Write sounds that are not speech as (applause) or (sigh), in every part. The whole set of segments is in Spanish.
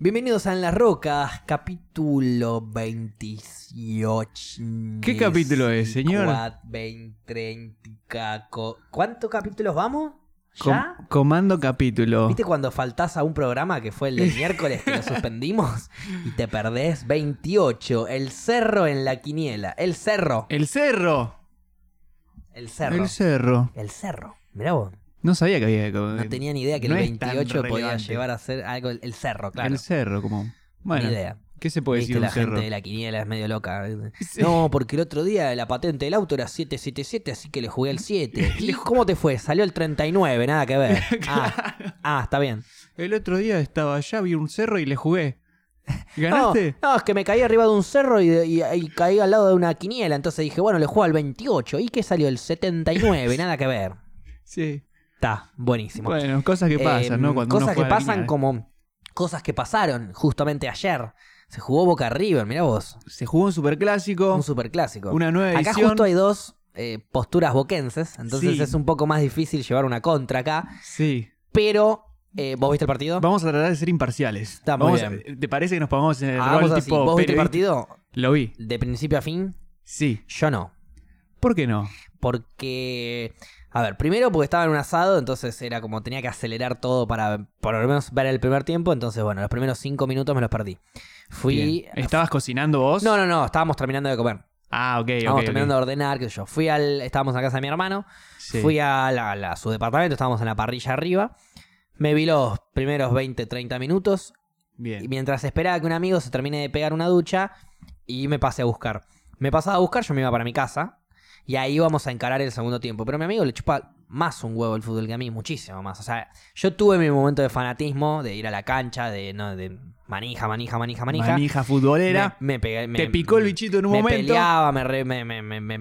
Bienvenidos a En las Rocas, capítulo 28. ¿Qué capítulo es, señor? 20, caco. ¿Cuántos capítulos vamos? Com- ¿Ya? comando capítulo. ¿Viste cuando faltás a un programa que fue el del miércoles que lo (laughs) suspendimos? Y te perdés 28. El cerro en la quiniela. El cerro. El cerro. El cerro. El cerro. El cerro. Mirá vos. No sabía que había. No tenía ni idea que No el es tan 28 podía relevante. llegar a ser algo. El cerro, claro. El cerro, como. Ni Bueno, idea. ¿qué se puede Viste, decir de la Pues un cerro? gente de la quiniela es medio loca. (laughs) Sí. No, porque el otro día la patente del auto era 777, así que le jugué el (laughs) 7. ¿Y cómo te fue? Salió el 39, nada que ver. Ah, ah, está bien. El otro día estaba allá, vi un cerro y le (laughs) jugué. ¿Ganaste? No, no, es que me caí arriba de un cerro y, y- y caí al lado de una quiniela. Entonces dije, bueno, le juego al 28. ¿Y qué salió? El 79, (laughs) nada que ver. Sí. Está, buenísimo. Bueno, cosas que pasan, Eh, ¿no? Cuando uno cosas que juega ¿eh? a la pasan guiña. como cosas que pasaron justamente ayer. Se jugó Boca River, mirá vos. ¿eh? Se jugó un superclásico, Un superclásico. una nueva Acá edición. justo hay dos eh, posturas boquenses, entonces Sí. es un poco más difícil llevar una contra acá. Sí. Pero, eh, ¿vos viste el partido? Vamos a tratar de ser imparciales. Está muy Vamos a- bien. ¿Te parece que nos pongamos en el Hagamos rol así. tipo Ah, ¿Vos viste el periodista? partido Lo vi. de principio a fin? Sí. Yo no. ¿Por qué no? Porque, a ver, primero porque estaba en un asado, entonces era como tenía que acelerar todo para por lo menos ver el primer tiempo, entonces bueno, los primeros cinco minutos me los perdí. Fui... Bien. ¿Estabas cocinando vos? No, no, no, estábamos terminando de comer. Ah, ok, ok. estábamos ok. terminando de ordenar, qué sé yo. Fui al... Estábamos en la casa de mi hermano. Sí. Fui a, la- la- a su departamento, estábamos en la parrilla arriba. Me vi los primeros 20, 30 minutos. Bien. Y mientras esperaba que un amigo se termine de pegar una ducha, y me pasé a buscar. Me pasaba a buscar, yo me iba para mi casa. Y ahí íbamos a encarar el segundo tiempo. Pero a mi amigo le chupa más un huevo el fútbol que a mí, muchísimo más. O sea, yo tuve mi momento de fanatismo, de ir a la cancha, de, no, de manija, manija, manija, manija. Manija futbolera. Me- me pegué- me- te picó el bichito en un me momento. peleaba, me re- me- me- me- me-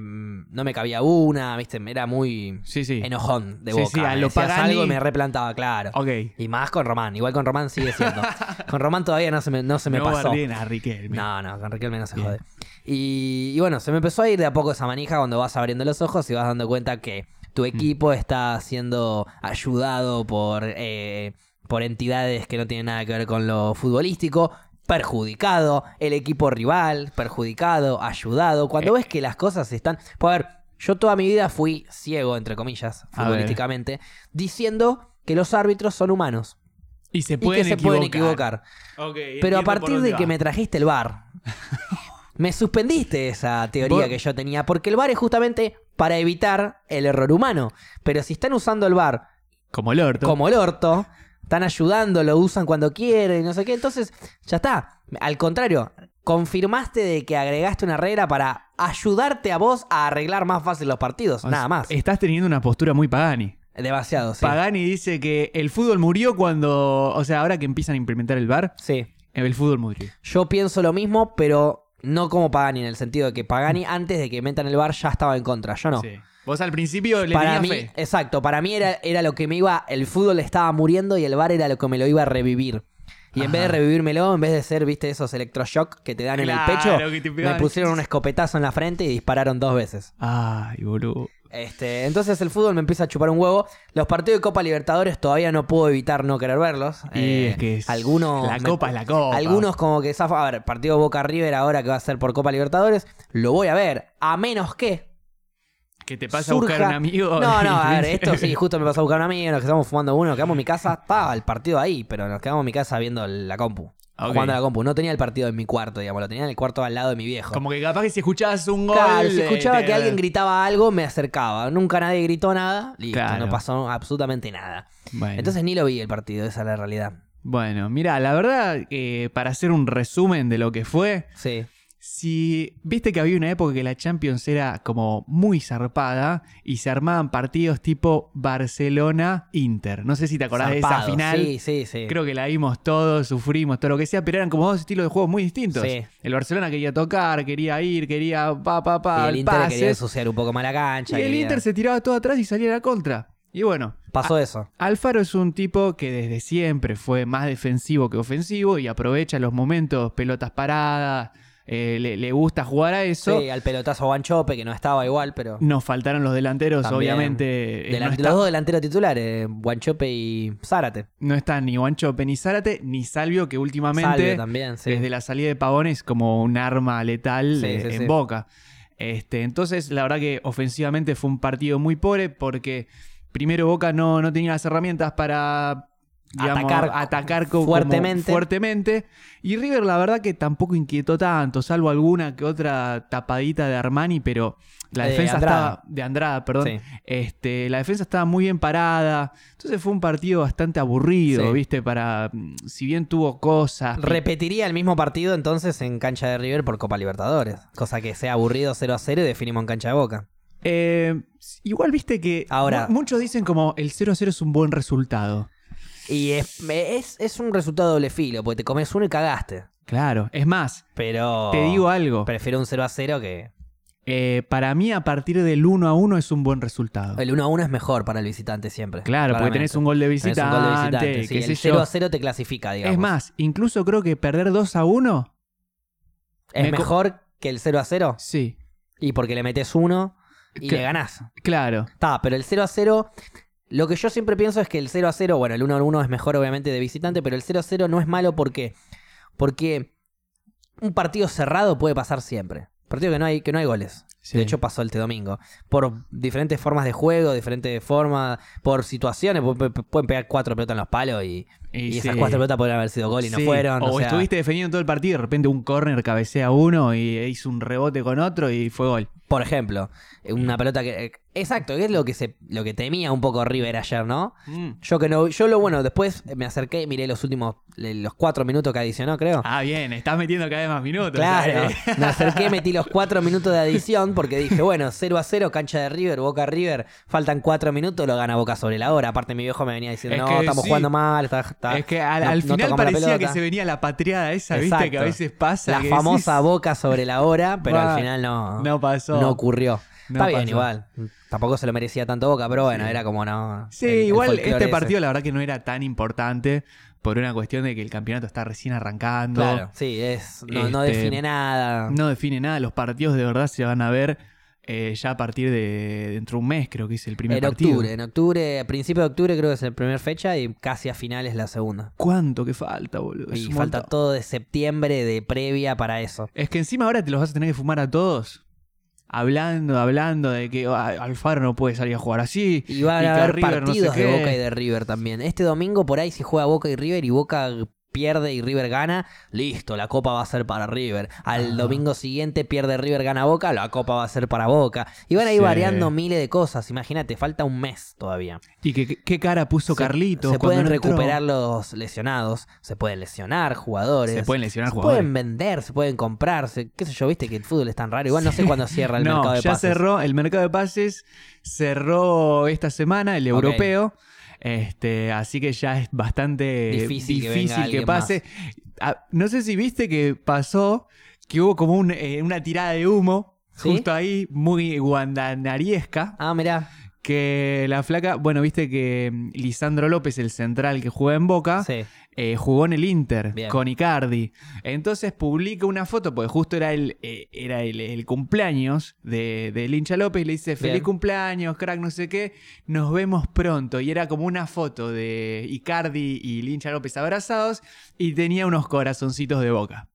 no me cabía una, ¿viste? Era muy Sí, sí. enojón de Sí, boca. sí, a Me lo decías Pagani. algo y me replantaba, claro. Ok. Y más con Román, igual con Román sigue (laughs) siendo. con Román todavía no se me, no se me no pasó. bardeen a Riquelme. No, no, con Riquelme no se Bien. jode. Y, y bueno, se me empezó a ir de a poco esa manija cuando vas abriendo los ojos y vas dando cuenta que Mm. tu equipo está siendo ayudado por, eh, por entidades que no tienen nada que ver con lo futbolístico. Perjudicado, el equipo rival, perjudicado, ayudado. Cuando Eh. ves que las cosas están. Pues a ver, yo toda mi vida fui ciego, entre comillas, A ver. futbolísticamente, diciendo que los árbitros son humanos Y se y que pueden se equivocar. pueden equivocar. Ok, Pero entiendo a por partir dónde de que va. me trajiste el bar, (laughs) me suspendiste esa teoría Vos- que yo tenía, porque el bar es justamente para evitar el error humano. Pero si están usando el bar Como el orto. como el orto, están ayudando, lo usan cuando quieren, no sé qué, entonces ya está. Al contrario, confirmaste de que agregaste una regla para ayudarte a vos a arreglar más fácil los partidos, O nada sea, más. Estás teniendo una postura muy Pagani. Demasiado, sí. Pagani dice que el fútbol murió cuando. O sea, ahora que empiezan a implementar el bar, Sí. el fútbol murió. Yo pienso lo mismo, pero no como Pagani, en el sentido de que Pagani antes de que metan el bar ya estaba en contra, yo no. Mm. Sí. Vos al principio le Para tenías mí, fe. exacto, para mí era, era lo que me iba, el fútbol estaba muriendo y el bar era lo que me lo iba a revivir. Y en vez de Ajá. revivírmelo, en vez de ser, viste, esos electroshock que te dan en Claro, el que te pecho, me pegan. pusieron un escopetazo en la frente y dispararon dos veces. Ay, boludo. Este, entonces el fútbol me empieza a chupar un huevo. Los partidos de Copa Libertadores todavía no puedo evitar no querer verlos. Y Eh, es que es- algunos La me- copa es la copa. algunos como que zafa, a ver, partido Boca River ahora que va a ser por Copa Libertadores, lo voy a ver, a menos que Que te pasa a surja- buscar un amigo. No, no, a ver, Y- (laughs) esto sí, justo me pasó a buscar un amigo, nos quedamos fumando uno, nos quedamos en mi casa, estaba el partido ahí, pero nos quedamos en mi casa viendo la compu. Ah, Ok. Jugando a la compu, no tenía el partido en mi cuarto, digamos, lo tenía en el cuarto al lado de mi viejo. Como que capaz que si escuchabas un gol. Claro, si eh, escuchaba te- que alguien gritaba algo, me acercaba. Nunca nadie gritó nada, listo, Claro. no pasó absolutamente nada. Bueno. Entonces ni lo vi el partido, esa es la realidad. Bueno, mira, la verdad, eh, para hacer un resumen de lo que fue, Sí. si viste que había una época que la Champions era como muy zarpada y se armaban partidos tipo Barcelona-Inter. No sé si te acordás de Zarpado. esa final. Sí, sí, sí. Creo que la vimos todos, sufrimos, todo lo que sea, pero eran como dos estilos de juego muy distintos. Sí. El Barcelona quería tocar, quería ir, quería pa, pa, y pa, el al Inter le quería pase. ensuciar un poco más la Y cancha. el quería- Inter se tiraba todo atrás y salía a la contra. Y bueno, Pasó Ah, eso. Alfaro es un tipo que desde siempre fue más defensivo que ofensivo y aprovecha los momentos, pelotas paradas, eh, le, le gusta jugar a eso. Sí, al pelotazo Guanchope, que no estaba igual, pero. Nos faltaron los delanteros, También. obviamente. eh, Delan- no, está- Los dos delanteros titulares, Guanchope y Zárate. no está ni Guanchope ni Zárate, ni Salvio, que últimamente, Salvio también, sí. desde la salida de Pavón, es como un arma letal Sí, eh, sí, en sí. boca. Este, entonces, la verdad que ofensivamente fue un partido muy pobre porque primero Boca no, no tenía las herramientas para digamos, Atacar atacar, co- como fuertemente. fuertemente. Y River, la verdad que tampoco inquietó tanto, salvo alguna que otra tapadita de Armani, pero la De defensa Andrada. estaba. De Andrada, perdón. Sí. Este, la defensa estaba muy bien parada. Entonces fue un partido bastante aburrido, Sí. ¿viste? Para. Si bien tuvo cosas. Repetiría el mismo partido entonces en cancha de River por Copa Libertadores. Cosa que sea aburrido 0 a 0 y definimos en cancha de boca. eh, igual viste que. Ahora- mu- Muchos dicen como el 0-0 es un buen resultado. Y es, es, es un resultado doble filo, porque te comes uno y cagaste. Claro. Es más, Pero. te digo algo. Prefiero un 0 a 0 que. eh, para mí, a partir del 1 a 1 es un buen resultado. El 1 a 1 es mejor para el visitante siempre. claro, porque tenés un gol de visitante. Tenés un gol de visitante. sí, qué sé el yo. 0 a 0 te clasifica, digamos. Es más, incluso creo que perder 2 a 1. ¿Es me co- mejor que el 0 a 0? Sí. Y porque le metes uno y Que- le ganás. Claro. Está, pero el 0 a 0. Lo que yo siempre pienso es que el 0 a 0, bueno, el 1 a 1 es mejor obviamente de visitante, pero el 0 a 0 no es malo porque porque un partido cerrado puede pasar siempre. Partido que no hay que no hay goles. Sí. De hecho pasó este domingo por diferentes formas de juego, diferentes formas, por situaciones, pu- pu- pueden pegar cuatro pelotas en los palos y, y esas sí. cuatro pelotas podrían haber sido gol y no Sí, fueron. O, o sea, estuviste defendiendo todo el partido y de repente un córner cabecea uno y hizo un rebote con otro y fue gol. Por ejemplo, una pelota que eh, exacto, que es lo que se lo que temía un poco River ayer, ¿no? Yo que no, yo lo bueno, después me acerqué y miré los últimos, le- los cuatro minutos que adicionó, creo. Ah, bien, estás metiendo cada vez más minutos. eh. claro, ¿sabes? me acerqué, metí los cuatro minutos de adición porque dije, bueno, 0 a 0, cancha de River, Boca River, faltan cuatro minutos, lo gana Boca sobre la hora. Aparte mi viejo me venía diciendo, Es no, que estamos sí. jugando mal, está, está- Es que al, no- al no final tocamos la parecía que pelota". se venía la patriada esa, viste, Exacto. que a veces pasa. La que famosa decís, Boca sobre la hora, pero "Va, al final no, no, No pasó. ocurrió. No Está bien, pasó. igual. Tampoco se lo merecía tanto Boca, pero bueno, era como no. Sí, el- el igual folclore este ese. partido la verdad que no era tan importante por una cuestión de que el campeonato está recién arrancando. Claro, sí, es, no, no Este, define nada. No define nada. Los partidos de verdad se van a ver eh, ya a partir de dentro de un mes, creo que es el primer en partido. octubre, en octubre, a principio de octubre creo que es la primera fecha y casi a finales la segunda. ¿Cuánto que falta, boludo? Es y un falta montón. todo de septiembre de previa para eso. Es que encima ahora te los vas a tener que fumar a todos. Hablando, hablando de que ah, Alfaro no puede salir a jugar así. Y va Y que a haber River no sé partidos de qué. Boca y de River también. Este domingo por ahí si juega Boca y River y Boca pierde y River gana, listo, la copa va a ser para River. Al Ah. domingo siguiente pierde River gana Boca, la copa va a ser para Boca. Y van a ir Sí. variando miles de cosas, imagínate, falta un mes todavía. Y que, que- qué cara puso Se- Carlito. Se cuando pueden no entró. recuperar los lesionados, se pueden lesionar jugadores. Se pueden lesionar se jugadores. pueden vender, se pueden comprar, se- qué sé yo, viste que el fútbol es tan raro. Igual no sé cuándo cierra el (laughs) no, mercado de ya pases. cerró el mercado de pases. Cerró esta semana el Ok. europeo. Este, así que ya es bastante Difícil difícil, que venga que, alguien pase. Ah, no sé si viste que pasó que hubo como un, eh, una tirada de humo ¿Sí? justo ahí, muy guandanariesca. Ah, mirá. Que la flaca, bueno, viste que mm, Lisandro López, el central que juega en Boca, Sí. eh, jugó en el Inter Bien. con Icardi. Entonces publica una foto, porque justo era el, eh, era el, el cumpleaños de, del hincha López, y le dice, feliz Bien. cumpleaños, crack, no sé qué, nos vemos pronto. Y era como una foto de Icardi y el hincha López abrazados, y tenía unos corazoncitos de boca.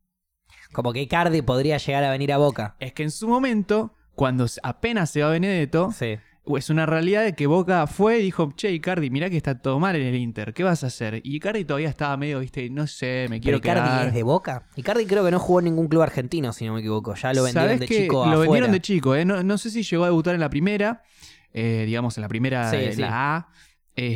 Como que Icardi podría llegar a venir a Boca. Es que en su momento, cuando apenas se va Benedetto, pues, Sí. Es una realidad de que Boca fue y dijo, che, Icardi, mirá que está todo mal en el Inter, ¿qué vas a hacer? Y Icardi todavía estaba medio, viste, no sé, me Pero quiero Icardi quedar. es de Boca. Icardi creo que no jugó en ningún club argentino, si no me equivoco. Ya lo vendieron ¿Sabés de que chico Lo afuera. vendieron de chico, ¿eh? no, no sé si llegó a debutar en la primera, eh, digamos, en la primera, Sí, eh, sí. la A,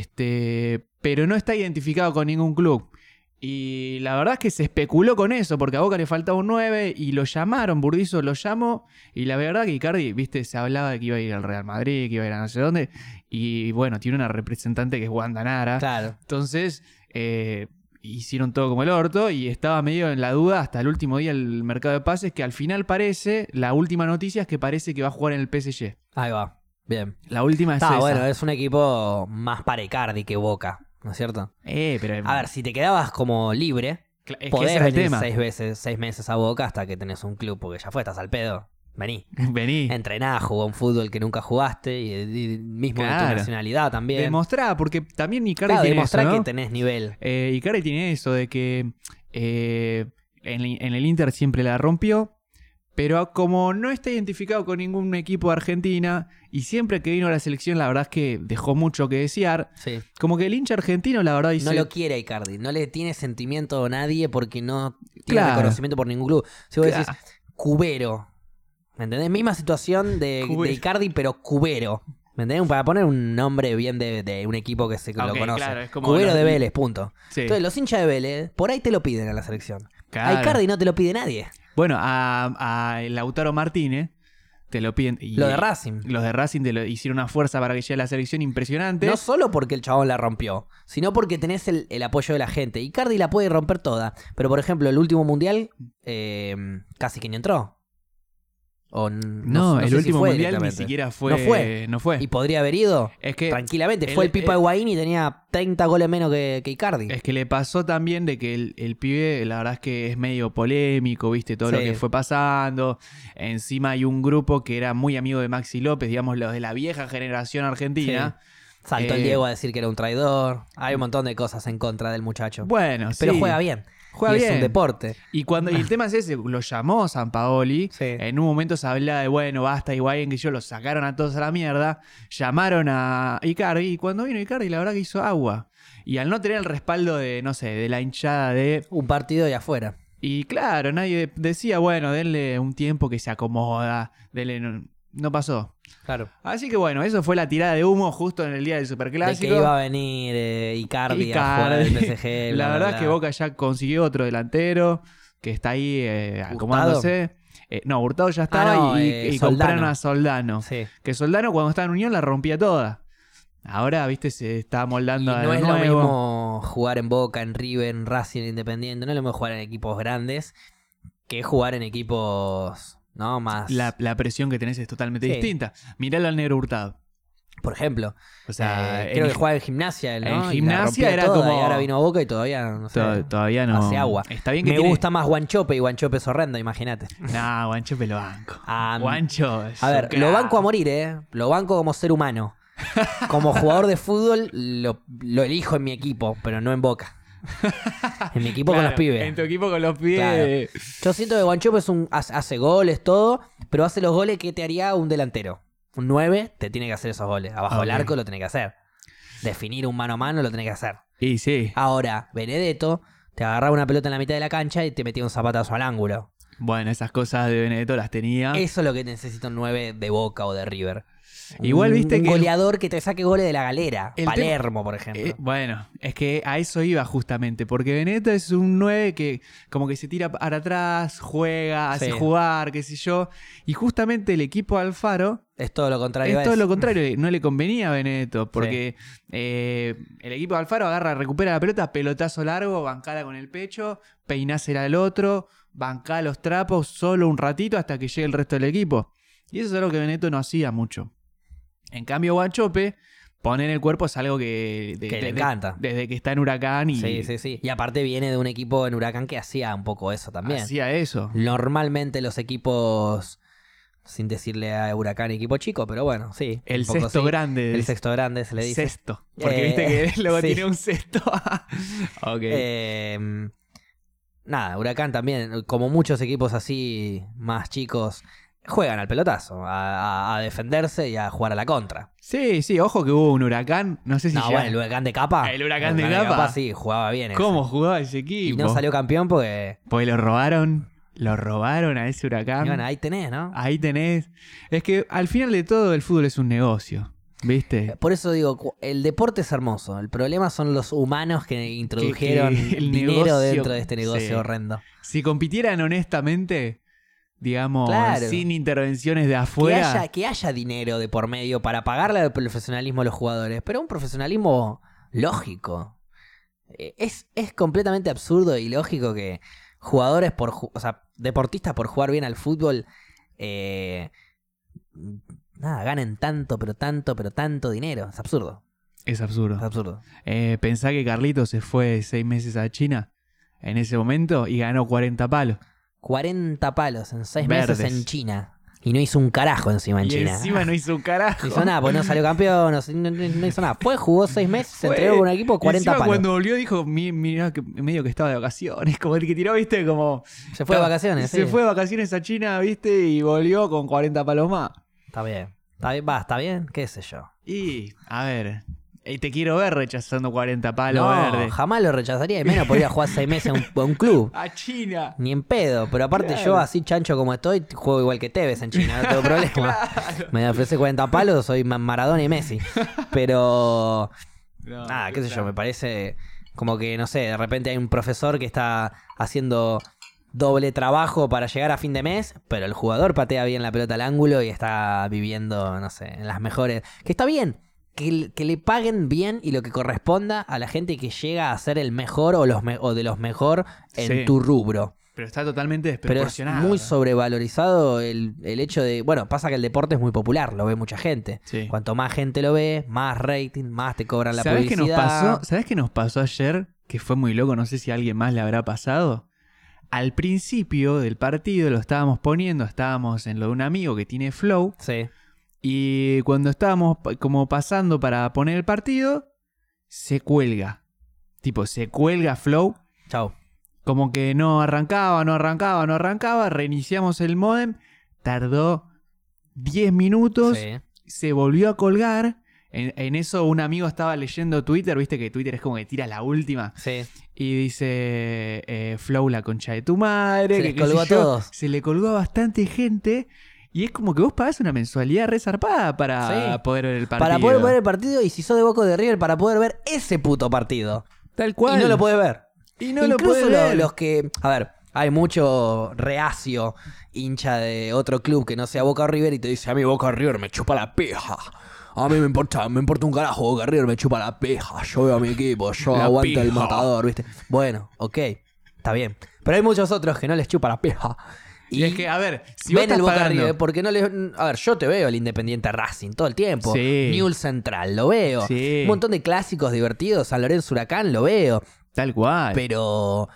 este, pero no está identificado con ningún club. Y la verdad es que se especuló con eso, porque a Boca le faltaba un 9 y lo llamaron, Burdizo lo llamó, y la verdad que Icardi, viste, se hablaba de que iba a ir al Real Madrid, que iba a ir a no sé dónde, y bueno, tiene una representante que es Wanda Nara. Claro. Entonces, eh, hicieron todo como el orto y estaba medio en la duda hasta el último día el mercado de pases, que al final parece, la última noticia es que parece que va a jugar en el PSG. Ahí va. Bien. La última es Está Ah, esa. Ah, bueno, eh. es un equipo más para Icardi que Boca, ¿no es cierto? Eh, pero A ver, si te quedabas como libre, Cla- Es que ese Podés es el venir tema. seis veces, seis meses a Boca hasta que tenés un club, porque ya fue, estás al pedo. Vení. (laughs) (laughs) Vení. Entrená, jugá un fútbol que nunca jugaste, y, y mismo de Claro. tu nacionalidad también. Demostrá, porque también Icardi Claro, tiene demostrá eso, ¿no? que tenés nivel. Eh, Icardi tiene eso de que eh, en, el- en el Inter siempre la rompió, pero como no está identificado con ningún equipo de Argentina y siempre que vino a la selección la verdad es que dejó mucho que desear, Sí. como que el hincha argentino la verdad dice... No lo quiere Icardi, no le tiene sentimiento a nadie porque no tiene Claro. reconocimiento por ningún club. Si vos decís Claro. cubero, ¿me entendés? Misma situación de, Cubero. de Icardi, pero cubero. ¿Me entendés? Para poner un nombre bien de, de un equipo que se que Ok, lo conoce. claro, es como cubero los- de Vélez, punto. Sí, Entonces, los hinchas de Vélez, por ahí te lo piden a la selección. claro. A Icardi no te lo pide nadie. Bueno, a, a Lautaro Martínez te lo piden... y- Lo de Racing. Los de Racing te lo hicieron una fuerza para que llegue a la selección impresionante. No solo porque el chabón la rompió, sino porque tenés el, el apoyo de la gente. Icardi la puede romper toda. Pero, por ejemplo, el último mundial eh, casi que ni entró. O n- No, sé- el sé si último fue mundial ni directamente. siquiera fue. No fue. No fue. Y podría haber ido es que tranquilamente. el- fue el Pipa el- Higuaín y tenía 30 goles menos que, que Icardi. Es que le pasó también de que el, el pibe, la verdad es que es medio polémico, viste, todo lo Sí. que fue pasando. Encima hay un grupo que era muy amigo de Maxi López, digamos, los de la vieja generación argentina. Saltó el eh, Diego a decir que era un traidor. Hay un montón de cosas en contra del muchacho. Bueno, Pero sí, juega bien. Juega y bien. es un deporte. Y cuando y el tema es ese, lo llamó San Paoli. Sí. En un momento se hablaba de, bueno, basta, Higuaín, que yo lo sacaron a todos a la mierda. Llamaron a Icardi y cuando vino Icardi, la verdad que hizo agua. Y al no tener el respaldo de, no sé, de la hinchada de... Un partido y afuera. Y claro, nadie decía, bueno, denle un tiempo que se acomoda, denle... No, no pasó. Claro. Así que bueno, eso fue la tirada de humo justo en el día del De Superclásico. que iba a venir eh, Icardi, a jugar Icardi. al PSG. bla, (laughs) La bla, verdad es bla. que Boca ya consiguió otro delantero que está ahí eh, acomodándose. Eh, no, Hurtado ya estaba Ah, no, y, eh, y Soldano. compraron a Soldano. Sí. Que Soldano cuando estaba en Unión la rompía toda. Ahora, viste, se está Y moldando a no es nuevo. lo mismo jugar en Boca, en River, en Racing, en Independiente. No es lo mismo jugar en equipos grandes que jugar en equipos, ¿no? Más. La, la presión que tenés es totalmente Sí. distinta. Miralo al negro Hurtado. Por ejemplo. O sea, eh, en creo que gi- jugaba en gimnasia. ¿no? en Y la gimnasia rompía era toda, como- Y ahora vino a Boca y todavía, no sé. to- todavía no. hace agua. Está bien que Me tiene- gusta más Guanchope y Guanchope es horrendo, imagínate. Nah, Guancho me lo banco. Ah, Guancho. es A ver, un lo crack. banco a morir, ¿eh? Lo banco como ser humano. Como jugador de fútbol, lo, lo elijo en mi equipo, pero no en Boca. En mi equipo con Claro, los pibes. En tu equipo con los pibes. Claro. Yo siento que Guanchope es un, hace hace goles, todo, pero hace los goles que te haría un delantero. Un 9 te tiene que hacer esos goles. Abajo del Ok. arco lo tiene que hacer. Definir un mano a mano lo tiene que hacer. Y sí. Ahora, Benedetto te agarraba una pelota en la mitad de la cancha y te metía un zapatazo al ángulo. Bueno, esas cosas de Benedetto las tenía. Eso es lo que necesita un 9 de Boca o de River. Igual Un- viste un que- goleador que te saque goles de la galera. El Palermo, por ejemplo. Eh, bueno, es que a eso iba justamente, porque Benedetto es un 9 que como que se tira para atrás, juega, hace Sí. jugar, qué sé yo. Y justamente el equipo Alfaro es todo lo contrario. a es todo eso. lo contrario, eh, no le convenía a Benedetto, porque eh, el equipo de Alfaro agarra, recupera la pelota, pelotazo largo, bancala con el pecho, peinásela al otro, bancá los trapos solo un ratito hasta que llegue el resto del equipo. Y eso es algo que Benedetto no hacía mucho. En cambio, Guanchope, poner el cuerpo es algo que, de- Que le de- encanta. desde que está en Huracán y Sí, sí, sí. Y aparte viene de un equipo en Huracán que hacía un poco eso también. hacía eso. Normalmente los equipos, sin decirle a Huracán equipo chico, pero bueno, sí. El un poco sexto sí. grande. El dice. sexto grande se le dice. Sexto. Porque Eh, viste que (laughs) luego sí. tiene un sexto. ok. Eh, nada, Huracán también, como muchos equipos así más chicos, juegan al pelotazo, a, a- a defenderse y a jugar a la contra. Sí, sí, ojo que hubo un huracán. No sé si no, llega- bueno, el Huracán de capa. El Huracán de Capa. sí, jugaba bien. ese. ¿Cómo jugaba ese Y equipo? no salió campeón porque, Pues lo robaron. Lo robaron a y ese huracán. bueno, ahí tenés, ¿no? Ahí tenés. Es que al final de todo el fútbol es un negocio. ¿Viste? Por eso digo, cu- el deporte es hermoso. El problema son los humanos que introdujeron que (laughs) el dinero negocio- dentro de este negocio sí. horrendo. Si compitieran honestamente, digamos, Claro. sin intervenciones de Que afuera. haya, que haya dinero de por medio para pagarle al profesionalismo a los jugadores, pero un profesionalismo lógico. Eh, Es, es completamente absurdo y lógico que jugadores por ju- o sea, deportistas por jugar bien al fútbol eh, nada, ganen tanto, pero tanto, pero tanto dinero. Es absurdo. Es Es absurdo. absurdo. Eh, pensá que Carlito se fue seis meses a China en ese momento y ganó 40 palos. 40 palos en 6 Verdes. meses en China. Y no hizo un carajo encima en y China. encima no hizo (laughs) un No carajo. hizo nada, pues no salió campeón, no, no- no hizo nada. Fue, jugó 6 meses, se Fue- entregó con un equipo 40 Encima palos. cuando volvió dijo, "Mi- mirá, que medio que estaba de vacaciones. (laughs) Como el que tiró, viste, como... Se fue de vacaciones, Se sí. fue de vacaciones a China, viste, y volvió con 40 palos más. Está bien. Está bien, va, está bien, qué sé yo. Y, a ver, eh, te quiero ver rechazando 40 palos No, verdes. jamás lo rechazaría y menos podría jugar 6 meses a un, a un club. A China. Ni en pedo, pero aparte Claro. yo así chancho como estoy, juego igual que Tevez en China, no tengo (laughs) problema. Me ofrece 40 palos, soy Ma- Maradona y Messi. Pero No, nada, Ah, qué sé yo, Ah, claro. me parece como que, no sé, de repente hay un profesor que está haciendo doble trabajo para llegar a fin de mes, pero el jugador patea bien la pelota al ángulo y está viviendo, no sé, en las mejores... Que está bien, que, l- que le paguen bien y lo que corresponda a la gente que llega a ser el mejor o, los me- o de los mejor en Sí. tu rubro. Pero está totalmente Pero es desproporcionado. muy sobrevalorizado el, el hecho de... Bueno, pasa que el deporte es muy popular, lo ve mucha gente. Sí. Cuanto más gente lo ve, más rating, más te cobran la ¿Sabés qué publicidad. nos pasó? ¿Sabés qué nos pasó ayer? Que fue muy loco, no sé si a alguien más le habrá pasado. Al principio del partido lo estábamos poniendo, estábamos en lo de un amigo que tiene flow. Sí. Y cuando estábamos pa- como pasando para poner el partido, se cuelga. Tipo, se cuelga Flow. Chau. Como que no arrancaba, no arrancaba, no arrancaba. Reiniciamos el modem. Tardó 10 minutos. Sí. Se volvió a colgar. En, en eso un amigo estaba leyendo Twitter. Viste que Twitter es como que tira la última. Sí. Y dice, eh, Flow, la concha de tu madre. Se que les qué colgó sé a yo. todos. Se le colgó a bastante gente. Y es como que vos pagás una mensualidad resarpada para Sí. poder ver el partido. Para poder ver el partido y si sos de Boca o de River, para poder ver ese puto partido. Tal cual. Y no lo podés ver. Y no lo Incluso podés lo- ver. los que... A ver, hay mucho reacio hincha de otro club que no sea Boca o River y te dice, a mí Boca o River me chupa la pija. A mí me importa, me importa un carajo, Boca o River me chupa la pija. Yo veo a mi equipo, yo La aguanto el pija. matador, ¿viste? Bueno, ok, está bien. Pero hay muchos otros que no les chupa la pija. Y, es que, a ver, si ven vos estás el Boca pagando- River porque no le a ver yo te veo el Independiente Racing todo el tiempo Sí. Newell's Central lo veo Sí. un montón de clásicos divertidos San Lorenzo Huracán lo veo Tal cual. pero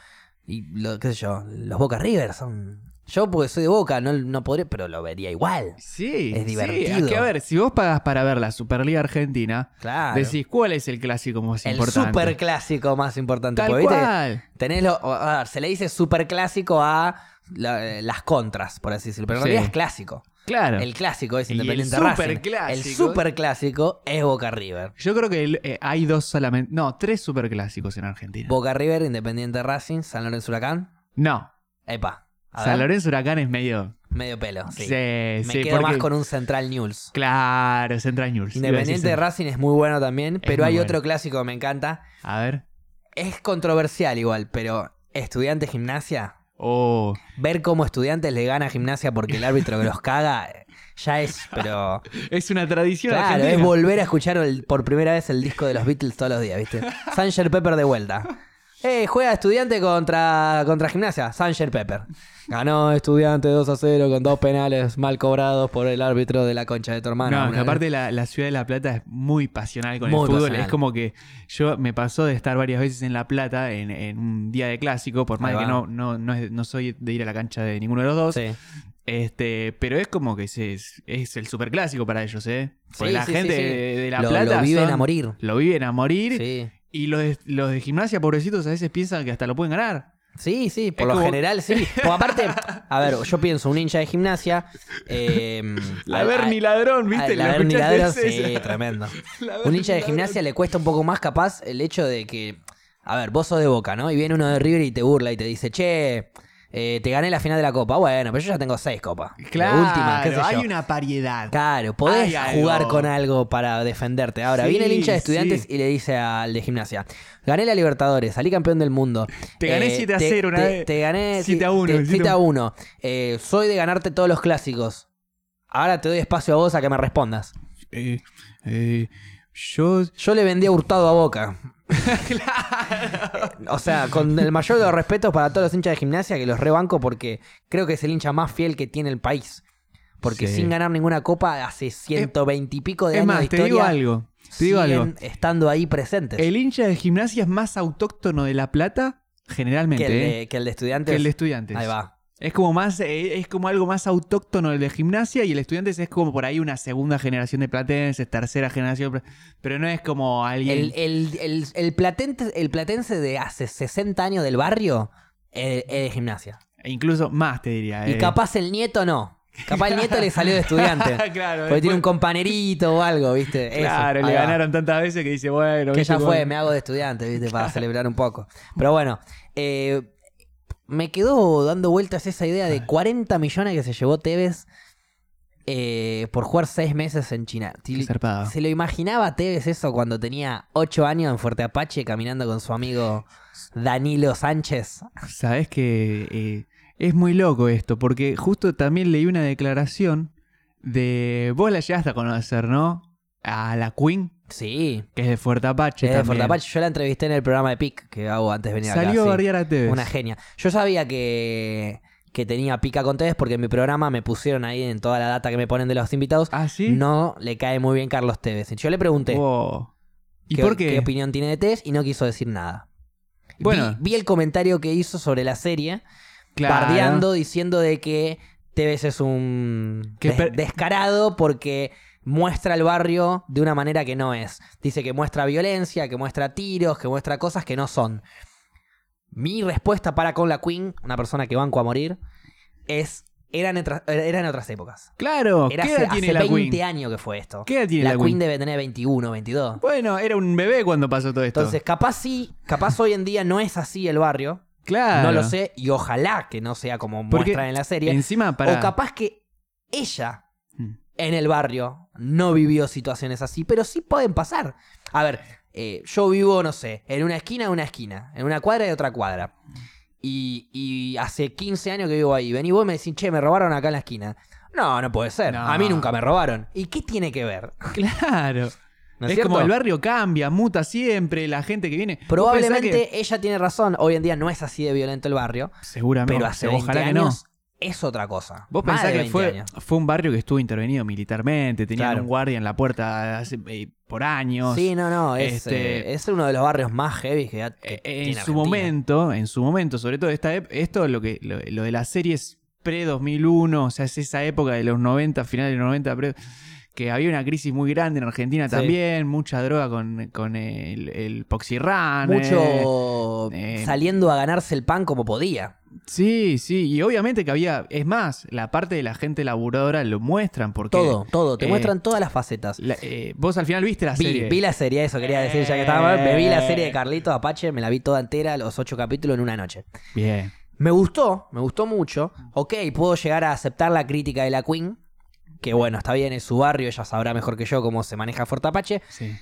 y lo, qué sé yo los Boca River son yo porque soy de Boca no, no podría pero lo vería igual sí. es sí. divertido. Es que, a ver, si vos pagás para ver la Superliga Argentina, claro decís, ¿cuál es el clásico más el importante? super clásico más importante Tal porque, ¿viste? cual. Tenés lo, o- a ver, se le dice super clásico a la- las contras por así decirlo pero en Sí. realidad es clásico Claro. el clásico es Y el Independiente Racing el superclásico- super clásico es Boca River Yo creo que el- eh, hay dos solamente. No, tres superclásicos en Argentina. Boca River, Independiente Racing, San Lorenzo Huracán. no. Epa. A San ver, Lorenzo Huracán es medio. Medio pelo. Sí. Sí, Me sí, quedo porque- más con un Central News. Claro, Central News. iba a decir Independiente Central- Racing es muy bueno también, pero muy hay bueno. otro clásico que me encanta. A ver. Es controversial igual, pero estudiante gimnasia. Oh. Ver cómo estudiantes le gana a gimnasia porque el árbitro que los caga eh, ya es, pero. Es una tradición Claro, argentina. es volver a escuchar el- por primera vez el disco de los Beatles todos los días, (laughs) ¿viste? Sanger Pepper de vuelta. Eh, juega estudiante contra, contra gimnasia, Sanger Pepper. Ganó estudiante 2 a 0 con dos penales mal cobrados por el árbitro de la concha de tu hermano. No, Una- que aparte la, la ciudad de La Plata es muy pasional con Muy el fútbol. pasional. Es como que yo me pasó de estar varias veces en La Plata en, en un día de clásico, por más Ahí que va. no, no, no, es- no soy de ir a la cancha de ninguno de los dos. Sí. Este, pero es como que se- es, es el superclásico para ellos, ¿eh? Porque Sí, la sí, gente sí, sí. De, de La Lo, Plata. lo viven son- a morir. Lo viven a morir. Sí. Y los de, los de gimnasia, pobrecitos, a veces piensan que hasta lo pueden ganar. Sí, sí, por Es lo como- general (laughs) sí. Porque aparte, a ver, yo pienso, un hincha de gimnasia. eh, La a- Berni a- Ladrón, a- ¿viste? la ¿Lo Berni escuchaste? Ladrón, Es sí, esa. tremendo. (laughs) La un Berni hincha de Ladrón. gimnasia le cuesta un poco más capaz el hecho de que, a ver, vos sos de Boca, ¿no? Y viene uno de River y te burla y te dice, che, eh, te gané la final de la Copa. Bueno, pero yo ya tengo seis copas. De Claro, última, qué sé hay yo. una variedad. Claro, podés Hay algo. jugar con algo para defenderte. Ahora, Sí, viene el hincha de estudiantes sí. y le dice al de gimnasia, gané la Libertadores, salí campeón del mundo. Eh, Te gané 7 a 0 una te, vez. Te gané 7 a 1, 7 a 1. Eh, soy de ganarte todos los clásicos. Ahora te doy espacio a vos a que me respondas. Eh, eh, yo. Yo le vendí a Hurtado a Boca. (laughs) Eh, O sea, con el mayor de los respetos para todos los hinchas de gimnasia que los rebanco porque creo que es el hincha más fiel que tiene el país. Porque Sí. sin ganar ninguna copa hace 120 y pico de Es años de más, te historia. digo algo. Te digo siguen algo. estando ahí presentes. El hincha de gimnasia es más autóctono de La Plata Generalmente, Que el, ¿eh? de, que el de estudiantes. que el de estudiantes. Ahí va. Es como más, eh, es como algo más autóctono el de gimnasia y el estudiante es como por ahí una segunda generación de platenses, tercera generación, de pla- pero no es como alguien. El, el, el, el platense, el platense de hace 60 años del barrio eh, es de gimnasia. e incluso más te diría. Y eh. capaz el nieto no. Capaz el nieto le salió de (laughs) estudiante. claro, Porque tiene un después- compañerito o algo, ¿viste? Eso, claro, ahí le va. ganaron tantas veces que dice, bueno, Que viste, ya como- fue, me hago de estudiante, ¿viste? Para celebrar un poco. Pero bueno, eh, me quedó dando vueltas esa idea de 40 millones que se llevó Tevez eh, por jugar 6 meses en China. Ti- Qué zarpado. ¿Se lo imaginaba Tevez eso cuando tenía 8 años en Fuerte Apache caminando con su amigo Danilo Sánchez? Sabes que eh, es muy loco esto, porque justo también leí una declaración de. Vos la llegaste a conocer, ¿no? A la Queen, Sí. que es de Fuerte Apache. Es de también. Fuerte Apache. Yo la entrevisté en el programa de PIC que hago antes de venir acá, Salió a sí. bardear a Tevez. Una genia. Yo sabía que, que tenía pica con Tevez porque en mi programa me pusieron ahí en toda la data que me ponen de los invitados. ¿Ah, sí? No le cae muy bien Carlos Tevez. Y Yo le pregunté Wow. ¿Y qué, por qué? qué opinión tiene de Tevez y no quiso decir nada. Bueno. Vi, vi el comentario que hizo sobre la serie, bardeando, diciendo de que Tevez es un Que des- per- descarado porque muestra el barrio de una manera que no es. Dice que muestra violencia, que muestra tiros, que muestra cosas que no son. Mi respuesta para con la Queen, una persona que banco a morir, es eran, etra- eran otras épocas. Claro, Era Oh, ¿qué hace, edad tiene hace la 20 Queen? años que fue esto. ¿Qué edad tiene la la, Queen, debe tener 21, 22. Bueno, era un bebé cuando pasó todo esto. Entonces, capaz sí, capaz hoy en día no es así el barrio. claro. No lo sé y ojalá que no sea como Porque muestran en la serie. Encima, para. O (laughs) capaz que ella Mm. en el barrio no vivió situaciones así, pero sí pueden pasar. A ver, eh, yo vivo, no sé, en una esquina de una esquina, en una cuadra de otra cuadra. Y, y hace 15 años que vivo ahí. Vení vos y me decís, che, me robaron acá en la esquina. No, no puede ser. No. A mí nunca me robaron. ¿Y qué tiene que ver? Claro. ¿No es cierto? como el barrio cambia, muta siempre, la gente que viene. Vos pensá Probablemente que- ella tiene razón. Hoy en día no es así de violento el barrio, Seguramente. pero hace 20 ojalá años es otra cosa. que no. Vos Más pensás de que 20 fue, años. fue un barrio que estuvo intervenido militarmente, tenían Claro. un guardia en la puerta hace- eh, por años. Sí, no, no. Es, Este- eh, es uno de los barrios más heavy que, ha- que Eh, tiene en su Argentina. momento, en su momento, sobre todo esta ep- esto lo que lo, lo de las series pre 2001, o sea, es esa época de los 90, finales de los 90, pre- que había una crisis muy grande en Argentina Sí. también, mucha droga con, con el, el Poxirrán, eh, Mucho eh, saliendo a ganarse el pan como podía. Sí, sí, y obviamente que había, es más, la parte de la gente laburadora lo muestran porque Todo, todo. Te eh, muestran todas las facetas. la- eh, vos al final viste la Vi, serie. vi la serie, eso quería decir ya que estaba. Me vi la serie de Carlitos Apache, me la vi toda entera, los ocho capítulos en una noche. Bien. Me gustó, me gustó mucho. Ok, puedo llegar a aceptar la crítica de la Queen. Que bueno, está bien, en su barrio, ella sabrá mejor que yo cómo se maneja Fuerte Apache. Sí.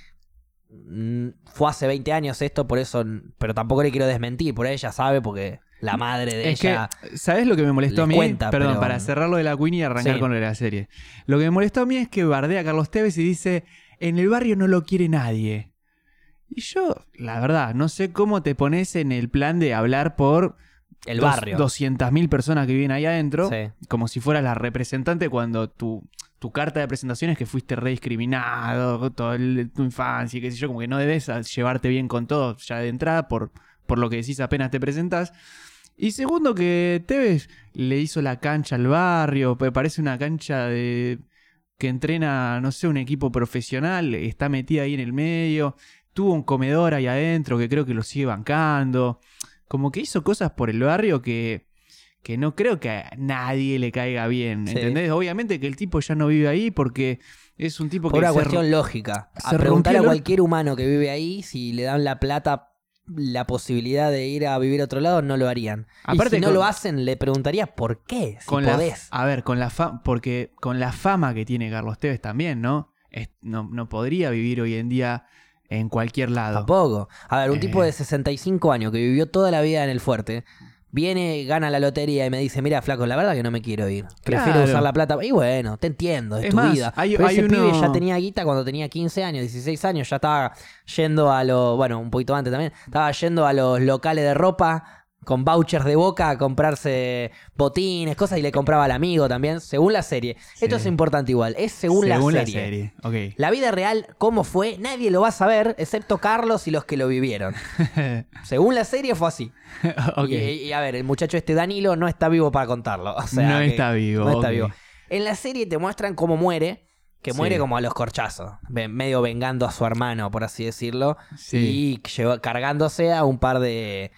Mm, Fue hace 20 años esto, por eso. Pero tampoco le quiero desmentir, por ahí ella sabe, porque la madre de Mm, Es ella. que, ¿sabes lo que me molestó les a mí? cuenta, Perdón, pero- para cerrar lo de la Queen y arrancar Sí. con lo de la serie. Lo que me molestó a mí es que bardea a Carlos Tevez y dice, en el barrio no lo quiere nadie. Y yo, la verdad, no sé cómo te pones en el plan de hablar por El dos- barrio. 200.000 personas que viven ahí adentro, Sí. como si fueras la representante cuando tu, tu carta de presentación es que fuiste rediscriminado, toda tu infancia, y qué sé yo, como que no debes a- llevarte bien con todo ya de entrada por, por lo que decís apenas te presentás. Y segundo que Tevez le hizo la cancha al barrio, pe- parece una cancha de que entrena, no sé, un equipo profesional, está metida ahí en el medio, tuvo un comedor ahí adentro que creo que lo sigue bancando, como que hizo cosas por el barrio que, que no creo que a nadie le caiga bien, Sí. ¿entendés? Obviamente que el tipo ya no vive ahí porque es un tipo Por que... una se- cuestión lógica. se A preguntar rompió a el- cualquier humano que vive ahí si le dan la plata, la posibilidad de ir a vivir a otro lado, no lo harían. Aparte y si no con- lo hacen, le preguntaría por qué, si con la, podés. a ver, con la fama, porque con la fama que tiene Carlos Tevez también, ¿no? Es- no, no podría vivir hoy en día en cualquier lado. Tampoco. A ver, un Eh. tipo de 65 años que vivió toda la vida en el fuerte, viene, gana la lotería y me dice, mira, flaco, la verdad que no me quiero ir. Prefiero Claro. usar la plata. Y bueno, te entiendo, es, Es tu más, vida. hay- Pero hay ese uno- pibe ya tenía guita cuando tenía 15 años, 16 años, ya estaba yendo a los, bueno, un poquito antes también, estaba yendo a los locales de ropa con vouchers de boca a comprarse botines, cosas y le compraba al amigo también, según la serie. Esto es importante igual, es según, la serie. Ok. La vida real, cómo fue, nadie lo va a saber, excepto Carlos y los que lo vivieron. (laughs) Según la serie fue así. ok. Y, y a ver, el muchacho este Danilo no está vivo para contarlo. O sea, no que- está vivo. no está ok. vivo. En la serie te muestran cómo muere, que Sí. muere como a los corchazos, ve- medio vengando a su hermano, por así decirlo, Sí. y llevó- cargándose a un par de,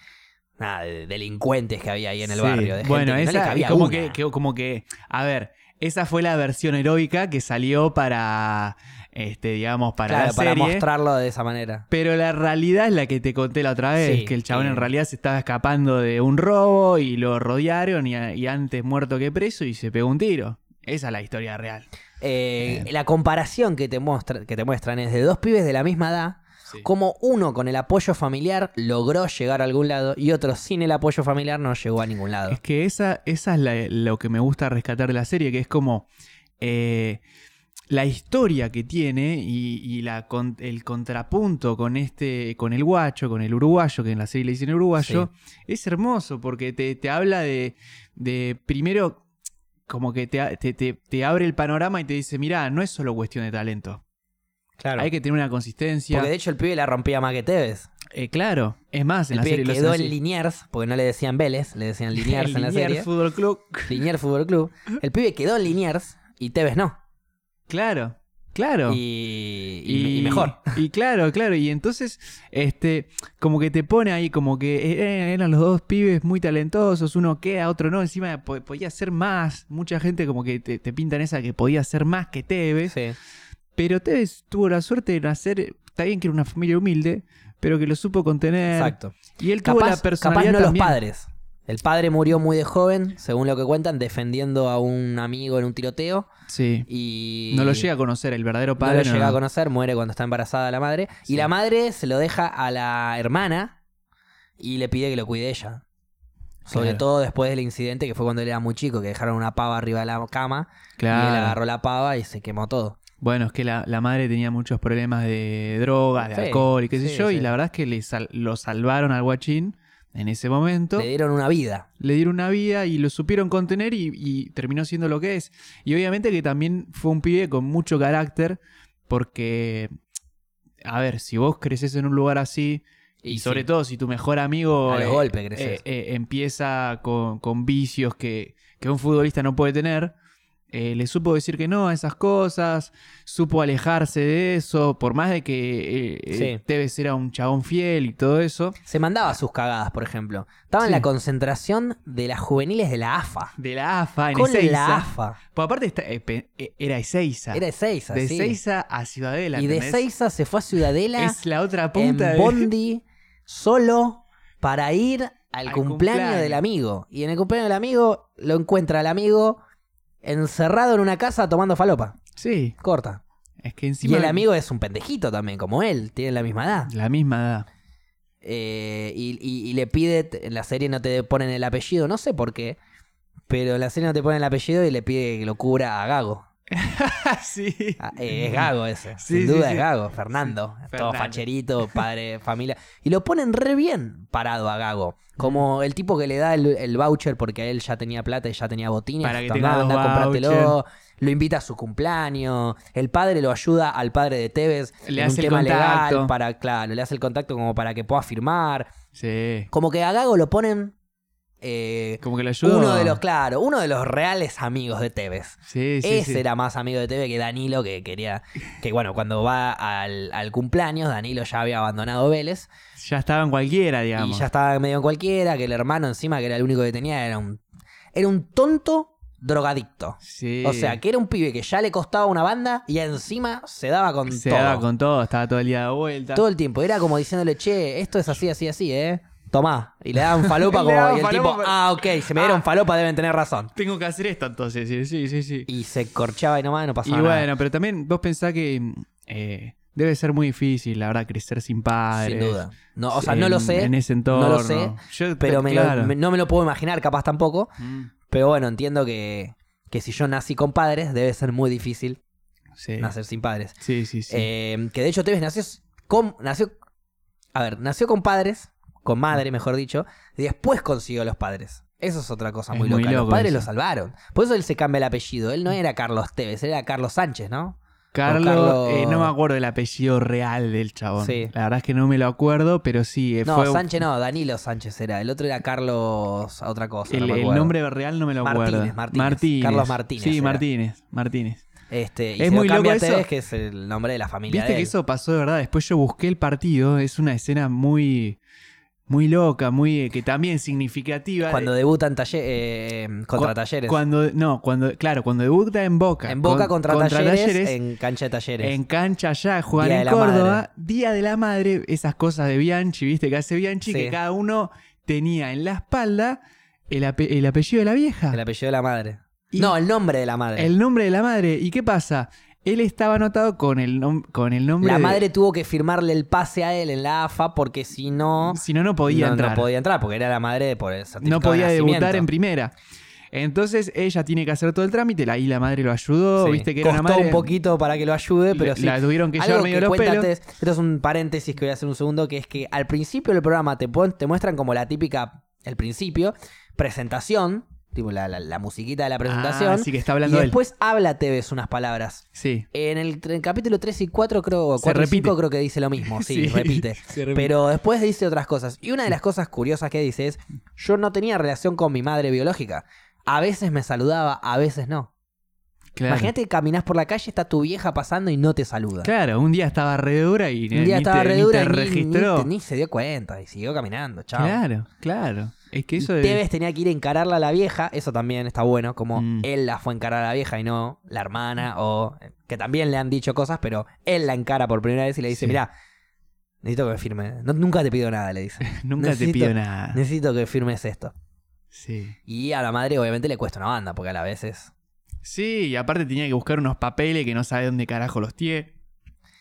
nada, de delincuentes que había ahí en el Sí. barrio. de gente bueno, que no le esa cabía y como una. que, que- como que, a ver, esa fue la versión heroica que salió para, este, digamos, para Claro, la serie. para mostrarlo de esa manera. Pero la realidad es la que te conté la otra vez, Sí, que el chabón sí. en realidad se estaba escapando de un robo y lo rodearon y, a- y antes muerto que preso y se pegó un tiro. Esa es la historia real. Eh, La comparación que te, muestra- que te muestran es de dos pibes de la misma edad, como uno con el apoyo familiar logró llegar a algún lado y otro sin el apoyo familiar no llegó a ningún lado. Es que esa, esa es la- lo que me gusta rescatar de la serie, que es como eh, la historia que tiene y, y la con- el contrapunto con este, con el guacho, con el uruguayo, que en la serie le dicen uruguayo, es hermoso porque te, te habla de, de primero como que te, a- te- te- te abre el panorama y te dice, mirá, no es solo cuestión de talento, Claro. hay que tener una consistencia. Porque de hecho el pibe la rompía más que Tevez. Eh, claro, es más, en El la pibe serie lo hacen quedó así. en Liniers, porque no le decían Vélez, le (laughs) decían Liniers El en la Liniers serie. Fútbol Club. Liniers Fútbol Club. El pibe quedó en Liniers y Tevez no. Claro, claro. Y, y- y mejor. (laughs) Y claro, claro. Y entonces, este, como que te pone ahí, como que eh, eran los dos pibes muy talentosos, uno queda, otro no. Encima po- podía hacer más. Mucha gente como que te, te pintan esa que podía hacer más que Tevez. Sí. Pero Tevez tuvo la suerte de nacer, está bien que era una familia humilde, pero que lo supo contener. Exacto. Y él tuvo la Capaz, personalidad capaz no los también. padres. El padre murió muy de joven, según lo que cuentan, defendiendo a un amigo en un tiroteo. Sí. Y No lo llega a conocer, el verdadero no padre. lo no- llega a conocer, muere cuando está embarazada la madre. Sí. Y la madre se lo deja a la hermana y le pide que lo cuide ella. Sobre Claro. todo después del incidente que fue cuando él era muy chico, que dejaron una pava arriba de la cama y él Claro. agarró la pava y se quemó todo. Bueno, es que la, la madre tenía muchos problemas de drogas, de Sí, alcohol y qué sé sí, yo, y sí. la verdad es que le sal- lo salvaron al guachín en ese momento, Le le, dieron una vida. dieron una vida y lo supieron contener y, y terminó siendo lo que es. Y obviamente que también fue un pibe con mucho carácter, porque, a ver, si vos creces en un lugar así, y, sobre sí, todo si tu mejor amigo A los eh, golpes creces. eh, eh, empieza con, con vicios que, que un futbolista no puede tener, eh, le supo decir que no a esas cosas, supo alejarse de eso, por más de que eh, eh, Sí. Tevez era un chabón fiel y todo eso. Se mandaba sus cagadas, por ejemplo. Estaba en Sí. la concentración de las juveniles de la AFA. De la AFA en Con Ezeiza. la AFA. Pues aparte está- eh, pe- eh, era Ezeiza. Era de Seiza, de Ezeiza a Ciudadela. Y de ¿entendés? Seiza se fue a Ciudadela. Es la otra punta en de... Bondi solo para ir al, Al cumpleaños, cumpleaños. del amigo. Y en el cumpleaños del amigo lo encuentra el amigo encerrado en una casa tomando falopa. (laughs) Sí, Corta. es que y encima... el amigo es un pendejito también, como él, tiene la misma edad. La misma edad. Eh, y, y- y le pide, en la serie no te ponen el apellido, no sé por qué, pero en la serie no te ponen el apellido y le pide que lo cubra a Gago. sí. (laughs) Ah, eh, es Gago ese. (laughs) Sí, Sin sí, duda sí. es Gago. Fernando. Sí, Todo Fernando. (laughs) facherito, padre, familia. Y lo ponen re bien parado a Gago. Como el tipo que le da el, el voucher porque a él ya tenía plata y ya tenía botines. Para que Tomá, tenga dos andá, comprátelo. voucher. Lo invita a su cumpleaños. El padre lo ayuda al padre de Tevez. Le en un hace el tema legal. contacto. Para, claro, le hace el contacto como para que pueda firmar. Sí. Como que a Gago lo ponen. eh, Como que lo ayudó. uno de los, claro, uno de los reales amigos de Tevez. Sí, sí, Ese sí. era más amigo de TV que Danilo, que quería. Que bueno, cuando va al, al cumpleaños, Danilo ya había abandonado Vélez. Ya estaban cualquiera, digamos. Y ya estaba medio en cualquiera, que el hermano encima, que era el único que tenía, era un. Era un tonto drogadicto. Sí. O sea, que era un pibe que ya le costaba una banda y encima se daba con se todo. daba con todo, estaba todo el día de vuelta. Todo el tiempo. Era como diciéndole, che, esto es así, así, así, ¿eh? Tomá. Y le (laughs) daban falopa Le como. daban y el falopa, tipo, pero- ah, ok, se me dieron falopa, deben tener razón. Tengo que hacer esto entonces, sí, sí, sí. sí. Y se corchaba y nomás no Y, pasaba nada. bueno, pero también vos pensás que eh, debe ser muy difícil, la verdad, crecer sin padres. Sin duda. No, o sea, no en- lo sé. En ese entorno. No lo sé. Yo- Pero me lo- claro. me- no me lo puedo imaginar, capaz tampoco. Mm, Pero bueno, entiendo que, que si yo nací con padres, debe ser muy difícil Sí. nacer sin padres. sí, sí, sí. Eh, que de hecho Tevez nació con. Nació, a ver, nació con padres, con madre, mejor dicho, y después consiguió los padres. Eso es otra cosa Es muy, muy loca. loco los padres eso. Mm. lo salvaron. Por eso él se cambia el apellido. Él no era Carlos Tevez, era Carlos Sánchez, ¿no? Carlos, Carlos- eh, no me acuerdo el apellido real del chabón. Sí. La verdad es que no me lo acuerdo, pero sí, eh, No, fue Sánchez no, Danilo Sánchez era. El otro era Carlos otra cosa. no el, me el acuerdo. nombre real no me lo Martínez, acuerdo. Martínez. Carlos Martínez Sí, era. Martínez, Martínez. Este, y Es se lo muy cambia loco a Tevez, eso. que es el nombre de la familia. Viste de que él. eso pasó de verdad. Después yo busqué el partido. Es una escena muy, muy loca, muy eh, que también significativa. Cuando debutan talle- eh, contra Cu- Talleres. Cuando, no, cuando, claro, cuando debuta en Boca. en Boca Con- contra, talleres, en cancha de Talleres. en cancha allá, juegan Día de en la Córdoba, Madre. Día de la Madre, esas cosas de Bianchi, viste, que hace Bianchi, Sí. que cada uno tenía en la espalda el, ape- el apellido de la vieja, El apellido de la madre. Y- no, el nombre de la madre. el nombre de la madre. ¿Y qué pasa? Él estaba anotado con el, nom- con el nombre la de- madre tuvo que firmarle el pase a él en la AFA porque si no, si no, no no, podía no entrar. podía entrar porque era la madre de- por el certificado no podía de debutar en nacimiento. primera. Entonces ella tiene que hacer todo el trámite, ahí la madre lo ayudó, Sí. viste que Costó era una madre. un poquito para que lo ayude, pero la, sí. la tuvieron que llevar Algo medio que los cuenta pelos. antes, esto es un paréntesis que voy a hacer un segundo, que es que al principio del programa te, pon- te muestran como la típica, el principio, presentación, tipo la, la- la musiquita de la presentación, Ah, sí, que está y hablando él. después habla Tevez unas palabras. Sí. En el, tre- capítulo 3 y 4 creo, o Se 4 y repite. 5 creo que dice lo (laughs) mismo, sí, repite. Se Pero después dice otras cosas. Y una de las cosas curiosas que dice es, yo no tenía relación con mi madre biológica. A veces me saludaba, a veces no. Claro. Imagínate que caminás por la calle, está tu vieja pasando y no te saluda. Claro, un día estaba re dura y Un día ni estaba te, re ni dura te y ni- registró. Ni, ni se dio cuenta y siguió caminando, chao. claro, claro. Es que Y eso es. Tevez tenía que ir a encararla a la vieja, eso también está bueno, como Mm. él la fue a encarar a la vieja y no la hermana, o eh, que también le han dicho cosas, pero él la encara por primera vez y le dice, Sí. mirá, necesito que me firme, no- nunca te pido nada, (laughs) le dice, Nunca necesito- te pido nada. necesito que firmes esto. Sí. Y a la madre obviamente le cuesta una banda, porque a la vez es... Sí, y aparte tenía que buscar unos papeles que no sabe dónde carajo los tiene.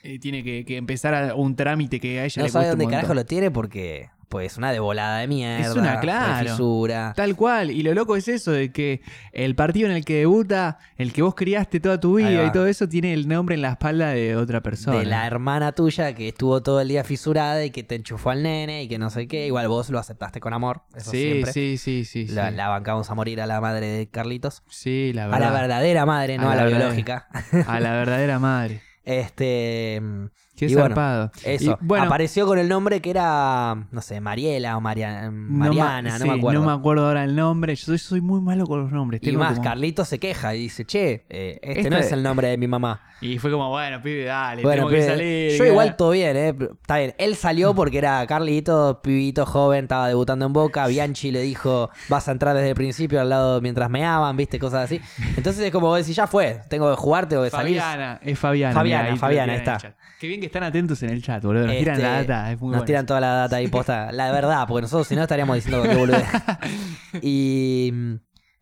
Eh, tiene que, que empezar a- un trámite que a ella no le sabe cuesta dónde un carajo montón. lo tiene porque pues una devolada de mierda, una, claro. fisura. Tal cual, y lo loco es eso, de que el partido en el que debuta, el que vos criaste toda tu Ahí vida va. y todo eso, tiene el nombre en la espalda de otra persona. de la hermana tuya que estuvo todo el día fisurada y que te enchufó al nene y que no sé qué. Igual vos lo aceptaste con amor. Eso sí, siempre. sí, sí, sí, sí. La, la bancamos a morir a la madre de Carlitos. Sí, la A la verdad. verdadera madre, no A a la, la verdadera. biológica. (laughs) A la verdadera madre. Este. mm, Qué Y bueno, zarpado. Eso. Y, bueno, Apareció con el nombre que era. No sé, Mariela o Maria- mm, no ma- Mariana, no, sí, me acuerdo. No me acuerdo ahora el nombre. Yo soy, soy muy malo con los nombres. y tengo más, como- Carlitos se queja y dice, che, eh, este Este- no es el nombre de mi mamá. (laughs) Y fue como, bueno, pibe, dale, Bueno, tengo que pibe, salir. Mm. yo que- igual todo bien, ¿eh? Está bien. Él salió porque era Carlito, pibito joven, estaba debutando en (laughs) Boca. Bianchi le dijo, vas a entrar desde el principio al lado mientras meaban, viste, cosas así. Entonces es como vos decís, ya fue, tengo que jugar, tengo que salir. Fabiana, es Fabiana. Fabiana, mirá, ahí te lo Fabiana, tiran en está. el chat. Qué bien que están atentos en el chat, boludo. Nos tiran Este, la data, es muy Nos bueno. tiran toda la data ahí (laughs) posta. La verdad, porque nosotros si no estaríamos diciendo que boludez. (laughs) Y mm,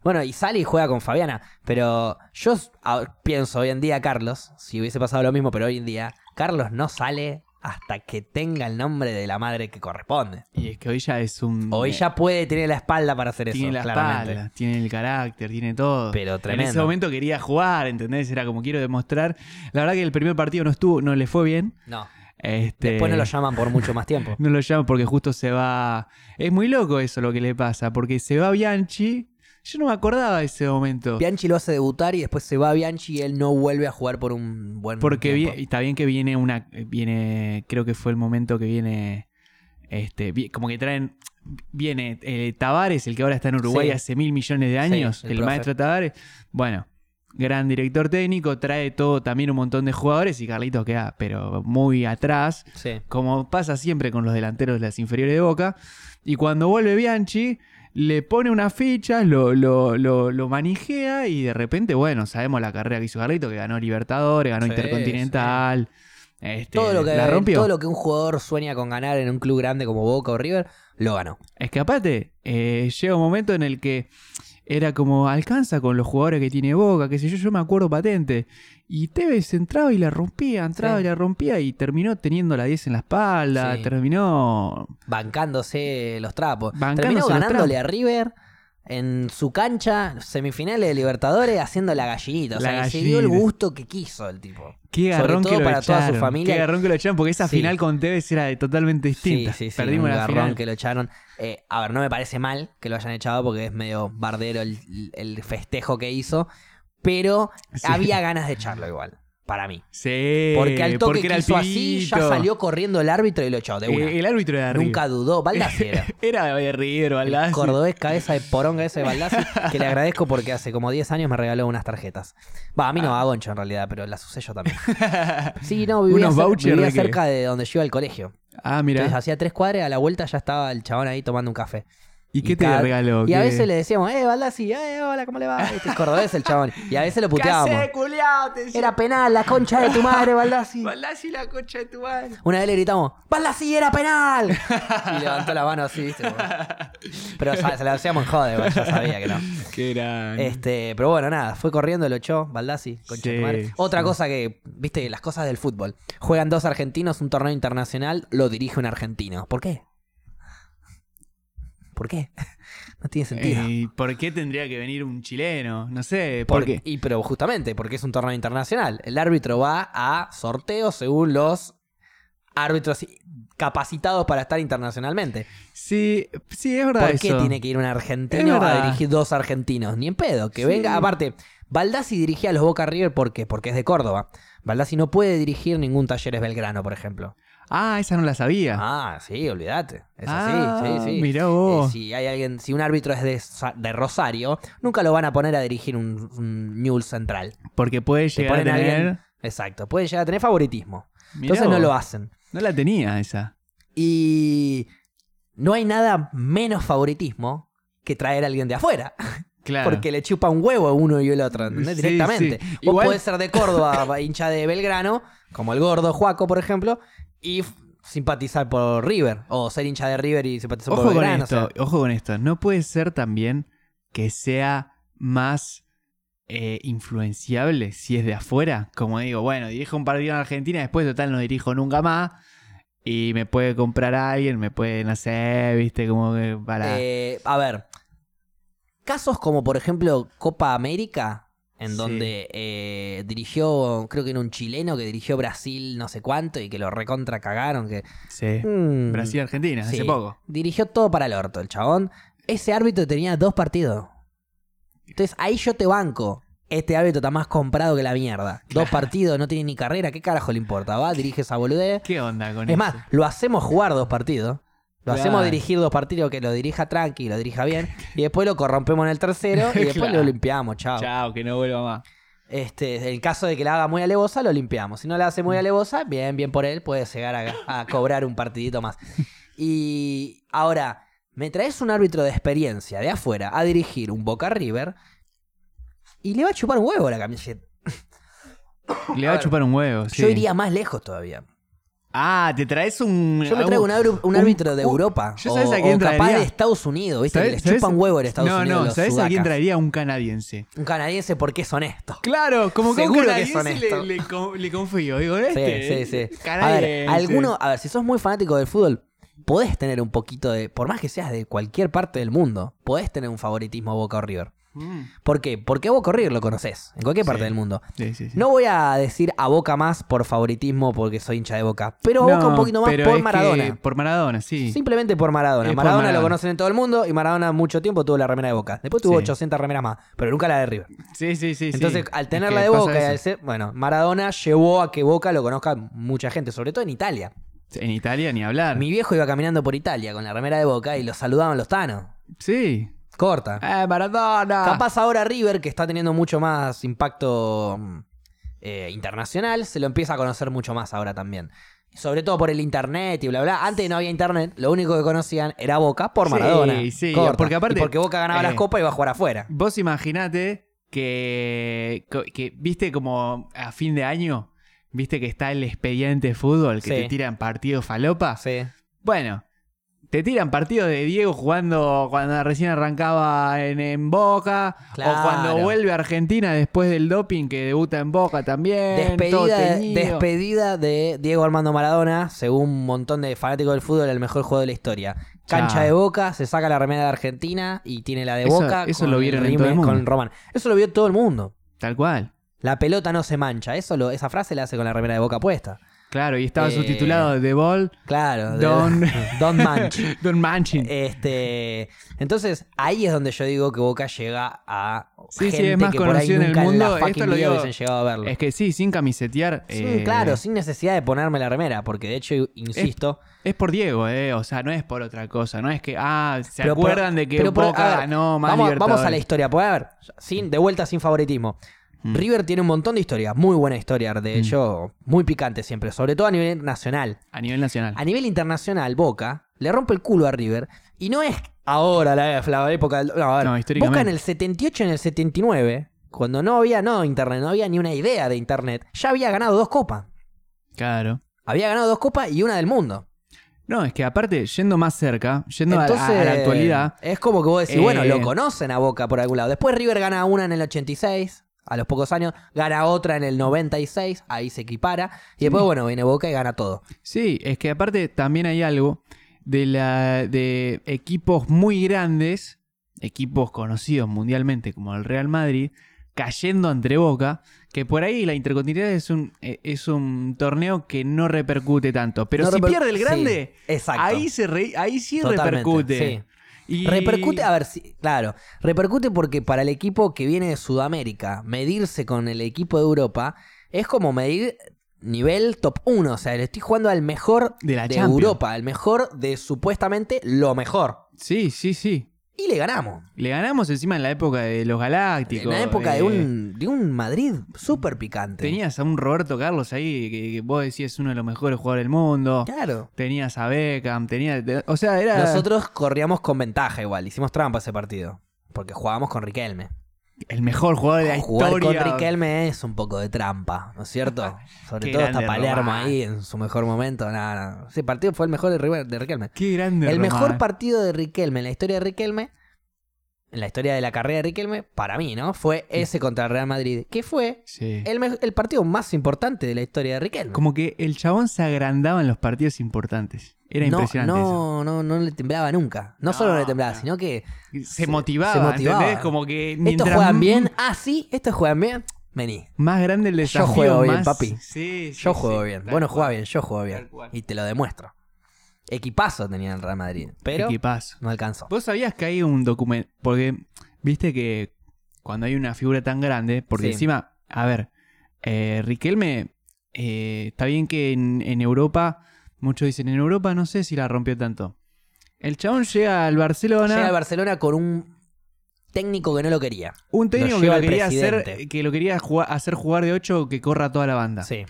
bueno, y sale y juega con Fabiana. Pero yo s- a- pienso hoy en día, Carlos, si hubiese pasado lo mismo, pero hoy en día, Carlos no sale hasta que tenga el nombre de la madre que corresponde. Y es que hoy ya es un. O ella puede tener la espalda para hacer eso, Tiene la claramente. espalda, tiene el carácter, tiene todo. Pero En ese tremendo. momento quería jugar, ¿entendés? Era como quiero demostrar. La verdad que el primer partido no estuvo, no le fue bien. No. Este, Después no lo llaman por mucho más (laughs) tiempo. No lo llamo porque justo se va. Es muy loco eso lo que le pasa, porque se va Bianchi. Yo no me acordaba de ese momento. Bianchi lo hace debutar y después se va Bianchi y él no vuelve a jugar por un buen Porque vi- tiempo. y está bien que viene una. eh, Viene. Creo que fue el momento que viene. Este. vi- como que traen. Viene eh, Tavares, el que ahora está en Uruguay Sí. hace mil millones de años. Sí, el el profe. maestro Tavares. Bueno. Gran director técnico, trae todo también un montón de jugadores y Carlitos queda, pero muy atrás. Sí. como pasa siempre con los delanteros de las inferiores de Boca. Y cuando vuelve Bianchi, le pone unas fichas, lo, lo, lo- lo manijea y de repente, bueno, sabemos la carrera que hizo Garrito, que ganó Libertadores, ganó Sí, Intercontinental. este, todo lo que la rompió. todo lo que un jugador sueña con ganar en un club grande como Boca o River lo ganó Es que aparte, eh, llega un momento en el que era como alcanza con los jugadores que tiene Boca, que sé yo, yo me acuerdo patente. Y Tevez entraba y la rompía, entraba Sí. y la rompía y terminó teniendo la 10 en la espalda, Sí. terminó bancándose los trapos Bancándose terminó los ganándole trapos. a River en su cancha, semifinales de Libertadores, haciendo la gallinita. O La sea, que se dio el gallina. gusto que quiso el tipo. Qué Sobre garrón todo que lo para toda echaron. su familia. Qué garrón que lo echaron porque esa Sí. final con Tevez era de- totalmente distinta. Sí, sí, sí, Perdimos un la garrón final. que lo echaron. Eh, a ver, no me parece mal que lo hayan echado porque es medio bardero el, el festejo que hizo, pero Sí. había ganas de echarlo igual, para mí. Sí, Porque al toque porque era el quiso así, ya pibito. salió corriendo el árbitro y lo echó de una. Eh, el árbitro era de River. Nunca dudó, Baldaciera. Era de El River, (laughs) Baldassi. cordobés cabeza de poronga ese de Baldassi, que le agradezco porque hace como 10 años me regaló unas tarjetas. Va, a mí no, Ah. a Goncho en realidad, pero las usé yo (laughs) también. Sí, no, vivía, Unos cer- vouchers vivía de que- cerca de donde yo iba al colegio. Ah, Entonces mira. hacía tres cuadras, a la vuelta ya estaba el chabón ahí tomando un café. ¿Y qué te cada- regaló? Y a ¿Qué? veces le decíamos, eh, Baldassi, eh, hola, ¿cómo le va? Este es cordobés el chabón. Y a veces lo puteábamos. culiao? Te decía, Era penal, la concha de tu madre, (laughs) Baldassi. Baldassi la concha de tu madre. Una vez le gritamos, ¡Baldassi era penal! Y levantó la mano así, ¿viste? Pero o sea, se la hacíamos en joder, igual, ya sabía que no. Qué gran. Este, pero bueno, nada, fue corriendo, lo echó, Baldassi, concha Sí, de tu madre. Otra cosa que, viste, las cosas del fútbol. Juegan dos argentinos un torneo internacional, lo dirige un argentino. ¿Por qué? ¿Por qué? (laughs) No tiene sentido. Eh, ¿Por qué tendría que venir un chileno? No sé. Por- ¿Por, qué? Y pero justamente, porque es un torneo internacional. El árbitro va a sorteos según los árbitros capacitados para estar internacionalmente. Sí, sí, es verdad ¿Por qué Ah, eso. tiene que ir un Es argentino verdad. a dirigir dos argentinos? Ni en pedo. Que Sí. venga. Aparte, Baldassi dirigía a los Boca River ¿por qué? porque es de Córdoba. Baldassi no puede dirigir ningún Talleres Belgrano, por ejemplo. Ah, esa no la sabía. Ah, sí, olvídate. Es Ah, así, sí, sí. mirá vos. Eh, si hay alguien, si un árbitro es de, Sa- de Rosario, nunca lo van a poner a dirigir un, un Newell's Central. Porque puede Te llegar a ponen a tener. alguien. Exacto. Puede llegar a tener favoritismo. Mirá Entonces no vos. lo hacen. No la tenía esa. Y no hay nada menos favoritismo que traer a alguien de afuera. (laughs) Claro. Porque le chupa un huevo uno y el otro, ¿entendés? Sí, Directamente. sí. Vos Igual- podés ser de Córdoba, (laughs) hincha de Belgrano, como el gordo Juaco, por ejemplo, y f- simpatizar por River. O ser hincha de River y simpatizar Ojo por con Belgrano. o esto, sea, ojo con esto. No puede ser también que sea más eh, influenciable si es de afuera. Como digo, bueno, dirijo un partido en Argentina, después total no dirijo nunca más. Y me puede comprar alguien, me puede, no sé, viste, como que para. eh, a ver. Casos como, por ejemplo, Copa América, en Sí. donde eh, dirigió, creo que era un chileno que dirigió Brasil no sé cuánto y que lo recontra cagaron. Que, sí. Mm. Brasil-Argentina, Sí. hace poco. Dirigió todo para el orto, el chabón. Ese árbitro tenía dos partidos. Entonces ahí yo te banco. Este árbitro está más comprado que la mierda. Dos partidos, no tiene ni carrera, ¿qué carajo le importa? Va, dirige esa boludez. ¿Qué onda con Es eso? más, lo hacemos jugar dos partidos. Lo hacemos Claro. dirigir dos partidos que lo dirija tranqui, lo dirija bien. Y después lo corrompemos en el tercero (laughs) y después Claro. lo limpiamos, chao. Chao, que no vuelva más. Este, en caso de que la haga muy alevosa, lo limpiamos. Si no la hace Mm. muy alevosa, bien, bien por él, puede llegar a, a cobrar un partidito más. Y ahora, me traes un árbitro de experiencia de afuera a dirigir un Boca River y le va a chupar un huevo la camiseta. Le va a, ver, chupar un huevo. sí. Yo iría más lejos todavía. Ah, te traes un. Yo me traigo un, abru- un un- árbitro de un- Europa. ¿Yo o, sabes a quién o capaz traería? de Estados Unidos, ¿viste? Que ¿Sabes- les sabes- chupa un huevo en Estados no, Unidos. No, los ¿sabes a quién sudacas. traería? Un canadiense. Un canadiense porque es honesto. Claro, como que a un Seguro que es canadiense honesto. le, le con- le confío. Digo, este. Sí, sí, sí. A canadiense. ver, alguno, a ver, si sos muy fanático del fútbol, podés tener un poquito de, por más que seas de cualquier parte del mundo, podés tener un favoritismo a Boca o River. Mm. ¿Por qué? Porque a Boca o River lo conoces, en cualquier parte Sí. del mundo. Sí, sí, sí. No voy a decir a Boca más por favoritismo porque soy hincha de Boca, pero a Boca un No, poquito más pero es por que- Maradona. Por Maradona, sí. Simplemente por Maradona. Es por Maradona, lo Maradona. conocen en todo el mundo y Maradona mucho tiempo tuvo la remera de Boca. Después tuvo Sí. 800 remeras más, pero nunca la de River. Sí, sí, sí. sí. Entonces, al Es tener que la de pasa Boca, y al eso. ser- bueno, Maradona llevó a que Boca lo conozca mucha gente, sobre todo en Italia. En Italia ni hablar. Mi viejo iba caminando por Italia con la remera de Boca y lo saludaban los tanos. Sí. Corta. ¡Eh, Maradona! Ah. Capaz ahora River, que está teniendo mucho más impacto mm, eh, internacional, se lo empieza a conocer mucho más ahora también. Sobre todo por el internet y bla bla. Antes no había internet, lo único que conocían era Boca por Sí, Maradona. sí, Corta. porque Y aparte- porque Boca ganaba eh, las copas y iba a jugar afuera. Vos imaginate que, co- que, viste, como a fin de año, viste que está el expediente fútbol, que Sí. te tiran partido falopa. Sí. Bueno, te tiran partidos de Diego jugando cuando recién arrancaba en, en Boca. Claro. O cuando vuelve a Argentina después del doping que debuta en Boca también. todo Despedida, teñido. despedida de Diego Armando Maradona, según un montón de fanáticos del fútbol, el mejor jugador de la historia. Cancha Claro. de Boca, se saca la remera de Argentina y tiene la de Eso- Boca. eso con lo vieron en Rime- todo el mundo. Con Román. Eso lo vio todo el mundo. Tal cual. La pelota no se mancha. Eso lo, esa frase la hace con la remera de Boca puesta. Claro, y estaba Eh, subtitulado (laughs) The Ball Claro. de- Don- (laughs) (laughs) Don Manch. Don Manchin. eh, Este, entonces ahí es donde yo digo que Boca llega a Sí, sí, gente es más que por ahí conocido en el nunca en la mundo. Esto fucking lo vida digo- hubiesen llegado a verlo. es que sí, sin camisetear. Sí, eh, claro, sin necesidad de ponerme la remera, porque de hecho, insisto, Es por Diego, eh. O sea, no es por otra cosa. No es que, ah, se Pero por- acuerdan de que pero por- Boca a ver, ganó más vamos, vamos a la Libertadores. historia, pues a ver, sin, de vuelta sin favoritismo. Mm. River tiene un montón de historias, muy buena historia, de Mm. hecho, muy picante siempre, sobre todo a nivel nacional. A nivel nacional. A nivel internacional, Boca le rompe el culo a River y no es ahora la, la época del... No, a ver, No, históricamente. Boca en el 78 y en el 79, cuando no había, no, internet, no había ni una idea de internet, ya había ganado dos copas. Claro. Había ganado dos copas y una del mundo. No, es que aparte, yendo más cerca, yendo a- a- a, la actualidad, Es como que vos decís, Eh, bueno, lo conocen a Boca por algún lado. Después River gana una en el 86, a los pocos años, gana otra en el 96, ahí se equipara. Y después, bueno, viene Boca y gana todo. Sí, es que aparte también hay algo de la de equipos muy grandes, equipos conocidos mundialmente como el Real Madrid, cayendo entre Boca, que por ahí la intercontinental es un eh, es un torneo que no repercute tanto, pero No si reper- pierde el sí, grande, exacto. ahí se re- ahí sí Totalmente, repercute. Y- Repercute, a ver, si, claro, repercute porque para el equipo que viene de Sudamérica, medirse con el equipo de Europa es como medir nivel top 1, o sea, le estoy jugando al mejor De la de Champions. Europa, al mejor de supuestamente lo mejor. Sí, sí, sí. Y le ganamos. Le ganamos encima en la época de los Galácticos. En la época de eh, un, de un Madrid súper picante. Tenías a un Roberto Carlos ahí que, que vos decías es uno de los mejores jugadores del mundo. Claro. Tenías a Beckham, tenías. te- o sea, era. Nosotros corríamos con ventaja igual, hicimos trampa ese partido. Porque jugábamos con Riquelme. el mejor jugador de la Jugar historia. con Riquelme es un poco de trampa, ¿no es (laughs) cierto? Sobre Qué todo hasta grande Palermo Román. ahí en su mejor momento. Nada, nada. Ese partido fue el mejor de River- de Riquelme. Qué grande. eh. El Román. mejor partido de Riquelme en la historia de Riquelme, en la historia de la carrera de Riquelme, para mí, ¿no? Fue ese contra el Real Madrid, que fue Sí. el, me- el partido más importante de la historia de Riquelme. Como que el chabón se agrandaba en los partidos importantes. Era no, impresionante no, no, no le temblaba nunca. No, No, solo le temblaba, no. sino que eso. Se, se- motivaba, se motivaba. ¿entendés? Como que estos mientras juegan m- bien. Ah, sí, estos juegan bien. Vení. Más grande el desafío. juego bien, más- papi. Sí, sí, Yo juego sí, bien. tal Bueno, cual. juega bien, yo juego bien. Tal cual. Y te lo demuestro. Equipazo tenía el Real Madrid, pero Equipazo. no alcanzó. Vos sabías que hay un documento. Porque viste que cuando hay una figura tan grande. Porque Sí. encima, a ver, eh, Riquelme. eh, está bien que en, en Europa. Muchos dicen, en Europa no sé si la rompió tanto. El chabón llega al Barcelona. Llega al Barcelona con un técnico que no lo quería. un lo técnico que lleva lo el quería hacer. presidente. Que lo quería jugar- hacer jugar de 8 que corra toda la banda. Sí.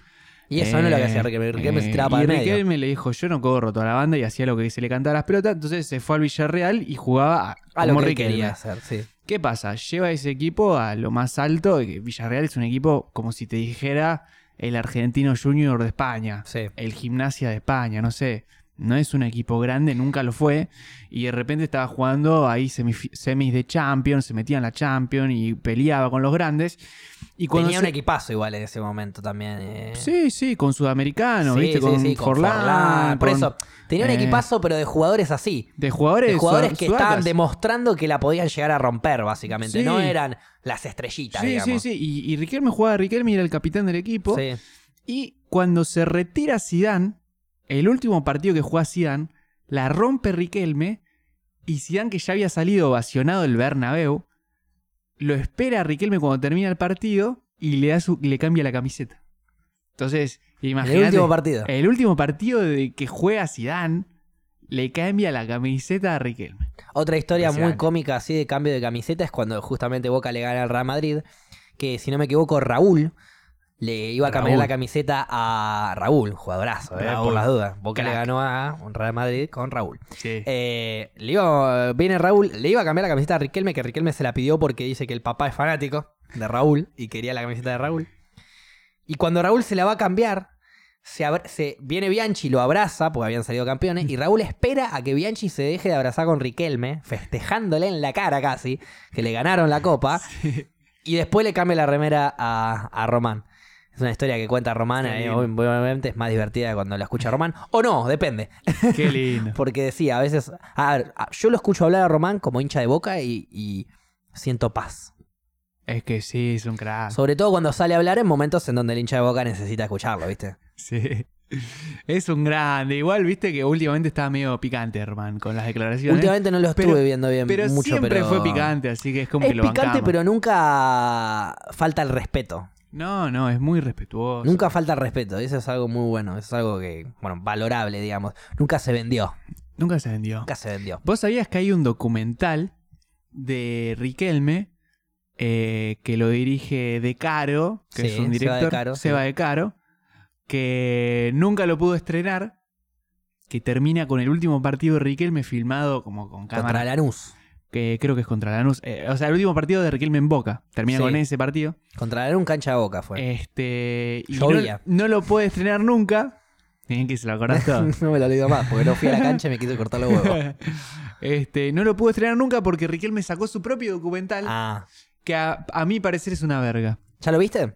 Y eso no lo que hacía Riquelme. Ah. Eh, Riquelme se tiraba para Eh, y el medio. Riquelme le dijo, yo no corro toda la banda y hacía lo que se le cantaba las pelotas. Entonces se fue al Villarreal y jugaba a, A Ah, lo como que él Riquelme. quería hacer, sí. ¿Qué pasa? Lleva ese equipo a lo más alto. y Villarreal es un equipo como si te dijera el Argentino Junior de España, Sí. el Gimnasia de España, no sé. No es un equipo grande, nunca lo fue. Y de repente estaba jugando ahí semif- semis de Champions, se metía en la Champions y peleaba con los grandes. Y cuando Tenía se- un equipazo igual en ese momento también. eh. Sí, sí, con sudamericanos, Sí, ¿viste? sí, con sí, con Forlán, Forlán. Por con- eso, tenía un eh, equipazo, pero de jugadores así. De jugadores, De jugadores que sudacas. estaban demostrando que la podían llegar a romper, básicamente. Sí. No eran las estrellitas, Sí, sí, digamos. sí. Y, y Riquelme jugaba, Riquelme era el capitán del equipo. Sí. Y cuando se retira Zidane, el último partido que juega Zidane, la rompe Riquelme y Zidane que ya había salido ovacionado el Bernabéu, lo espera a Riquelme cuando termina el partido y le da su- le cambia la camiseta. Entonces, En imagínate Eh, el último partido. el último partido de que juega Zidane le cambia la camiseta a Riquelme. Otra historia muy Impresionante. cómica así de cambio de camiseta es cuando justamente Boca le gana al Real Madrid, que si no me equivoco Raúl le iba a cambiar Raúl. la camiseta a Raúl, jugadorazo, eh, Raúl. por las dudas. Boca le Crack. ganó a un Real Madrid con Raúl. Sí. Eh, le iba, viene Raúl, le iba a cambiar la camiseta a Riquelme, que Riquelme se la pidió porque dice que el papá es fanático de Raúl y quería la camiseta de Raúl. Y cuando Raúl se la va a cambiar, se, abra- se- viene Bianchi, lo abraza, porque habían salido campeones, y Raúl espera a que Bianchi se deje de abrazar con Riquelme, festejándole en la cara casi, ah. que le ganaron la copa, y después le cambia la remera a, a Román. Es una historia que cuenta Román, Qué eh, lindo. obviamente es más divertida cuando la escucha Román. O no, depende. Qué lindo. Porque decía, a veces. A ver, a- yo lo escucho hablar a Román como hincha de boca y, y siento paz. es que sí, es un crack. Sobre todo cuando sale a hablar en momentos en donde el hincha de boca necesita escucharlo, ¿viste? Sí. Es un grande. Igual, viste que últimamente estaba medio picante, hermano, con las declaraciones. Últimamente no lo estuve ¿eh? Pero- viendo bien pero mucho, siempre pero. fue picante, así que es como Es que lo picante, bancamos. pero nunca falta el respeto. No, no, es muy respetuoso. Nunca falta el respeto. y Eso es algo muy bueno. Eso es algo que, bueno, valorable, digamos. Nunca se vendió. Nunca se vendió. Nunca se vendió. ¿Vos sabías que hay un documental de Riquelme eh, que lo dirige De Caro, que Sí, es un Seba director, De Caro, Seba sí. De Caro, que nunca lo pudo estrenar, que termina con el último partido de Riquelme filmado como con cámara Contra Lanús. que creo que es contra Lanús. Eh, o sea, el último partido de Riquelme en Boca. Termina Sí. con ese partido. Contra Lanús, cancha de boca fue. Este, y no, Llovía. no lo puede estrenar nunca. Miren que se lo acordás todo. (laughs) (laughs) no me lo olvido más, porque no fui a la cancha y me quise cortar los huevos. este, no lo pudo estrenar nunca porque Riquelme sacó su propio documental Ah. que a, a mi parecer es una verga. ¿Ya lo viste?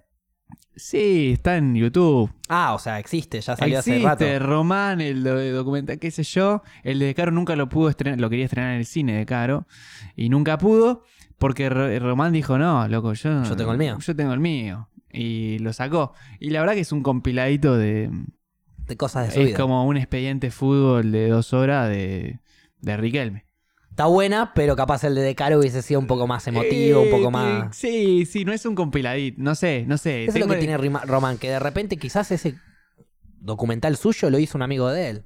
Sí, está en YouTube. Ah, o sea, existe, ya salió hace rato. Existe Román, el do- documental, qué sé yo. El de Caro nunca lo pudo estrenar, lo quería estrenar en el cine de Caro. Y nunca pudo, porque Ro- Román dijo, no, loco, yo, Yo tengo el mío". Yo tengo el mío. Y lo sacó. Y la verdad que es un compiladito de... De cosas de su Es vida. como un expediente fútbol de dos horas de, de Riquelme. Está buena, pero capaz el de De Caro hubiese sido un poco más emotivo, un Eh, poco más. Sí, sí, no es un compiladito. No sé, no sé. Eso es lo Tengo- que tiene Rima- Román, que de repente quizás ese documental suyo lo hizo un amigo de él.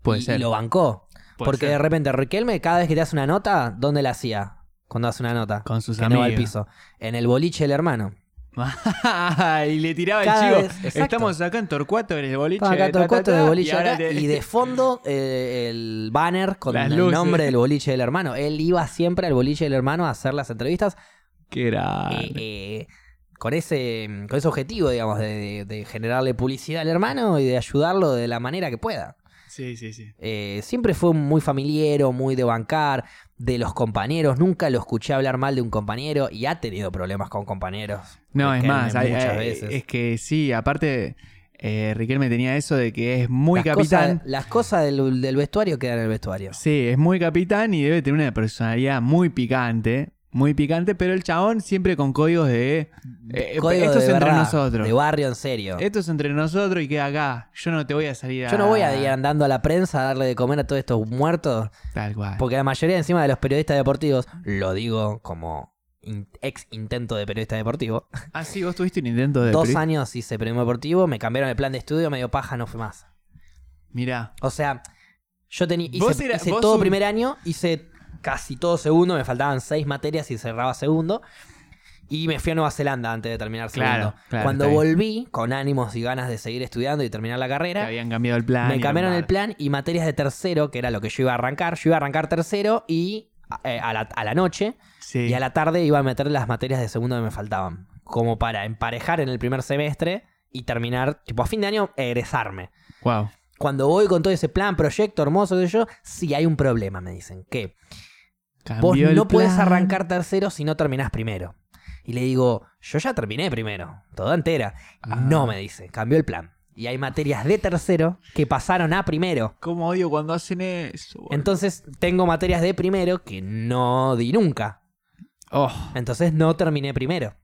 Puede y, ser. y lo bancó. puede porque ser. de repente Riquelme, cada vez que te hace una nota, ¿dónde la hacía? Cuando hace una nota. Con sus que no va al amigos. piso. En el boliche del hermano. y le tiraba Cada el chivo. vez- exacto. Estamos acá en Torcuato, en el boliche. Estaba acá ta, todo ta, el costo ta, de boliche y ahora acá, te- y de fondo eh, el banner con Las el luces. nombre del boliche del hermano. Él iba siempre al boliche del hermano a hacer las entrevistas (laughs) Qué grande. eh, eh, con ese mm, con ese objetivo, digamos, de, de- de generarle publicidad al hermano y de ayudarlo de la manera que pueda. Sí, sí, sí. Eh, siempre fue muy familiero, muy de bancar, de los compañeros. Nunca lo escuché hablar mal de un compañero y ha tenido problemas con compañeros. No, Me es caen más, hay- muchas hay- veces. es que sí, aparte, eh, Riquelme tenía eso de que es muy Las capitán. Cosas, las cosas del, del vestuario quedan en el vestuario. Sí, es muy capitán y debe tener una personalidad muy picante. Muy picante, pero el chabón siempre con códigos de. eh, Código esto de es entre verdad, nosotros. Este De barrio en serio. Esto es entre nosotros y queda acá. Yo no te voy a salir a. Yo no voy a ir andando a la prensa a darle de comer a todos estos muertos, Tal cual. porque la mayoría encima de los periodistas deportivos, lo digo como in- ex intento de periodista deportivo, Ah, sí, vos tuviste un intento de. dos pri- años hice periodismo deportivo, me cambiaron el plan de estudio, medio paja, no fui más. Mirá. O sea, yo tenía hice, Vos era- hice vos todo un- primer año, hice casi todo segundo, me faltaban seis materias y cerraba segundo. Y me fui a Nueva Zelanda antes de terminar Claro, segundo. claro, Cuando está bien. volví, con ánimos y ganas de seguir estudiando y terminar la Que carrera, habían cambiado el plan. y Me no cambiaron el nada. plan y materias de tercero, que era lo que yo iba a arrancar. Yo iba a arrancar tercero y eh, a, la, a la noche Sí. y a la tarde iba a meter las materias de segundo que me faltaban. Como para emparejar en el primer semestre y terminar, tipo a fin de año, egresarme. Wow. Cuando voy con todo ese plan, proyecto hermoso de yo, sí hay un problema, me dicen. Que vos Cambió el no puedes plan. arrancar tercero si no terminás primero. Y le digo, yo ya terminé primero, toda entera. Ah. No, me dice, cambió el plan. Y hay materias de tercero que pasaron a primero. ¿Cómo odio cuando hacen eso? boludo. Entonces tengo materias de primero que no di nunca. Oh, Entonces no terminé primero.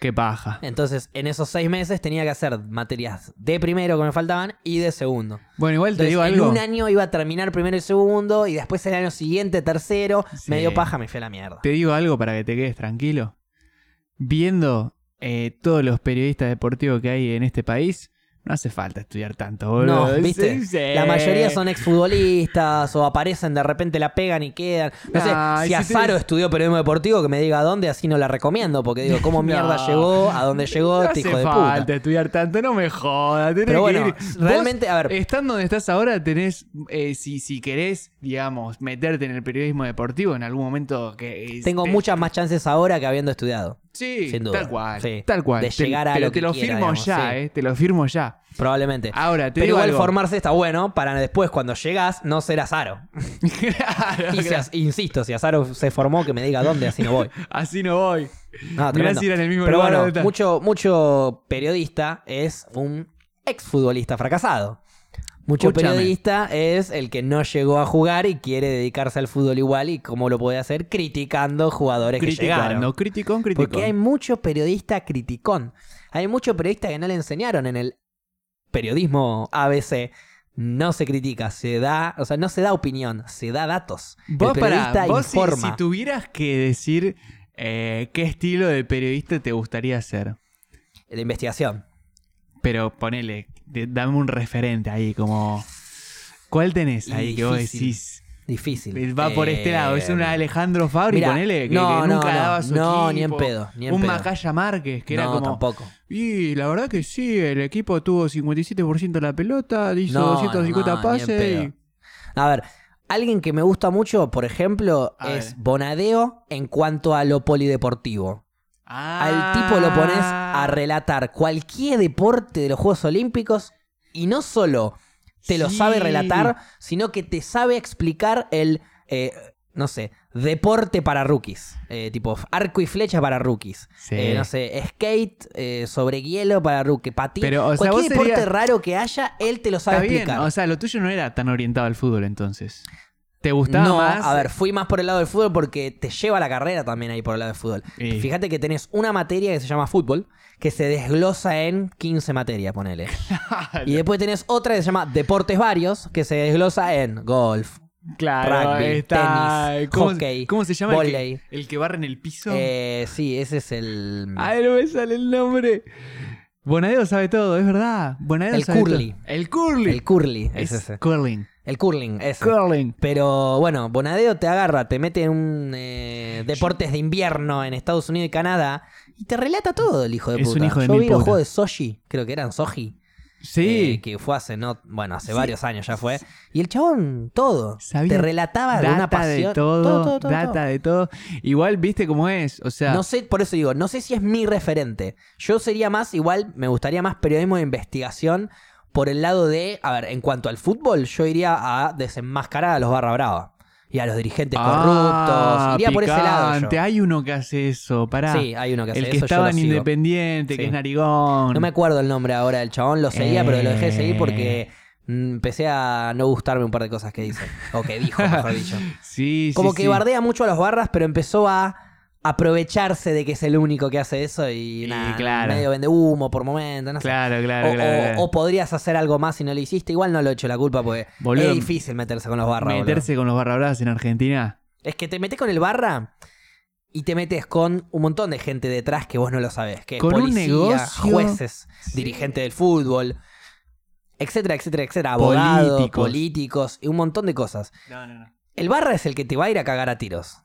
qué paja. Entonces en esos seis meses tenía que hacer materias de primero que me faltaban y de segundo. Bueno, igual te Entonces, digo en algo. un año iba a terminar primero y segundo y después el año siguiente tercero. Sí. Medio paja me fui a la mierda. Te digo algo para que te quedes tranquilo. Viendo eh, todos los periodistas deportivos que hay en este país, no hace falta estudiar tanto, boludo. No, ¿viste? Sí, sí. La mayoría son exfutbolistas o aparecen de repente, la pegan y quedan. No sé, Ay, si si te- Azaro estudió periodismo deportivo, que me diga dónde, así no la recomiendo, porque digo, ¿cómo mierda (laughs) No. llegó? ¿A dónde llegó No este hace hijo de falta puta? estudiar tanto, no me jodas. tenés Pero que bueno, ir- realmente, a ver, Estando donde estás ahora, tenés, eh, si, si querés, digamos, meterte en el periodismo deportivo en algún momento que... Tengo te- muchas más chances ahora que habiendo estudiado. Sí, sin duda, tal cual. sí, Tal cual. de llegar a pero lo te que lo quiera, firmo digamos, ya, sí. eh, te lo firmo ya. Probablemente. Ahora, Ah, te Pero digo igual algo. (laughs) formarse está bueno para después cuando llegas no ser Azaro. Claro, Y si claro. (laughs) as- insisto, si Azaro se formó que me diga dónde, así no voy. Así no voy. No, Mirá tremendo. si era en el mismo Pero lugar bueno, donde está. mucho, mucho periodista es un exfutbolista fracasado. Mucho Escúchame. periodista es el que no llegó a jugar y quiere dedicarse al fútbol igual y cómo lo puede hacer criticando jugadores que llegaron. criticando, criticón, criticón. Porque hay mucho periodista criticón. Hay mucho periodista que no le enseñaron en el periodismo ABC. No se critica, se da, o sea, no se da opinión, se da datos. Vos, el para, periodista vos si, informa. si tuvieras que decir eh, qué estilo de periodista te gustaría ser, La investigación. pero ponele, de- dame un referente ahí, como. ¿Cuál tenés Y ahí que vos difícil. decís? Difícil. Va por este lado, es un Eh, Alejandro Fabri, mirá, ponele, que, no, que no, nunca no, daba su no, equipo. ni en pedo, ni en un pedo. Macaya Márquez, que era no, como. tampoco. Y la verdad que sí, el equipo tuvo 57% de la pelota, hizo No, 250 no, no, ni en pases. y- pedo. A ver, alguien que me gusta mucho, por ejemplo, A es ver. Bonadeo en cuanto a lo polideportivo. Ah. Al tipo lo pones a relatar cualquier deporte de los Juegos Olímpicos y no solo te lo Sí. sabe relatar, sino que te sabe explicar el, eh, no sé, deporte para rookies. Eh, tipo arco y flecha para rookies. Sí. Eh, no sé, skate eh, sobre hielo para rookies. Patín. Pero, o sea, cualquier vos deporte serías- raro que haya, él te lo sabe Está bien, explicar. o sea, lo tuyo no era tan orientado al fútbol entonces. ¿Te gustaba no, más? a ver, fui más por el lado del fútbol porque te lleva la carrera también ahí por el lado del fútbol. Y- Fíjate que tenés una materia que se llama fútbol, que se desglosa en 15 materias, ponele. (laughs) Y después tenés otra que se llama deportes varios, que se desglosa en golf, claro, rugby, está- tenis, ¿cómo, hockey, ¿Cómo se llama? el que- vóley. El, que, barre en el piso. Eh, sí, ese es el. Ay, no me sale el nombre. Bonadeo sabe todo, es verdad. Bonadeo El sabe curly. todo. El curly. El curly. Es Es ese. curling. El curling, ese. Curling. Pero bueno, Bonadeo te agarra, te mete en un eh, deportes de invierno en Estados Unidos y Canadá y te relata todo el hijo de Es puta. un hijo de Yo mil vi los putas. juegos de Soji, creo que eran Soji, eh, Sí. que fue hace no, bueno, hace Sí. varios años ya fue. Y el chabón todo, Sabía te relataba de una data pasión, de todo, todo, todo, todo, data todo. de todo. Igual, viste cómo es. O sea, No sé, por eso digo, no sé si es mi referente. Yo sería más, igual, me gustaría más periodismo de investigación por el lado de, a ver, en cuanto al fútbol, yo iría a desenmascarar a los barra brava y a los dirigentes Ah, corruptos. Iría por ese lado. yo. picante. Hay uno que hace eso, pará. Sí, hay uno que hace el que eso, yo estaba lo en sigo. Independiente, que Sí. es Narigón. No me acuerdo el nombre ahora del chabón, lo seguía, pero lo dejé de seguir Eh. porque mm, empecé a no gustarme un par de cosas que dice, o que (laughs) dijo, mejor dicho. Sí, sí, Como que sí. bardea mucho a los barras, pero empezó a aprovecharse de que es el único que hace eso y Y nada, claro. medio vende humo por momentos, no sé. Claro, claro, o, claro. o- claro. o podrías hacer algo más si no lo hiciste. Igual no lo he hecho la culpa porque Boludo, es difícil meterse con los barras. boludo. Meterse con los barra bravas en Argentina. Es que te metes con el barra y te metes con un montón de gente detrás que vos no lo sabés. Que es Con un policía, negocio. jueces, Sí. dirigente del fútbol, etcétera, etcétera, etcétera. Abogados, Políticos. políticos. y un montón de cosas. No, no, no. El barra es el que te va a ir a cagar a tiros.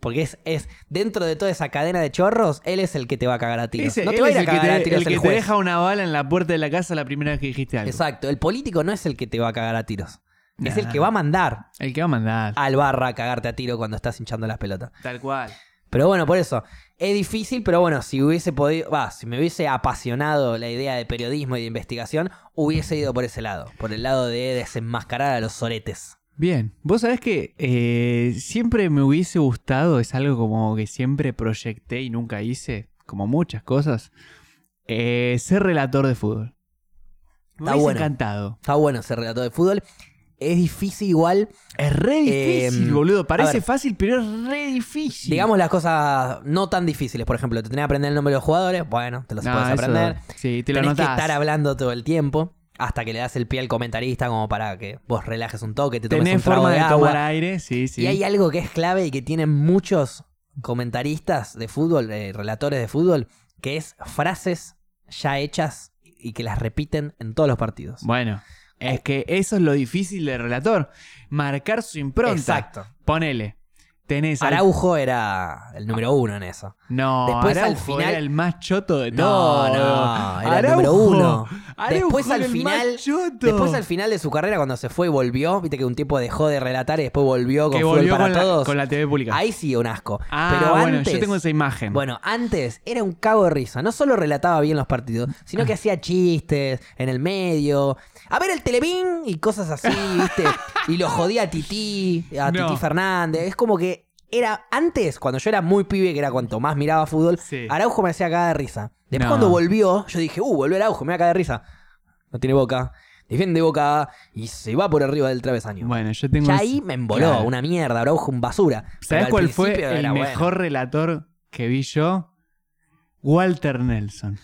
Porque es, es dentro de toda esa cadena de chorros, él es el que te va a cagar a tiros. no te va a ir a el que, cagar te, a tiros el el, que te juez. deja una bala en la puerta de la casa la primera vez que dijiste algo. Exacto, el político no es el que te va a cagar a tiros. Es Nah. el que va a mandar El que va a mandar. al barra a cagarte a tiro cuando estás hinchando las pelotas. Tal cual. Pero bueno, por eso. Es difícil, pero bueno, si hubiese podido. Va, si me hubiese apasionado la idea de periodismo y de investigación, hubiese ido por ese lado. Por el lado de desenmascarar a los soretes. Bien, vos sabés que eh, siempre me hubiese gustado, es algo como que siempre proyecté y nunca hice, como muchas cosas, eh, ser relator de fútbol. Me Está hubiese bueno. encantado. Está bueno ser relator de fútbol. Es difícil igual. Es re difícil, Eh, boludo. a Parece ver. fácil, pero es re difícil. Digamos las cosas no tan difíciles. Por ejemplo, te tenés que aprender el nombre de los jugadores. Bueno, te los No, puedes eso- aprender. Sí, te lo Tenés que anotás. estar hablando todo el tiempo. Hasta que le das el pie al comentarista como para que vos relajes un toque, te tomes Tenés un trago forma de, de agua. tomar aire, sí, sí. Y hay algo que es clave y que tienen muchos comentaristas de fútbol, eh, relatores de fútbol, que es frases ya hechas y que las repiten en todos los partidos. Bueno, es que eso es lo difícil del relator. Marcar su impronta. Exacto. Ponele. Tenés al- Ah. Araujo era el número uno en eso. No, Después, al Araujo final- era el más choto de No, todos. no, era el número uno. Después, era al el final- más choto. Después al final de su carrera, cuando se fue y volvió, viste que un tiempo dejó de relatar y después volvió con que fútbol volvió para con la, todos. con la TV pública. Ahí sí un asco. ah, Pero bueno, antes, yo tengo esa imagen. Bueno, antes era un cabo de risa. No solo relataba bien los partidos, sino que (laughs) hacía chistes en el medio. A ver el Televín (laughs) y cosas así, ¿viste? Y lo jodía a Titi, a No. Titi Fernández. Es como que era antes, cuando yo era muy pibe, que era cuanto más miraba fútbol, Sí. Araujo me hacía cagar de risa. Después No. cuando volvió, yo dije, uh, volvió Araujo, me va a cagar de risa. No tiene boca, defiende boca y se va por arriba del travesaño. Bueno, yo tengo. ya un- ahí me emboló, Claro. una mierda, Araujo un basura. Pero ¿Sabés al cuál fue principio el era bueno. mejor relator que vi yo? Walter Nelson.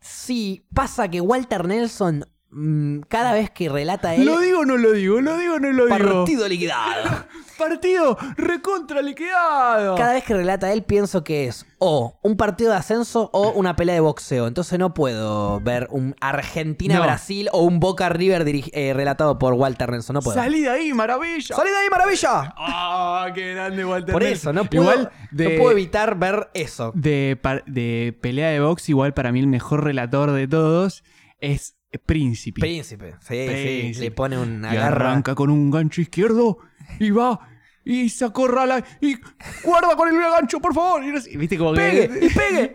Sí, pasa que Walter Nelson, mm, cada vez que relata él, Lo digo o no lo digo, lo digo o no lo digo. partido liquidado. (laughs) Partido recontra liquidado. Cada vez que relata él pienso que es o un partido de ascenso o una pelea de boxeo. Entonces no puedo ver un Argentina-Brasil o un Boca River dirigi- eh, relatado por Walter Nelson. No puedo. Salí de ahí, maravilla. ¡Salí de ahí, maravilla! ¡Ah, qué grande Walter Por eso, Nelson! no puedo, Igual de, no puedo evitar ver eso. de, par- de pelea de box, igual para mí el mejor relator de todos es Príncipe. Príncipe. Sí, sí. Príncipe. Le pone una Y garra. arranca con un gancho izquierdo y va y se acorrala y guarda con el gancho, por favor. Y no sé- viste como que- (laughs) ¡Pegue! ¡Y pegue!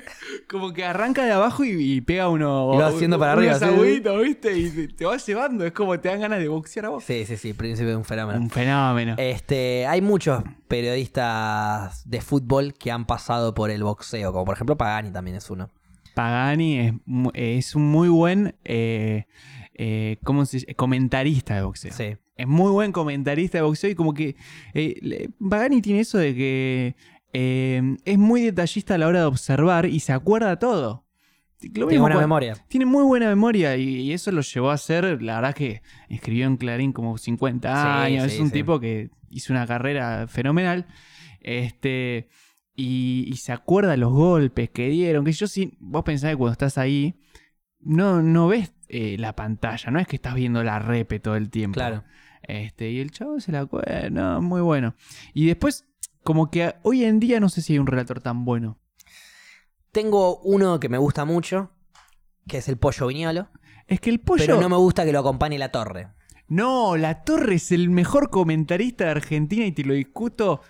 Como que arranca de abajo y, y pega uno. Y va haciendo para arriba, sí, Unos sí. aguditos, ¿viste? Y te, te va llevando. Es como te dan ganas de boxear a vos. Sí, sí, sí. Príncipe es un fenómeno. Un fenómeno. Este, hay muchos periodistas de fútbol que han pasado por el boxeo, como por ejemplo Pagani también es uno. Pagani es, mu- es un muy buen eh, eh, ¿cómo se dice? comentarista de boxeo. Sí. Es muy buen comentarista de boxeo y como que eh, le- Pagani tiene eso de que eh, es muy detallista a la hora de observar y se acuerda todo. Lo Tiene mismo buena cua- memoria. Tiene muy buena memoria y, y eso lo llevó a ser, la verdad que escribió en Clarín como 50 Sí, años, sí, es un sí. tipo que hizo una carrera fenomenal. Este y, y se acuerda los golpes que dieron, que yo sí, vos pensás que cuando estás ahí no no ves eh, la pantalla, no es que estás viendo la repe todo el tiempo. Claro. Este, y el chavo se la acuerda, no, muy bueno. Y después como que hoy en día no sé si hay un relator tan bueno. Tengo uno que me gusta mucho, que es el pollo viñolo, Es que el pollo pero no me gusta que lo acompañe la torre. No, La Torre es el mejor comentarista de Argentina y te lo discuto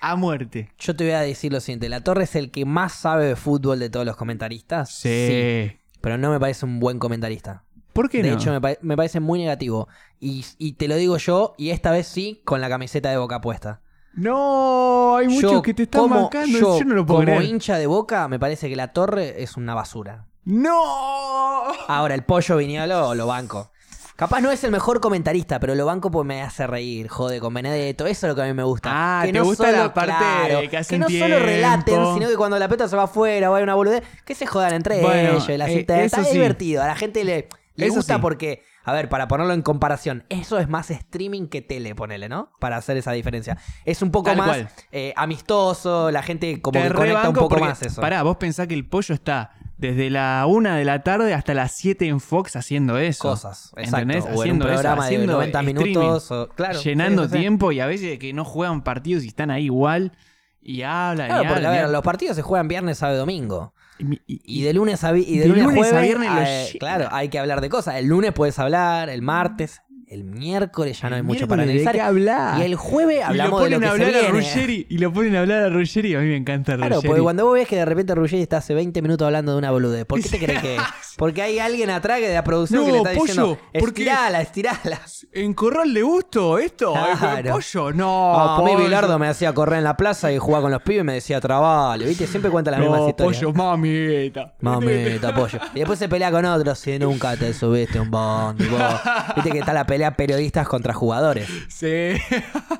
a muerte. Yo te voy a decir lo siguiente, la torre es el que más sabe de fútbol de todos los comentaristas. Pero no me parece un buen comentarista. ¿Por qué De no? hecho, me, pa- me parece muy negativo. Y, y te lo digo yo, y esta vez sí, con la camiseta de boca puesta. No, hay muchos Yo que te están como- marcando. Yo, no lo puedo como creer. hincha de boca, me parece que la torre es una basura. ¡No! Ahora, el pollo viñolo lo banco. Capaz no es el mejor comentarista, pero lo banco porque me hace reír, jode, con Benedetto. Eso es lo que a mí me gusta. Ah, que te gusta la parte de que hacen no solo tiempo. relaten, sino que cuando la pelota se va afuera o hay una boludez, que se jodan entre Bueno, ellos. La eh, cinta- está eso sí. divertido. A la gente le, le Eso gusta sí. porque, a ver, para ponerlo en comparación, eso es más streaming que tele, ponele, ¿no? Para hacer esa diferencia. Es un poco Tal más cual. eh, amistoso, la gente como Te que conecta un rebanco poco porque- más eso. Pará, vos pensás que el pollo está desde la una de la tarde hasta las 7 en Fox haciendo eso. cosas. Exacto. ¿Entendés? O en un Haciendo eso, programa de haciendo 90 streaming. minutos. o- claro, llenando sí, sí, sí. tiempo y a veces que no juegan partidos y están ahí igual y hablan Claro, y porque a hablan, ver, y los partidos se juegan viernes, sábado y domingo. hablan. Y- y- Y de lunes a, vi- y de De lunes a lunes a jueves, viernes lo eh, llena. claro, hay que hablar de cosas. El lunes puedes hablar, el martes, el miércoles ya no hay El mucho para miércoles, ¿de analizar. qué hablar? Y el jueves hablamos de y lo lo ponen que a se hablar a viene. Ruggeri y lo ponen a hablar a Ruggeri a mí me encanta Ruggeri. Claro, porque cuando vos ves que de repente Ruggeri está hace 20 minutos hablando de una boludez, ¿por qué te Sí. crees (laughs) que es? Porque hay alguien atrás que de la producción No, que le está pollo, diciendo, porque- estirala, estirala. en Corral de Gusto esto, Claro. ¿El pollo, No, no, a mí Ah, pollo. Ah, Bilardo me hacía correr en la plaza y jugaba con los pibes y me decía trabale, ¿viste? Siempre cuenta las mismas no, historias. pollo, mamita. (laughs) Mamita, pollo. Y después se pelea con otros si nunca te subiste a un bondi, vos. Viste que está la pelea periodistas contra jugadores. Sí. (laughs)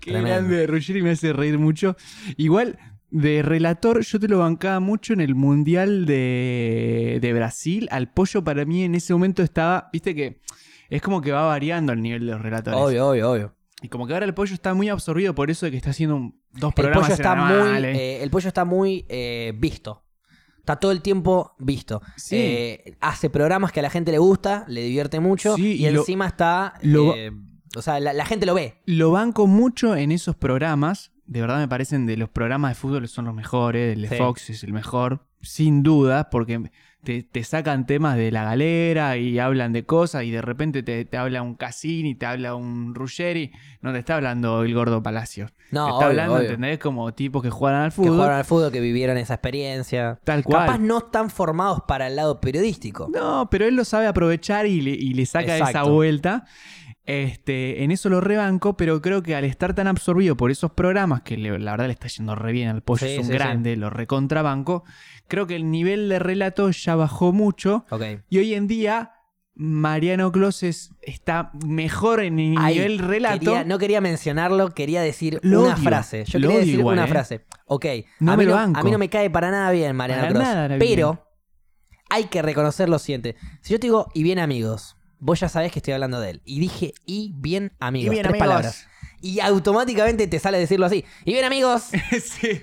Qué Tremendo. grande, Ruggeri me hace reír mucho. Igual, de relator, yo te lo bancaba mucho en el Mundial de, de Brasil. Al pollo para mí en ese momento estaba, viste que es como que va variando el nivel de los relatores. Obvio, obvio, obvio. Y como que ahora el pollo está muy absorbido por eso de que está haciendo un- dos El programas pollo, está muy, semanales. eh, el pollo está muy eh, visto. Está todo el tiempo visto. Sí. Eh, hace programas que a la gente le gusta, le divierte mucho. Sí, y y lo- encima está. lo- eh, o sea, la, la gente lo ve. Lo banco mucho en esos programas. De verdad me parecen de los programas de fútbol son los mejores. El de Sí. Fox es el mejor, sin duda, porque te, te sacan temas de la galera y hablan de cosas y de repente te, te habla un Cassini, te habla un Ruggeri. No te está hablando el gordo Palacio. No, te está obvio, hablando, obvio. ¿entendés? Como tipos que juegan al Que fútbol. jugaron al fútbol, que vivieron esa experiencia. Tal cual. Capaz no están formados para el lado periodístico. No, pero él lo sabe aprovechar y le, y le saca esa Exacto. vuelta. Este, en eso lo rebanco, pero creo que al estar tan absorbido por esos programas, que le- la verdad le está yendo re bien al pollo, Sí, es un sí, sí. grande, lo recontrabanco, creo que el nivel de relato ya bajó mucho. Ok. Y hoy en día, Mariano Closes está mejor en el Ay, nivel relato. quería- no quería mencionarlo, quería decir Lo una odio. frase. Yo quería Lo odio decir igual, una ¿eh? frase. Ok, No a, me mí lo no, banco. a mí no me cae para nada bien Mariano Para Cross. nada era bien. pero hay que reconocer lo siguiente. Si yo te digo, y bien amigos, vos ya sabés que estoy hablando de él. Y dije, y bien amigos. tres palabras. Y automáticamente te sale decirlo así. Y bien amigos, (laughs) Sí.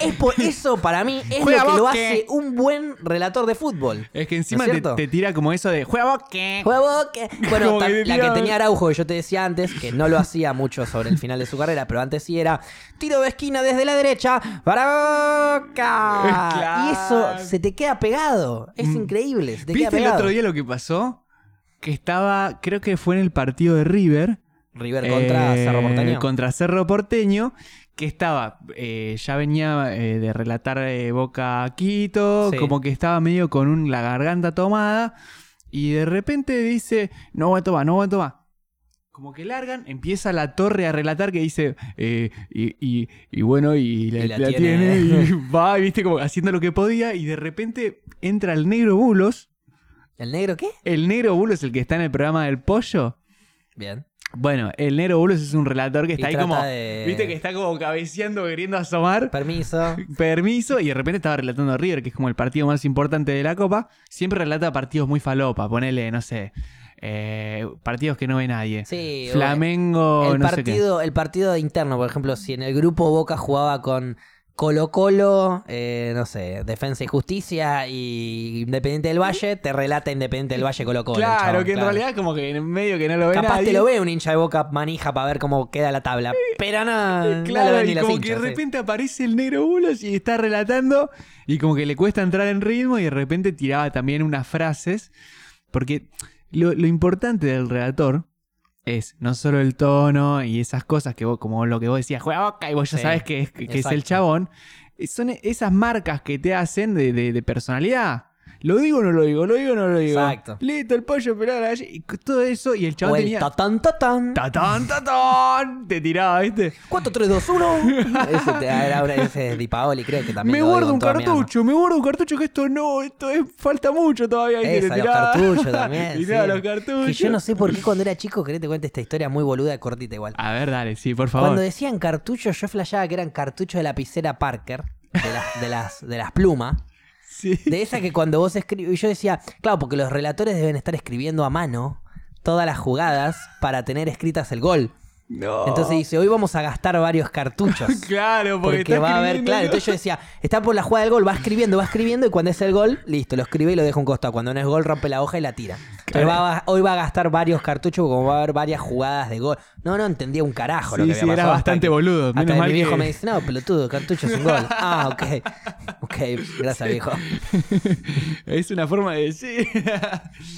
es (laughs) por eso para mí es Juega lo que lo bosque. hace un buen relator de fútbol. Es que encima te, cierto? te tira como eso de juega vos qué. Juego que. Bueno, Como ta- que la que tiraba- tenía Araujo, que yo te decía antes, que no lo hacía mucho sobre el final de su carrera, pero antes sí era tiro de esquina desde la derecha para Boca. (laughs) Claro. Y eso se te queda pegado. Es Mm. increíble. Se te queda ¿Viste el pegado. otro día lo que pasó? Que estaba, creo que fue en el partido de River. River contra eh, Cerro Porteño. Contra Cerro Porteño, que estaba, eh, ya venía eh, de relatar eh, Boca a Quito, Sí. como que estaba medio con un- la garganta tomada, y de repente dice, no aguanto más, no aguanto más. Como que largan, empieza la torre a relatar que dice, eh, y, y- y bueno, y la, Y la la tiene. tiene, y (laughs) va, y viste, como haciendo lo que podía, y de repente entra el negro Bulos. ¿El negro qué? El negro Bulos, el que está en el programa del pollo. Bien. Bueno, el Nero Bulos es un relator que Y está ahí trata como. de- Viste que está como cabeceando, queriendo asomar. (laughs) Permiso. Permiso, y de repente estaba relatando a River, que es como el partido más importante de la Copa. Siempre relata partidos muy falopa, ponele, no sé, eh, partidos que no ve nadie. Sí, o- Flamengo, el, no sé qué. partido, el partido interno, por ejemplo, si en el grupo Boca jugaba con Colo Colo, eh, no sé, Defensa y Justicia y Independiente del Valle, te relata Independiente del Valle Colo Colo. Claro, chabón, que en realidad como que en medio que no lo ve Capaz nadie. te lo ve un hincha de Boca manija para ver cómo queda la tabla. Pero no, no lo Claro, ven ni y las como que hinchas, de sí. repente aparece el negro Bulos y está relatando y como que le cuesta entrar en ritmo y de repente tiraba también unas frases. Porque lo, lo importante del relator es no solo el tono y esas cosas que vos, como lo que vos decías, juega boca y vos ya Sí, sabes que es, que es el exacto. chabón. Son esas marcas que te hacen de, de- de personalidad. Lo digo o no lo digo, lo digo o no lo digo. Exacto. Listo, el pollo, pero la galle- y todo eso. Y el O chabón el tenía. tatán, tatán. ¡Tatán, tatán! Te tiraba, ¿viste? 4, 3, 2, (laughs) 1. ese, te- era una- ese es Di Paoli, creo que también. me lo doy guardo con un toda mi alma. cartucho, me guardo un cartucho que esto no, esto es, falta mucho todavía. y Esa, le los tiraba. (laughs) cartuchos también, Tiraba sí. los cartuchos. Que yo no sé por qué cuando era chico, querés te cuente esta historia muy boluda, cortita igual. A ver, dale, sí, por favor. Cuando decían cartuchos, yo flasheaba que eran cartuchos de lapicera Parker, de las, de las, de las plumas. Sí. De esas que cuando vos escribís, yo decía, claro, porque los relatores deben estar escribiendo a mano todas las jugadas para tener escritas el gol. No. Entonces dice, hoy vamos a gastar varios cartuchos. (laughs) Claro, porque, Porque, está va a haber, escribiendo, claro. ¿no? Entonces yo decía, está por la jugada del gol, va escribiendo, va escribiendo, y cuando es el gol, listo, lo escribe y lo deja a un costado. Cuando no es gol, rompe la hoja y la tira. Pero va a- hoy va a gastar varios cartuchos, como va a haber varias jugadas de gol. No, no entendía un carajo lo Sí, que sí, había era pasado hasta bastante que- boludo, hasta menos que mal mi viejo que- me dice, no, pelotudo, cartucho es un gol. Ah, ok. Ok, gracias, viejo. (laughs) Es una forma de (laughs) decir.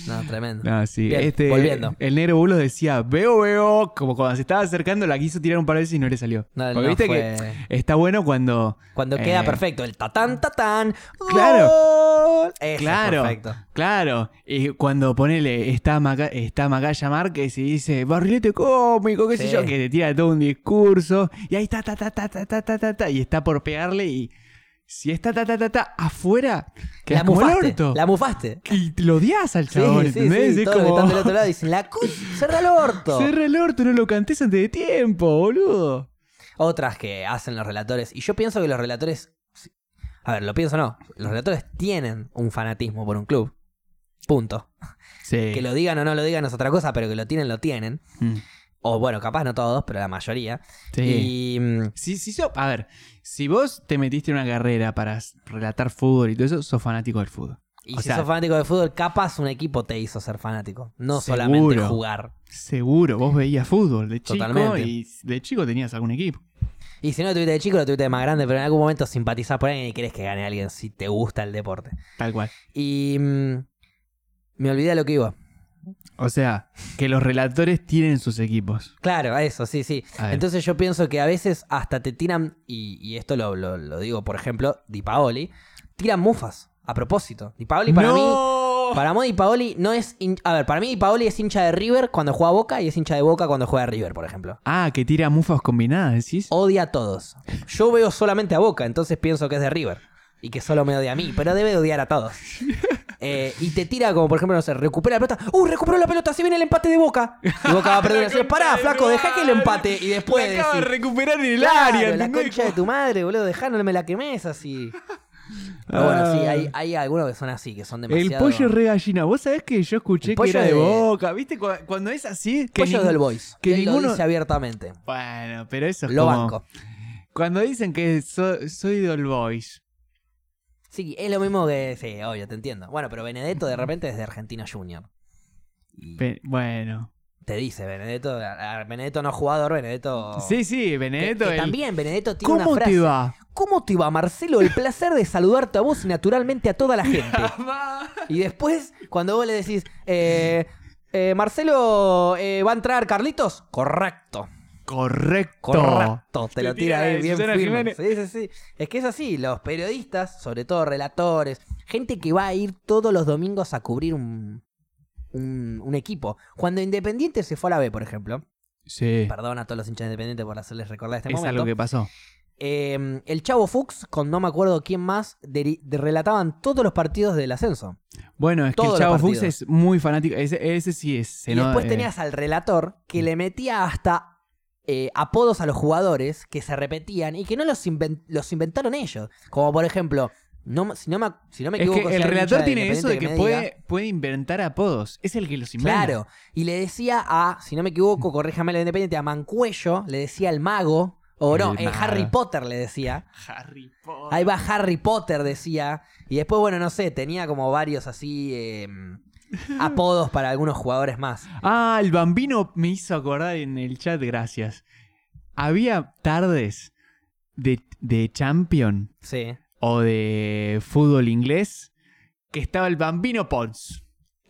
No, tremendo. No, sí. Bien, este, volviendo. El negro bulos decía, veo, veo. Como cuando se estaba acercando, la quiso tirar un par de veces y no le salió. No, Porque no viste fue- que está bueno cuando. Cuando queda eh, perfecto, el tatán, tatán. Claro. Gol. Eso es Claro, perfecto. claro. Y cuando ponele, está, Maca- está Macaya Márquez y dice, barrilete cómico, qué sé Sí. yo, que te tira todo un discurso. Y ahí está, ta, ta, ta, ta, ta, ta, ta, ta, y está por pegarle y si está, ta, ta, ta, ta, afuera, que La como el mufaste. orto. La mufaste. Y te lo odias al chabón, sí, sí, ¿entendés? sí, Es todos los que como, (laughs) están del otro lado dicen, la cu- cerra el orto. cerra el orto, no lo cantes antes de tiempo, boludo. Otras que hacen los relatores. Y yo pienso que los relatores. A ver, lo pienso no. Los relatores tienen un fanatismo por un club. Punto. Sí. Que lo digan o no lo digan es otra cosa, pero que lo tienen, lo tienen. Mm. O bueno, capaz no todos, pero la mayoría. Sí. Y. mm, Sí, sí, so- a ver, si vos te metiste en una carrera para s- relatar fútbol y todo eso, sos fanático del fútbol. y O si sea- sos fanático de fútbol, capaz un equipo te hizo ser fanático. No Seguro. solamente jugar. Seguro, vos veías fútbol de chico Totalmente. y de chico tenías algún equipo. Y si no lo tuviste de chico, lo tuviste de más grande, pero en algún momento simpatizás por alguien y querés que gane alguien si te gusta el deporte. (laughs) Tal cual. Y mm, me olvidé a lo que iba. O sea, que los relatores tienen sus equipos. Claro, a eso, sí, sí. A ver. Entonces yo pienso que a veces hasta te tiran, y, y esto lo, lo- lo digo, por ejemplo, Di Paoli, tiran mufas a propósito. Di Paoli para mí Oh. Para Modi Paoli no es. hin- A ver, para mí Paoli es hincha de River cuando juega a Boca y es hincha de Boca cuando juega a River, por ejemplo. Ah, que tira mufas combinadas, decís. Odia a todos. Yo veo solamente a Boca, entonces pienso que es de River. Y que solo me odia a mí, pero debe odiar a (laughs) todos. Eh, y te tira como, por ejemplo, no sé, recupera la pelota. ¡Uh, recuperó la pelota! ¡Se viene el empate de Boca! Y Boca va (laughs) a perder. Decís, Pará, flaco, dejá que el empate. Y después La acaba de decís, recuperar en el Claro, área. la ¿entendés? concha de tu madre, boludo, dejá, no me la quemes (laughs) así. Pero bueno, sí, hay, hay algunos que son así, que son Ah. El demasiado... pollo es re gallina. Vos sabés que yo escuché El que pollo era de, de- boca. ¿Viste? Cu- Cuando es así. Que Pollo nin- es del Boys. que Que lo ninguno- dice abiertamente. Bueno, pero eso es Lo como- banco. Cuando dicen que so- soy del Boys. Sí, es lo mismo que... Sí, obvio, te entiendo. Bueno, pero Benedetto (laughs) de repente es de Argentino Junior. Y Pe- bueno. te dice, Benedetto... a- a- Benedetto no es jugador, Benedetto... Sí, sí, Que- Benedetto. que el- también Benedetto tiene ¿Cómo una frase. te va? ¿Cómo te va, Marcelo? El placer de saludarte a vos y naturalmente a toda la (laughs) gente. Mamá. Y después, cuando vos le decís, eh, eh, Marcelo, eh, ¿va a entrar Carlitos? Correcto, Correcto. correcto. Te Te lo tira tira ahí de bien Susana firme. Jiménez. Sí, sí, sí. Es que es así, los periodistas, sobre todo relatores, gente que va a ir todos los domingos a cubrir un, un, un equipo. Cuando Independiente se fue a la B, por ejemplo, Sí. perdón a todos los hinchas de Independiente por hacerles recordar este es momento. algo que pasó. eh, el Chavo Fuchs, con no me acuerdo quién más, deri- de- relataban todos los partidos del ascenso. Bueno, es que el Todos los Chavo Fuchs partidos. es muy fanático. Ese, ese sí es. se y no- después eh, mm. tenías al relator que le metía hasta eh, apodos a los jugadores que se repetían y que no los, inven- los inventaron ellos. Como por ejemplo, no, me- si, no me, si no me es equivoco... si que el hay un hincha relator de tiene eso de que, Independiente me diga- puede, puede inventar apodos. Es el que los inventa. Claro. Y le decía a, si no me Mm. equivoco, corríjame la independiente, a Mancuello, le decía el mago, o no, El eh, mago. Harry Potter le decía. Harry Potter. Ahí va Harry Potter, decía. Y después, bueno, no sé, tenía como varios así eh, (laughs) apodos para algunos jugadores más. Ah, el bambino me hizo acordar en el chat, gracias. Había tardes de, de Champion Sí. o de fútbol inglés que estaba el bambino Pons.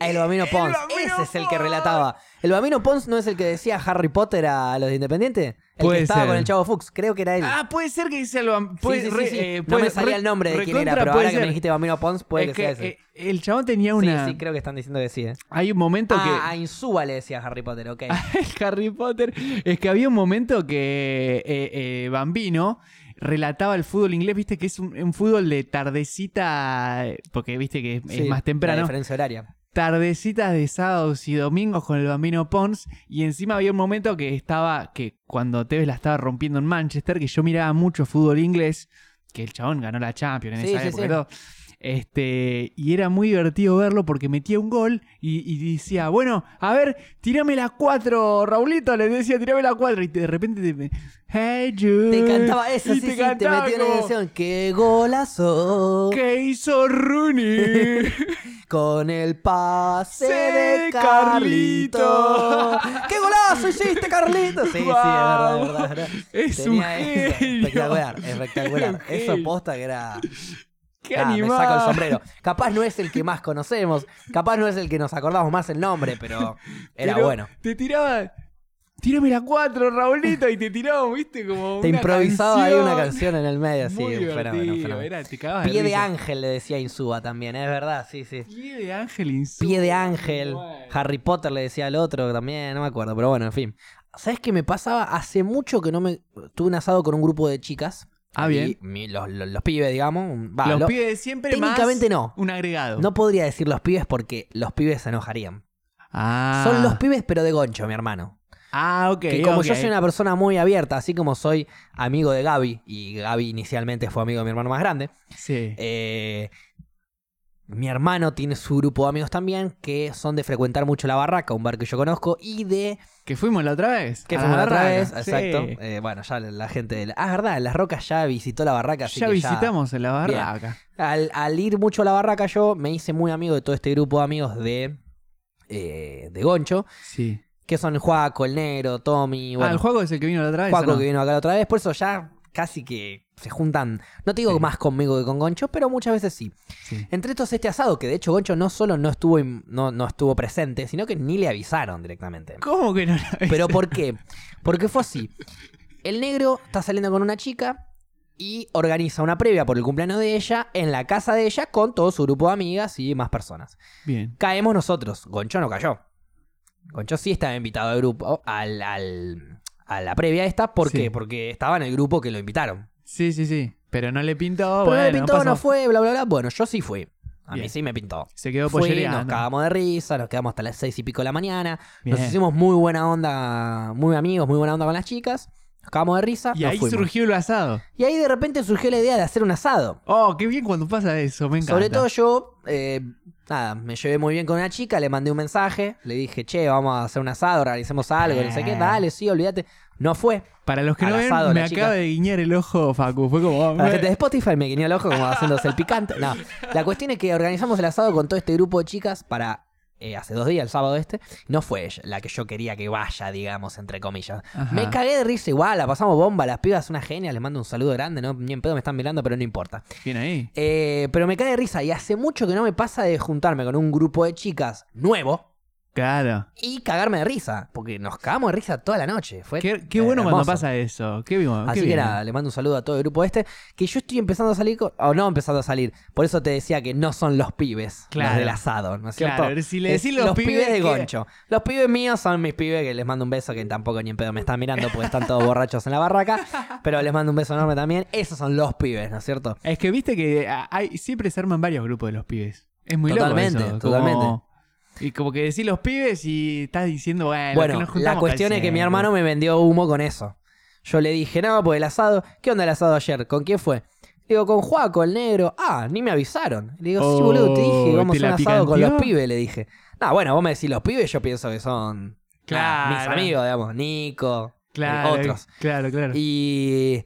El Bambino Eh, El Pons. Bambino Ese es el que Pons. relataba. ¿El Bambino Pons no es el que decía Harry Potter a los de Independiente? El Puede que estaba ser. con el Chavo Fuchs. Creo que era él. Ah, puede ser que sea el bambino. sí, sí, sí, sí. eh, no me salía el nombre de quién era, pero ahora que me dijiste Bambino Pons, puede que sea ese. el chabón tenía eh, una. Sí, sí, creo que están diciendo que sí. ¿eh? Hay un momento que. Ah, a Insúa le decía Harry Potter, ok. El (laughs) Harry Potter. Es que había un momento que eh, eh, Bambino relataba el fútbol inglés, viste que es un, un fútbol de tardecita, eh, porque viste que es, es Sí, más La temprano, diferencia horaria. tardecitas de sábados y domingos con el Bambino Pons, y encima había un momento que estaba, que cuando Tevez la estaba rompiendo en Manchester, que yo miraba mucho fútbol inglés, que el chabón ganó la Champions en Sí, esa sí, época y sí. todo. Este, y era muy divertido verlo porque metía un gol y, y decía, bueno, a ver, tirame la 4, Raulito, le decía, tirame la 4. Y de repente te. Hey, Jude. Te cantaba eso, Eh, Y sí, sí, te cantaba metía en la como, canción. ¡Qué golazo! ¿Qué hizo Rooney? (laughs) Con el pase Sí, de Carlito. Carlito. ¡Qué golazo hiciste, Carlito! Sí, sí, es verdad, es verdad, es verdad. es Tenía un eso. genio. (laughs) Espectacular, espectacular. Era un Eso genio. posta que era. Qué Ah, me animal. saco el sombrero. Capaz no es el que más conocemos, capaz no es el que nos acordamos más el nombre, pero era Pero bueno. (laughs) Te tiraba. Tírame la 4, Raulito, y te tiraba, viste, como. Te una improvisaba ahí canción. una canción en el medio, así, Muy un fenómeno, un divertido, fenómeno. era, te cagabas Pie de risa. ángel le decía Insúa también, es verdad, sí, sí. Pie de ángel insu- Pie de ángel. Bueno. Harry Potter le decía al otro también, no me acuerdo, pero bueno, en fin. ¿Sabes qué me pasaba? Hace mucho que no me. Tuve un asado con un grupo de chicas. Ah, bien. Y mi- los, los- los pibes, digamos. un- va, Los lo- pibes de siempre técnicamente más no. un agregado. No podría decir los pibes porque los pibes se enojarían. Ah. Son los pibes, pero de goncho, mi hermano. Ah, ok. Que como yo ok. soy una persona muy abierta, así como soy amigo de Gaby, y Gaby inicialmente fue amigo de mi hermano más grande, Sí. eh, mi hermano tiene su grupo de amigos también, que son de frecuentar mucho la barraca, un bar que yo conozco, y de Que fuimos la otra vez. que a fuimos la la otra barraca, vez, sí. exacto. Eh, bueno, ya la gente. de la- Ah, es verdad, Las Rocas ya visitó la barraca. Así ya que visitamos en la barraca. Al, al ir mucho a la barraca, yo me hice muy amigo de todo este grupo de amigos de. eh, de Goncho, Sí. que son Juaco, el Negro, Tommy. ah, Bueno, el juego es el que vino la otra vez. Juaco ¿o no? que vino acá la otra vez, por eso ya casi que se juntan. No te digo Sí. más conmigo que con Goncho, pero muchas veces sí. Sí. Entre estos este asado, que de hecho Goncho no solo no estuvo, im- no, no estuvo presente, sino que ni le avisaron directamente. ¿Cómo que no la ¿Pero por qué? Porque fue así. El negro está saliendo con una chica y organiza una previa por el cumpleaños de ella en la casa de ella con todo su grupo de amigas y más personas. Bien. Caemos nosotros. Goncho no cayó. Goncho sí estaba invitado al grupo, al, al- a la previa esta. ¿Por Sí. qué? Porque estaba en el grupo que lo invitaron. Sí, sí, sí. Pero no le Pero pintó. no le Ah, bueno, pintó, pasa- no fue, bla, bla, bla. Bueno, yo sí fui. A mí Bien. pues sí me pintó. Se quedó Fui, pollereando. nos cagamos de risa, nos quedamos hasta las seis y pico de la mañana. Nos Bien. hicimos muy buena onda, muy amigos, muy buena onda con las chicas. Nos cagamos de risa. Y nos ahí fuimos. surgió el asado. Y ahí de repente surgió la idea de hacer un asado. Oh, qué bien cuando pasa eso, me encanta. Sobre todo yo, eh, nada, me llevé muy bien con una chica, le mandé un mensaje, le dije, che, vamos a hacer un asado, organicemos algo, no sé Eh. qué, dale, sí, olvídate. No fue. Para los que al no ven, asado, me la acaba chica. de guiñar el ojo, Facu. Fue como. oh, La me- gente de Spotify me guiñó el ojo como haciéndose el picante. No, la cuestión es que organizamos el asado con todo este grupo de chicas para eh, hace dos días, el sábado este. No fue ella la que yo quería que vaya, digamos, entre comillas. Ajá. Me cagué de risa igual, la pasamos bomba, las pibas, una genia, les mando un saludo grande, no, ni en pedo me están mirando, pero no importa. Bien ahí. Eh, pero me cae de risa y hace mucho que no me pasa de juntarme con un grupo de chicas nuevo Claro. y cagarme de risa, porque nos cagamos de risa toda la noche. Fue Qué, qué eh, bueno cuando hermoso. pasa eso. Qué, bien, Así qué que bien. nada, le mando un saludo a todo el grupo este, que yo estoy empezando a salir, con- o no empezando a salir, por eso te decía que no son los pibes los Claro. del asado, ¿no es Claro, cierto? si le Es decís los pibes de que- Goncho. Los pibes míos son mis pibes, que les mando un beso, que tampoco ni en pedo me están mirando porque están todos borrachos en la barraca, (laughs) pero les mando un beso enorme también. Esos son los pibes, ¿no es cierto? Es que viste que ah, hay, siempre se arman varios grupos de los pibes. Es muy Totalmente, loco. eso, totalmente. como- y como que decís los pibes y estás diciendo, bueno, que Bueno, nos la juntamos cuestión al es que mi centro. hermano me vendió humo con eso. Yo le dije, no, pues el asado, ¿qué onda el asado ayer? ¿Con quién fue? Digo, con Juaco, el negro. Ah, ni me avisaron. Le digo, sí, Oh, boludo, te dije, vamos ¿te a un la asado con los picanteó? pibes, le dije. No, bueno, vos me decís los pibes, yo pienso que son nada, mis Claro. amigos, digamos, Nico, eh, Claro, otros. Claro, claro. Y,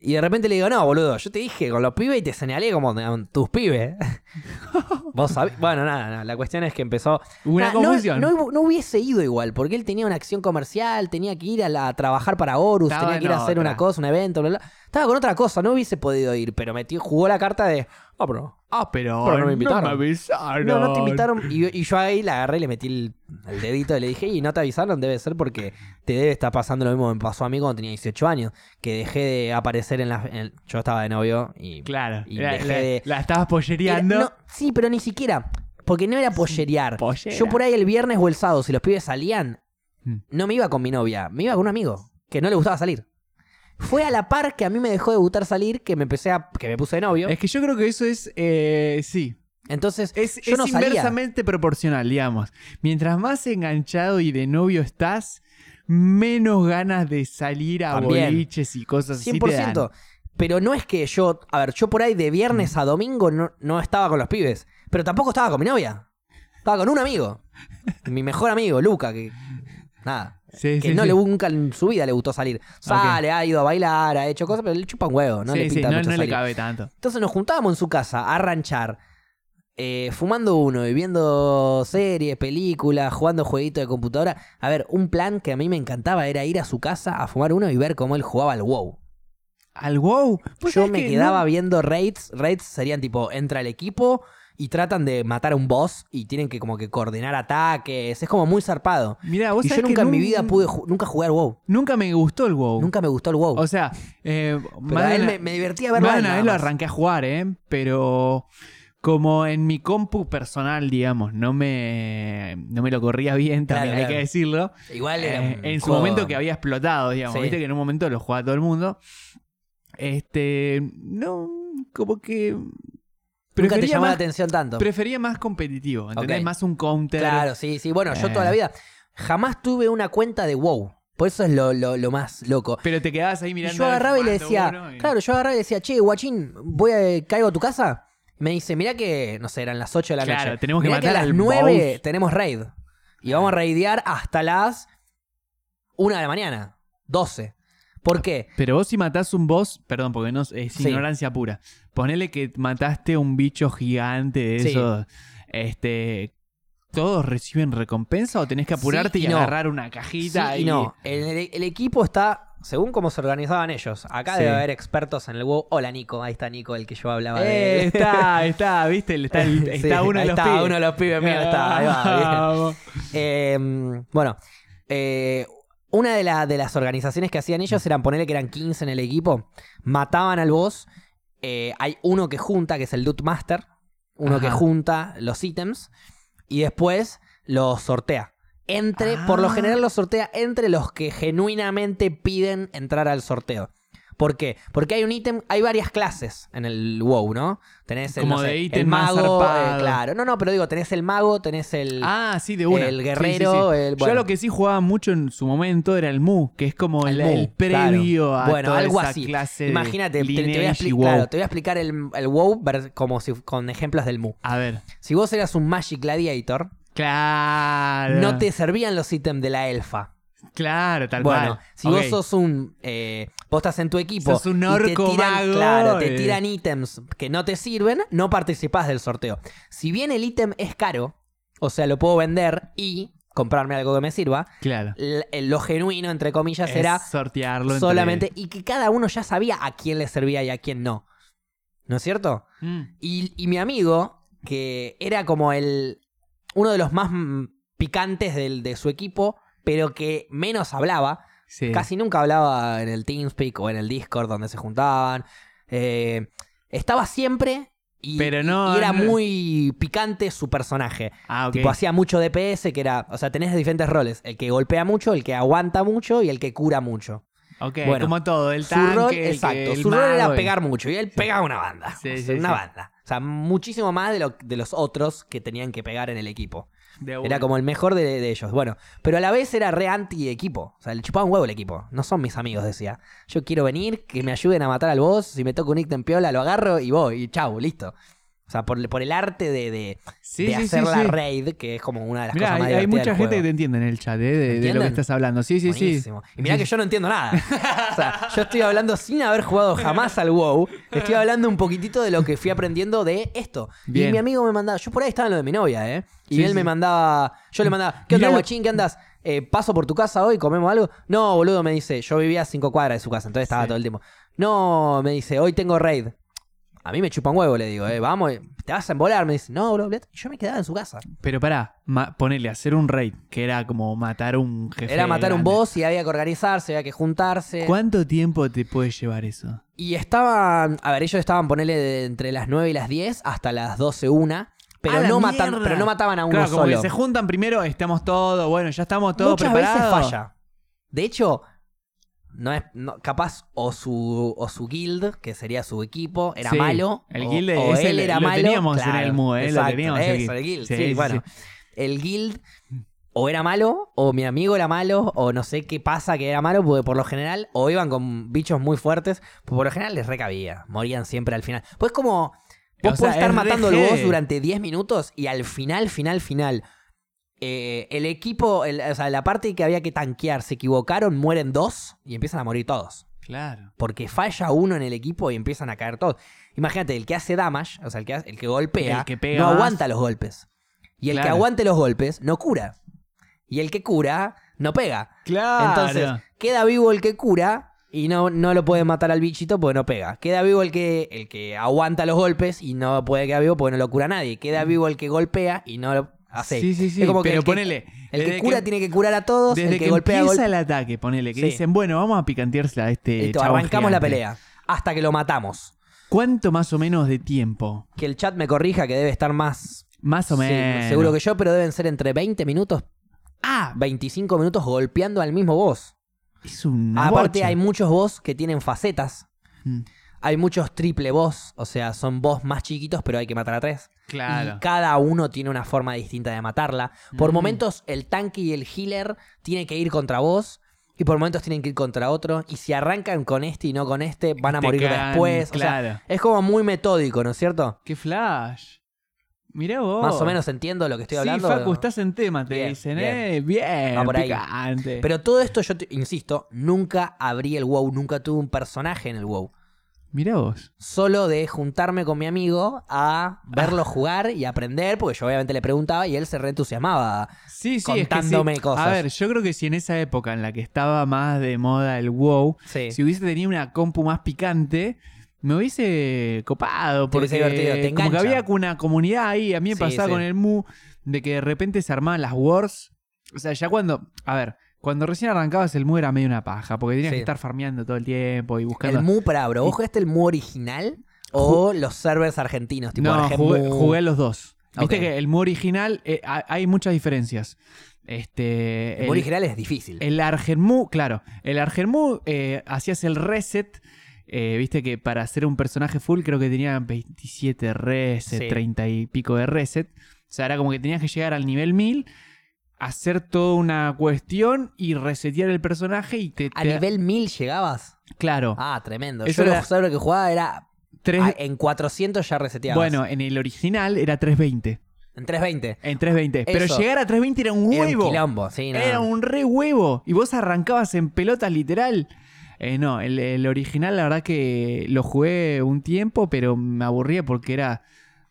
y de repente le digo, no, boludo, yo te dije con los pibes y te señalé como digamos, tus pibes. (laughs) vos sabés. Bueno, nada, nada, la cuestión es que empezó. Hubo una Nah, confusión. No, no- no hubiese ido igual, porque él tenía una acción comercial, tenía que ir a, la- a trabajar para Horus, Estaba tenía que ir en a hacer una otra. cosa, un evento, bla, bla. Estaba con otra cosa, no hubiese podido ir, pero metió, jugó la carta de, ah, pero Ah, pero, Pero no me invitaron. avisaron. no, no te invitaron. Y, y yo ahí la agarré, le metí el, el dedito y le dije, y no te avisaron, debe ser porque te debe estar pasando lo mismo que me pasó a mí cuando tenía 18 años, que dejé de aparecer en las... en- yo estaba de novio y... Claro. Y la, dejé la- de- la estabas Era- pollereando. no, sí, pero ni siquiera. Porque no era pollerear. pollera. Yo por ahí el viernes o el sábado, si los pibes salían, Mm. no me iba con mi novia, me iba con un amigo que no le gustaba salir. Fue a la par que a mí me dejó de gustar salir, que me empecé a, que me puse de novio. Es que yo creo que eso es. eh, sí. Entonces, Es, Yo es no salía. inversamente proporcional, digamos. Mientras más enganchado y de novio estás, menos ganas de salir a También. boliches y cosas así. te dan. 100%. Pero no es que yo, a ver, yo por ahí de Hmm. viernes a domingo no, no estaba con los pibes, pero tampoco estaba con mi novia. Estaba con un amigo. mi mejor amigo, Luca, que nada. Sí, que sí, no sí. le nunca en su vida le gustó salir. Sale, ha ido a bailar, ha hecho cosas, pero le chupa un huevo, no Sí, le sí, pinta no- mucho no le salir. cabe tanto. Entonces nos juntábamos en su casa a ranchar, eh, fumando uno y viendo series, películas, jugando jueguitos de computadora. A ver, un plan que a mí me encantaba era ir a su casa a fumar uno y ver cómo él jugaba al WoW. Al wow. Vos Yo sabés me Pues que quedaba no- viendo raids. Raids serían tipo, entra el equipo y tratan de matar a un boss y tienen que como que coordinar ataques. Es como muy zarpado. Mirá, vos Y yo sabés que nunca en mi nun- vida pude ju- nunca jugar WoW. Nunca me gustó el wow. Nunca me gustó el WoW. O sea, eh, Pero más a de él la- me, me divertía verlo. a Bueno, él una nada vez lo más. arranqué a jugar, ¿eh? Pero como en mi compu personal, digamos, no me, no me lo corría bien, Claro, también hay claro. que decirlo. Igual era Eh, un en su juego- momento que había explotado, digamos. Sí. Viste que en un momento lo jugaba todo el mundo. Este, no, como que... Nunca te Prefería, llamó la más, atención tanto. prefería más competitivo, ¿entendés? Ok. Más un counter. Claro, sí, sí. Bueno, yo Eh. toda la vida jamás tuve una cuenta de WoW. Por eso es lo, lo- lo más loco. Pero te quedabas ahí Y mirando. yo agarraba y le fumando decía, uno y- claro, yo agarraba y le decía, che, guachín, voy a, caigo a tu casa. Me dice, mirá que, no sé, eran las 8 de la Claro, noche. tenemos que Mirá matar a las al 9 boss". tenemos raid. Y vamos a raidear hasta las 1 de la mañana, 12. ¿Por qué? Pero vos si matás un boss, perdón, porque no es es Sí. ignorancia pura. Ponele que mataste un bicho gigante de Sí. esos. Este. ¿Todos reciben recompensa o tenés que Sí apurarte y y, no. agarrar una cajita? Sí y no. El, el equipo está, según cómo se organizaban ellos. Acá Sí. debe haber expertos en el WoW. Hola, Nico. Ahí está Nico, el que yo hablaba Eh, de... está, está, viste, (laughs) está, el- está Sí, uno de ahí los está, pibes. uno de (laughs) los pibes míos está. Ahí va, bien. Vamos. Eh, bueno, eh, Una de, la- de las organizaciones que hacían ellos eran ponerle que eran 15 en el equipo. Mataban al boss. eh, hay uno que junta, que es el Loot Master. Uno Ajá. que junta los ítems. Y después los sortea. Entre, por lo Ah. general los sortea entre los que genuinamente piden entrar al sorteo. ¿Por qué? Porque hay un ítem, hay varias clases en el WoW, ¿no? Tenés el, Como no sé, de el ítem más mago, eh, zarpado. claro. No, no, pero digo, tenés el mago, tenés el Ah, sí, de una. el Sí, sí, guerrero, sí. el- bueno. Yo lo que sí jugaba mucho en su momento era el Mu, que es como el, El Mu, el previo claro. a Bueno, toda algo esa así. clase de Imagínate, te, te voy a lineage y explicar, WoW. te voy a explicar el, el WoW ver- como si, con ejemplos del Mu. A ver. Si vos eras un Magic Gladiator, Claro. no te servían los ítems de la elfa. Claro, tal bueno, cual. si Ok. vos sos un. eh, vos estás en tu equipo. Sos un y te orco tiran- mago, Claro, te eh. tiran ítems que no te sirven, no participás del sorteo. Si bien el ítem es caro, o sea, lo puedo vender y comprarme algo que me sirva, Claro. l- eh, lo genuino, entre comillas, Es era sortearlo entre- solamente y que cada uno ya sabía a quién le servía y a quién no. ¿No es cierto? Mm. Y, y mi amigo, que era como el uno de los más mm, picantes del, de su equipo, pero que menos hablaba, Sí. casi nunca hablaba en el TeamSpeak o en el Discord donde se juntaban, eh, estaba siempre y, Pero no- y era no- muy picante su personaje. Ah, ok. Tipo, hacía mucho DPS, que era, o sea, tenés diferentes roles, el que golpea mucho, el que aguanta mucho y el que cura mucho Ok, bueno, como todo, el su tanque, rol, el que- exacto, el su rol era mago, pegar mucho y él pegaba una banda, Sí, o sea, sí, una sí. banda, o sea, muchísimo más de, lo- de los otros que tenían que pegar en el equipo. de Era una. como el mejor de, de ellos, bueno, pero a la vez era re anti equipo, o sea, le chupaba un huevo el equipo, no son mis amigos, decía. Yo quiero venir, que me ayuden a matar al boss, si me toca un ítem piola lo agarro y voy, y chau, listo. O sea, por, por el arte de, de- Sí, de sí, sí, hacer la sí. raid, que es como una de las Mirá, cosas más hay, hay divertidas mucha del gente que juego. te entiende en el chat eh, de, de lo que ¿Entienden? estás hablando. Sí, sí, Buenísimo. Y mirá que yo no entiendo nada. (laughs) O sea, yo estoy hablando sin haber jugado jamás al WoW. Estoy hablando un poquitito de lo que fui aprendiendo de esto. Bien. Y mi amigo me mandaba. Yo por ahí estaba en lo de mi novia, ¿eh? Y Sí, él sí. me mandaba. Yo le mandaba. ¿Qué Mirá onda, lo- guachín? ¿Qué andas? Eh, ¿Paso por tu casa hoy? ¿Comemos algo? No, boludo, me dice. Yo vivía a cinco cuadras de su casa, entonces estaba Sí. todo el tiempo. No, me dice. Hoy tengo raid. A mí me chupa un huevo, le digo, eh, vamos, eh, te vas a embolar, me dice, no, boludo, boludo. Y yo me quedaba en su casa. sí. Pero pará, ma- ponele, hacer un raid, que era como matar un jefe. Era matar un grande. boss y había que organizarse, había que juntarse. ¿Cuánto tiempo te puede llevar eso? Y estaban, a ver, ellos estaban, ponele, de entre las 9 y las 10 hasta las 12, una. ¡A Pero, la no matan, mierda! pero no mataban a uno Claro, como que solo. se juntan primero, estamos todos, bueno, ya estamos todos Muchas veces preparados. falla. De hecho, no es no- capaz o su, o su guild, que sería su equipo, era Sí, malo. el o- guild o es él el- era lo malo. teníamos en claro, el MUE, eh, lo exacto, teníamos el eso, guild. el guild. Sí, Sí, sí, bueno. El guild o era malo, o mi amigo era malo, o no sé qué pasa que era malo, porque por lo general, o iban con bichos muy fuertes, porque por lo general les recabía, morían siempre al final. Pues como, vos O sea, podés estar es matando al RG. boss durante 10 minutos y al final, final, final, eh, el equipo, el- o sea, la parte que había que tanquear, se equivocaron, mueren dos y empiezan a morir todos. Claro. Porque falla uno en el equipo y empiezan a caer todos. Imagínate, el que hace damage, o sea, el que, hace- el que golpea, El que pega no más. aguanta los golpes. Y el que Claro. aguante los golpes no cura. Y el que cura no pega. Claro. Entonces, queda vivo el que cura y no, no lo puede matar al bichito porque no pega. Queda vivo el que, el que aguanta los golpes y no puede quedar vivo porque no lo cura nadie. Queda vivo el que golpea y no lo hace. Mm. Sí, sí, sí. Es como que pero el que- ponele. El que desde cura tiene que curar a todos, Desde el que, que, golpea empieza golpea. el ataque, ponele, que Sí. dicen, bueno, vamos a picanteársela a este Listo, chabón arrancamos la gigante. pelea. Hasta que lo matamos. ¿Cuánto más o menos de tiempo? Que el chat me corrija que debe estar más Más o sí, pues, menos. seguro que yo, pero deben ser entre 20 minutos, Ah, 25 minutos golpeando al mismo boss. es una Aparte bocha. hay muchos boss que tienen facetas. Mm, Hay muchos triple boss, o sea, son boss más chiquitos, pero hay que matar a tres. Claro. Y cada uno tiene una forma distinta de matarla. Por Mm. momentos el tanque y el healer tienen que ir contra vos. Y por momentos tienen que ir contra otro. Y si arrancan con este y no con este, van a Te morir cagan, después. O sea, Claro. es como muy metódico, ¿no es cierto? Qué flash. Mirá vos. Más o menos entiendo lo que estoy hablando. Oh. Sí, Facu, estás en tema, te Bien, dicen, bien. eh. Bien, Va por ahí. picante. Pero todo esto, yo te- insisto, nunca abrí el WoW, nunca tuve un personaje en el WoW. Mirá vos. Solo de juntarme con mi amigo a verlo Ah. jugar y aprender, porque yo obviamente le preguntaba y él se reentusiasmaba. Sí, sí, Contándome es que sí. cosas. A ver, yo creo que si en esa época en la que estaba más de moda el WoW, Sí. si hubiese tenido una compu más picante, me hubiese copado. Te Porque hubiese divertido, te como que engancha. había una comunidad ahí, a mí me Sí, pasaba sí. con el Mu, de que de repente se armaban las wars. O sea, ya cuando. A ver, Cuando recién arrancabas el Mu era medio una paja, porque tenías Sí. que estar farmeando todo el tiempo y buscando. El Mu para, bro. ¿Vos jugaste el Mu original o los servers argentinos? Tipo no, Argen jugué, Mu? jugué los dos. Viste Ok. que el Mu original, eh, ha- hay muchas diferencias. Este, El, Mu original es difícil. El Argenmu, claro. El Argenmu eh, hacías el reset. eh, Viste que para hacer un personaje full creo que tenía 27 reset, Sí. 30 y pico de reset. O sea, era como que tenías que llegar al nivel 1000, hacer toda una cuestión y resetear el personaje y te... ¿A te- nivel 1000 llegabas? Claro. Ah, tremendo. Eso Yo era- los servers que jugaba era... tres- ah, en 400 ya reseteabas. bueno, en el original era 320. En 320. En 320. Pero Eso. llegar a 320 era un Era un huevo. quilombo. Sí, no. Era un re huevo. Y vos arrancabas en pelotas, literal. Eh, no, el, el original, la verdad que lo jugué un tiempo, pero me aburría porque era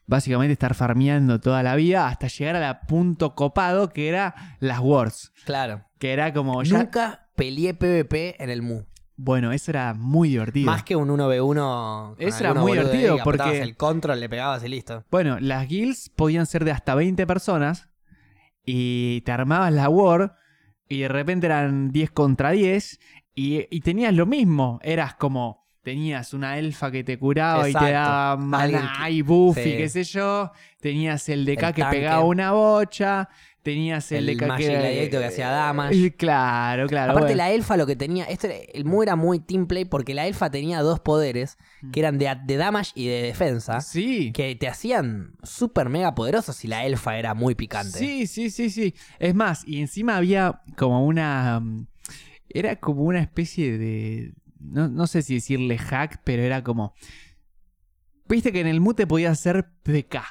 básicamente estar farmeando toda la vida hasta llegar a la punto copado que era las Words. Claro. Que era como ya. Nunca peleé PvP en el Mu. Bueno, eso era muy divertido. Más que un 1v1. con Eso era alguno muy boludo ahí divertido, que apretabas porque- el control, le pegabas y listo. Bueno, las guilds podían ser de hasta 20 personas y te armabas la war y de repente eran 10 contra 10 y, y tenías lo mismo. Eras como, tenías una elfa que te curaba y te Exacto. daba maná Alguien y buff y sí. qué sé yo. Tenías el El DK que tanque. pegaba una bocha. Tenías el, El DK Magic que... Gladiator que hacía damas. Eh, Claro, claro. Aparte, bueno. la elfa lo que tenía. Esto era- el Mu era muy team play porque la elfa tenía dos poderes que eran de, de damage y de defensa. Mm. Sí. Que te hacían súper mega poderosos y la elfa era muy picante. Sí, sí, sí, sí. Es más, y encima había como una. mm, Era como una especie de. No, no sé si decirle hack, pero era como. Viste que en el mute podía hacer PK.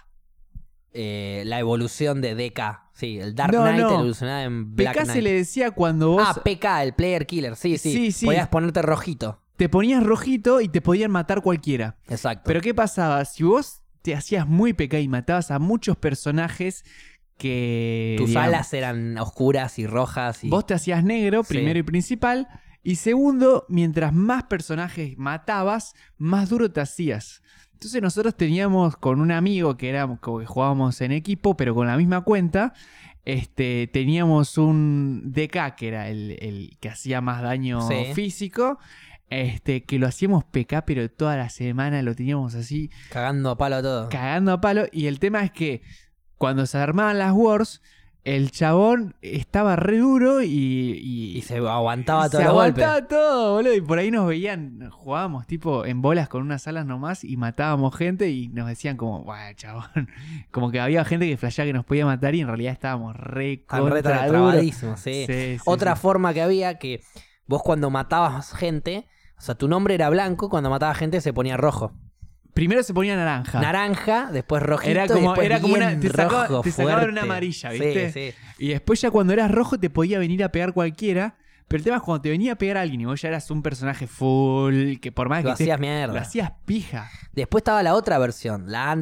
Eh, la evolución de DK. Sí, el Dark No, Knight no. evolucionaba en Black PK Knight. se le decía cuando vos Ah, PK, el player killer. Sí, sí. Sí, sí. Podías ponerte rojito. te ponías rojito y te podían matar cualquiera. Exacto. Pero ¿qué pasaba? Si vos te hacías muy PK y matabas a muchos personajes que. Tus digamos, alas eran oscuras y rojas. Y... Vos te hacías negro, Sí. primero y principal. Y segundo, mientras más personajes matabas, más duro te hacías. Entonces nosotros teníamos con un amigo que era como que jugábamos en equipo, pero con la misma cuenta. Este, teníamos un DK que era el, el que hacía más daño Sí. físico. Este, que lo hacíamos PK, pero toda la semana lo teníamos así Cagando a palo todo. cagando a palo. Y el tema es que cuando se armaban las wars, el chabón estaba re duro y, y- Y se aguantaba y todo se el golpe. aguantaba todo, boludo. Y por ahí nos veían, jugábamos tipo en bolas con unas alas nomás y matábamos gente y nos decían como, guau, chabón. (laughs) Como que había gente que flasheaba que nos podía matar y en realidad estábamos re Tan re contra duros. trabadísimo, sí. Sí, sí, Otra sí. forma que había que vos cuando matabas gente, o sea, tu nombre era blanco, cuando matabas gente se ponía rojo. Primero se ponía naranja. Naranja, después rojito. Era como- y después era como una- bien te sacaba- rojo, te sacaban fuerte. una amarilla, Sí, ¿viste? (laughs) Ah, sí. Y después ya cuando eras rojo te podía venir a pegar cualquiera. Pero el tema es cuando te venía a pegar alguien y vos ya eras un personaje full, que por más Lo que estés- hacías mierda. lo hacías pija. Después estaba la otra versión, la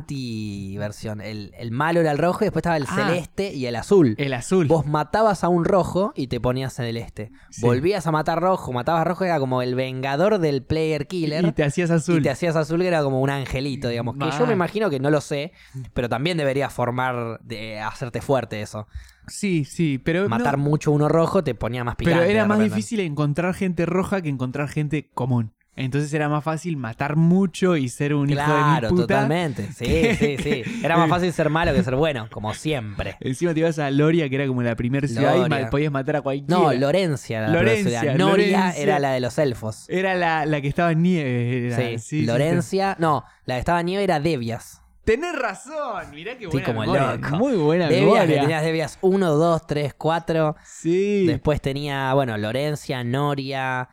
anti-versión. El, el malo era el rojo y después estaba el Ah. celeste y el azul. El (laughs) azul. Vos matabas a un rojo y te ponías celeste. Sí. Volvías a matar rojo, matabas rojo, era como el vengador del player killer. Y te hacías azul. Y te hacías azul que era como un angelito, digamos. Que yo Mal. me imagino que no lo (laughs) sé, pero también debería formar, de, hacerte fuerte eso. Sí, sí, pero. no- Matar mucho uno rojo te ponía más picante. pero era de más repente. difícil encontrar gente roja que encontrar gente común. Entonces era más fácil matar mucho y ser un hijo de Claro, mi puta. totalmente. Sí, sí, sí. (laughs) Era más fácil ser malo que ser bueno, como siempre. Encima te ibas a Loria, que era como la primera ciudad y Loria. ma- podías matar a cualquiera. No, Lorencia era la Lorencia, ciudad. Noria Lorencia. era la de los elfos. Era la, la que estaba en nieve. era- Sí, sí, sí, sí. Lorencia. No, la que estaba nieve era Devias. Tenés razón, mirá qué Sí, buena como memoria. loco. Muy buena Devias, que memoria. tenías Devias 1, 2, 3, 4. Sí. Después tenía, bueno, Lorencia, Noria.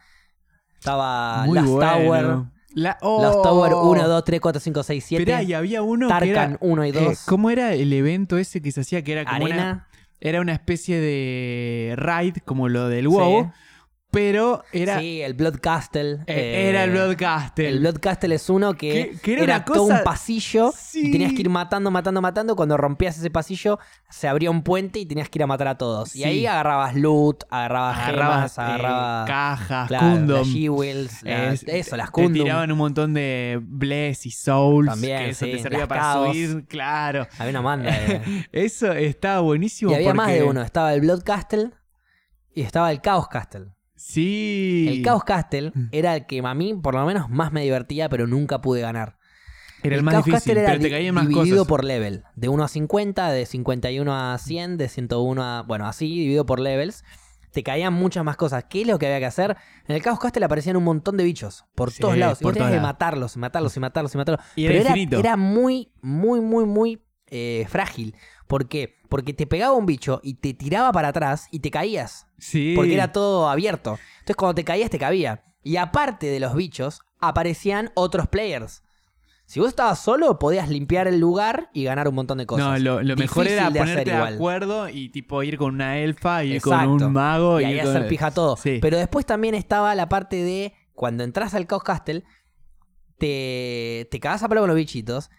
Estaba Muy Last bueno. Tower. La, oh. Los Tower 1, 2, 3, 4, 5, 6, 7. Esperá, y había uno que era... Tarkan 1 y 2. eh, ¿Cómo era el evento ese que se hacía? Que era como una... Arena. Era una especie de raid, como lo del WoW, Sí. pero era, sí, el Blood Castle. eh, era el Broadcaster. El Blood Castle es uno que, Que- que era era, una todo cosa- un pasillo Sí. y tenías que ir matando, matando, matando. Cuando rompías ese pasillo, se abría un puente y tenías que ir a matar a todos. Sí. Y ahí agarrabas loot, agarrabas, Agarrabas gemas, eh, agarrabas cajas, claro, Kundom. las G-Wills, las- Eh, eso, las te Kundum. tiraban un montón de Bless y Souls. También, que eso sí, te servía las para Caos. subir, claro. (laughs) Había una banda. de- Eso estaba buenísimo. y había más porque- de uno. Estaba el Blood Castle, y estaba el Chaos Castle. Sí. Mm. El Chaos Castle era el que a mí, por lo menos, más me divertía, pero nunca pude ganar. Era el, más Chaos difícil, Castle era pero te di- caían más dividido cosas. por level. De 1 a 50, de 51 a 100, de 101 a... Bueno, así, dividido por levels. Te caían muchas más cosas. ¿Qué es lo que había que hacer? En el Chaos Castle aparecían un montón de bichos. Por Sí, todos lados. Y vos por tenías que todos lados. matarlos, y matarlos, y matarlos, y matarlos. Y era Pero infinito. era muy, muy, muy, muy eh, frágil. ¿Por qué? Porque te pegaba un bicho y te tiraba para atrás y te caías. Sí. Porque era todo abierto. Entonces cuando te caías, te cabía. Y aparte de los bichos, aparecían otros players. Si vos estabas solo, podías limpiar el lugar y ganar un montón de cosas. No, lo, lo mejor Difícil era de hacer ponerte de igual. acuerdo y tipo ir con una elfa, ir con Exacto. un mago y ir ahí con- hacer pija todo. Sí. Pero después también estaba la parte de cuando entras al Chaos Castle, te, te cagás a palo con los bichitos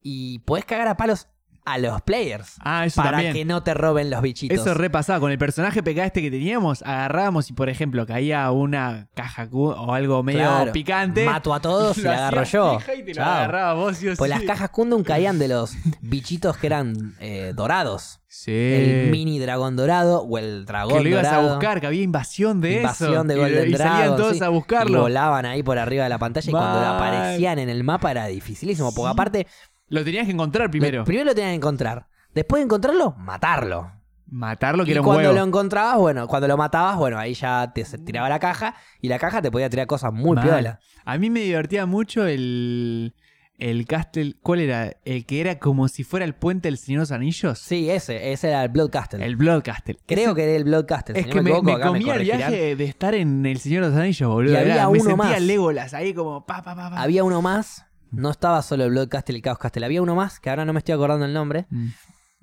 y podés cagar a palos a los players Ah, eso para también. que no te roben los bichitos. Eso repasaba. Con el personaje PK este que teníamos, agarrábamos y, por ejemplo, caía una caja cu- o algo medio Claro. picante. Mato a (laughs) todos y lo la agarro hacías yo. pija y te lo Chao. agarraba vos, sí o Pues sí. las cajas Kundum caían de (laughs) los bichitos que eran eh, dorados. Sí. El mini dragón dorado o el dragón Eh. que lo ibas dorado. a buscar, que había invasión de eso. Invasión de Y- Golden y, salían Dragon, todos sí. a Y buscarlo. volaban ahí por arriba de la pantalla y cuando Mal. aparecían en el mapa era dificilísimo. Porque Sí. aparte, Lo tenías que encontrar lo- primero. primero lo tenían que encontrar. Después de encontrarlo, matarlo. Matarlo, que y era un cuando huevo. lo encontrabas, bueno, cuando lo matabas, bueno, ahí ya te se- tiraba la caja y la caja te podía tirar cosas muy Mal. piola. A mí me divertía mucho el. El castle. ¿Cuál era? El que era como si fuera el puente del Señor de los Anillos. Sí, ese, ese era el Blood Castle. El Blood Castle. Creo que era el Blood Castle. Es si que no me, me, equivoco, me acá me comía el corregirán. viaje de estar en El Señor de los Anillos, boludo. Y había Era- me uno sentía más. Legolas ahí como pa, pa, pa, pa. Había uno más. No estaba solo el Blood Castle y el Chaos Castle. Había uno más, que ahora no me estoy acordando el nombre, Mm.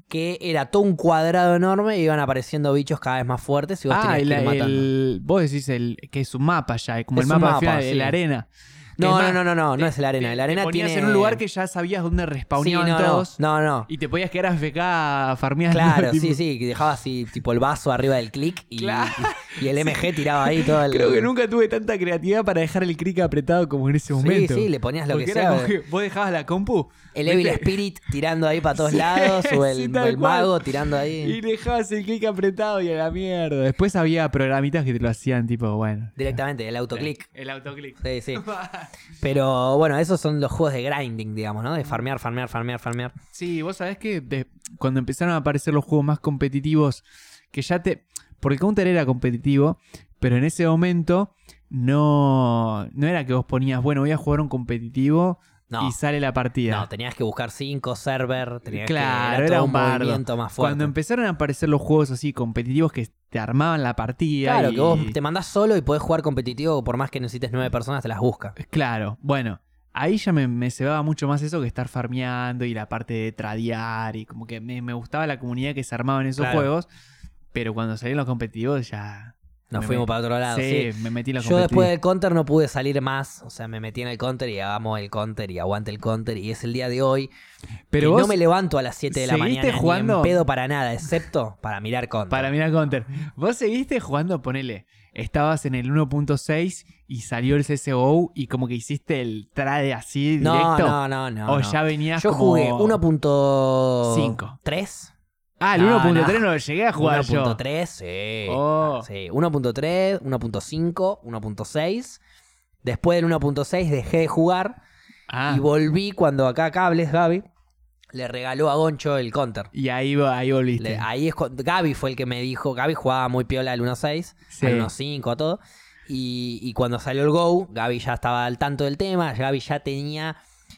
que era todo un cuadrado enorme y iban apareciendo bichos cada vez más fuertes y vos Ah, tenías el, que ir matando. el- vos decís el, que es un mapa ya, como Es el un mapa, al mapa, final, sí. de la arena. Que No, es no, más, no, no, no, te- no es el arena. te- El arena te ponías tiene... en un lugar que ya sabías dónde sí, no, respawneaban no, todos. no, no. Y te podías quedar a FK farmeando. (laughs) Claro, tipo. sí, sí, que dejaba así tipo el vaso arriba del click y, Claro. y (laughs) el MG tiraba ahí todo el... Creo que nunca tuve tanta creatividad para dejar el clic apretado como en ese Sí, momento. sí, le ponías lo Porque que era sea. como que vos dejabas la compu El (laughs) Evil viste, Spirit tirando ahí para todos (laughs) Sí, lados o el, sí, o tal el cual. mago tirando ahí. Y dejabas el clic apretado y a la mierda. Después había programitas que te lo hacían tipo, bueno. Directamente, el autoclick. Eh, El autoclick. Sí, sí. Pero bueno, esos son los juegos de grinding, digamos, ¿no? De farmear, farmear, farmear, farmear. (laughs) Sí, vos sabés que de- cuando empezaron a aparecer los juegos más competitivos, que ya te. Porque Counter era competitivo, pero en ese momento no, no era que vos ponías, bueno, voy a jugar un competitivo No. y sale la partida. No, tenías que buscar cinco server, tenías Claro, que era todo un bardo. movimiento más fuerte. Cuando empezaron a aparecer los juegos así competitivos que te armaban la partida. Claro, y- que vos te mandás solo y podés jugar competitivo, por más que necesites nueve personas, te las busca. Eh, Claro, bueno, ahí ya me, me cebaba mucho más eso que estar farmeando y la parte de tradear y como que me, me gustaba la comunidad que se armaba en esos Claro. juegos, pero cuando salían los competitivos ya... Nos Me fuimos metí. para otro lado, sí. sí, me metí en los Yo después competitivos. del counter no pude salir más, o sea, me metí en el counter y amo el counter y aguante el counter y es el día de hoy. Pero que vos, no me levanto a las 7 de la ¿seguiste mañana ni jugando? en pedo para nada, excepto para mirar counter. para mirar Counter, vos seguiste jugando, ponele, estabas en el 1.6 y salió el CSGO y como que hiciste el trade así no, directo. no, no, no. o no. Oh, ya venías Yo como- jugué 1.5 Cinco. 3 Ah, el No, 1.3 no lo llegué a jugar yo. 1.3, sí. Oh. Sí, 1.3, 1.5, 1.6. Después del 1.6 dejé de jugar Ah, y volví cuando acá Cables, Gaby, le regaló a Goncho el counter. y ahí, vo- ahí volviste. Le- ah, ahí es cuando- Gaby fue el que me dijo, Gaby jugaba muy piola al 1.6, Sí. al 1.5, a todo. Y, y cuando salió el Go, Gaby ya estaba al tanto del tema, Gaby ya tenía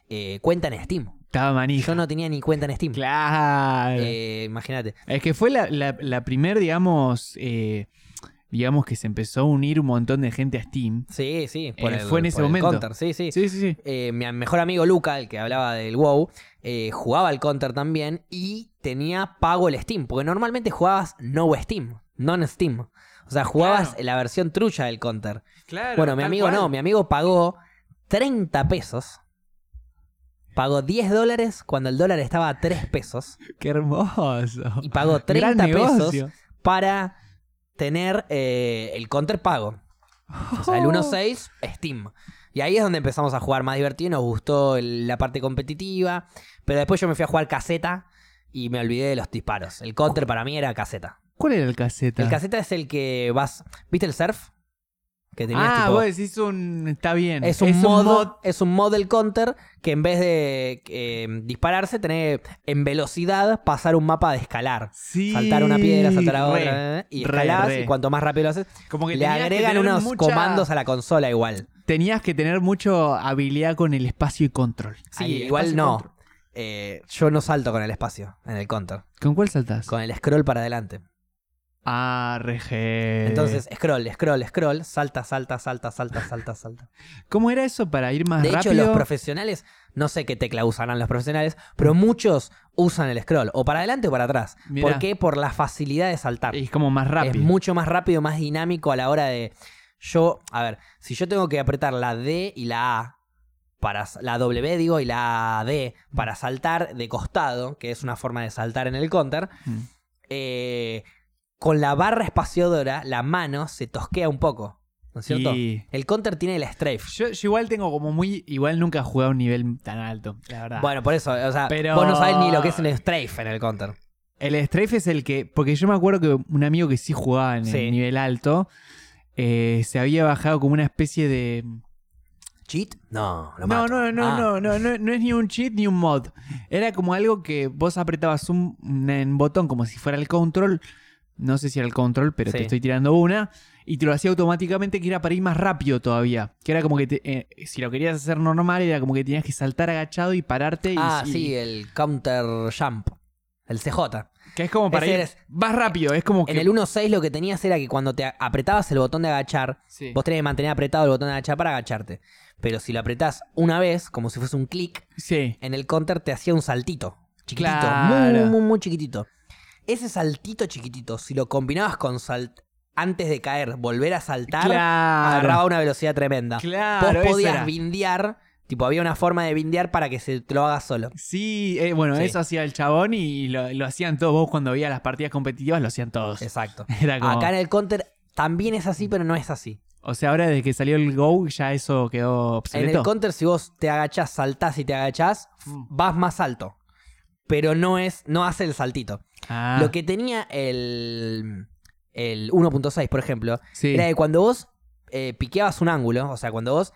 eh, cuenta en Steam. Estaba manija. Yo no tenía ni cuenta en Steam. Claro. Eh, imagínate. Es que fue la, la, la primer, digamos, eh, digamos que se empezó a unir un montón de gente a Steam. Sí, sí. Eh, fue en ese el momento. Counter, sí, sí. Sí, sí, sí. Eh, mi mejor amigo Luca, el que hablaba del WoW, eh, jugaba al Counter también y tenía pago el Steam, porque normalmente jugabas no Steam, non Steam. O sea, jugabas Claro. la versión trucha del Counter. Claro. bueno, mi amigo no, mi amigo pagó 30 pesos. Pagó 10 dólares cuando el dólar estaba a 3 pesos. Qué hermoso. Y pagó (laughs) Gran 30 pesos negocio. para tener eh, el counter pago. O sea, el ¡Oh! 1.6, Steam. Y ahí es donde empezamos a jugar más divertido y nos gustó el- la parte competitiva. Pero después yo me fui a jugar caseta y me olvidé de los disparos. El counter para mí era caseta. ¿Cuál era el caseta? El caseta es el que vas. ¿Viste el surf? Que tenías ah, tipo- vos decís un. Está bien. Es un, mod, mod- es un mod del counter que en vez de eh, dispararse, tenés en velocidad pasar un mapa de escalar. Sí, Saltar una piedra, saltar a re. otra, eh, y re, escalás, re. y cuanto más rápido lo haces, Como que le tenías que agregan tener unos mucha- comandos a la consola igual. Tenías que tener mucho habilidad con el espacio y control. Sí, Ahí, igual espacio y no. control. Eh, yo no salto con el espacio en el counter, ¿Con cuál saltás? con el scroll para adelante. Ah, reje. Entonces, scroll, scroll, scroll, salta, salta, salta, salta, salta, salta. ¿Cómo era eso para ir más De hecho, Ah, rápido? los profesionales, no sé qué tecla usarán los profesionales, pero muchos usan el scroll, o para adelante o para atrás. Mirá. ¿Por qué? Por la facilidad de saltar. Es como más rápido. Es mucho más rápido, más dinámico a la hora de. Yo, a ver, si yo tengo que apretar la D y la A, para, la W digo, y la D para saltar de costado, que es una forma de saltar en el counter, Mm. eh, con la barra espaciadora, la mano se tosquea un poco. ¿No es cierto? Y- El counter tiene la strafe. Yo, yo igual tengo como muy. Igual nunca he jugado a un nivel tan alto, la verdad. Bueno, por eso, o sea, Ah. Pero- vos no sabés ni lo que es un strafe en el counter. El strafe es el que. Porque yo me acuerdo que un amigo que sí jugaba en Sí. el nivel alto eh, se había bajado como una especie de. ¿Cheat? No, lo No, mato. no, no, Ah. no, no, no, no es ni un cheat ni un mod. Era como algo que vos apretabas un, un botón como si fuera el control. No sé si era el control, pero Sí. te estoy tirando una. Y te lo hacía automáticamente que era para ir más rápido todavía. Que era como que te- eh, si lo querías hacer normal, era como que tenías que saltar agachado y pararte. y- Ah, y- sí, el counter jump. El CJ. Que es como para Ese ir eres- más rápido. Es como que. En el 1.6 lo que tenías era que cuando te a- apretabas el botón de agachar, Sí. vos tenías que mantener apretado el botón de agachar para agacharte. Pero si lo apretás una vez, como si fuese un clic, Sí. en el counter te hacía un saltito. Chiquitito. Claro. Muy, muy, muy chiquitito. Ese saltito chiquitito, si lo combinabas con salt antes de caer, volver a saltar, Claro. agarraba una velocidad tremenda. Claro. vos eso podías era. bindear, tipo había una forma de bindear para que se te lo hagas solo. Sí, eh, bueno, Sí. eso hacía el chabón y lo, lo hacían todos. Vos cuando veías las partidas competitivas lo hacían todos. Exacto. (laughs) Era como- Acá en el counter también es así, pero no es así. O sea, ahora desde que salió el Go ya eso quedó En obsoleto. el counter, si vos te agachás, saltás y te agachás, f- Mm. vas más alto. Pero no es, no hace el saltito. Ah, Lo que tenía el, el 1.6, por ejemplo, sí. era que cuando vos eh, piqueabas un ángulo, o sea, cuando vos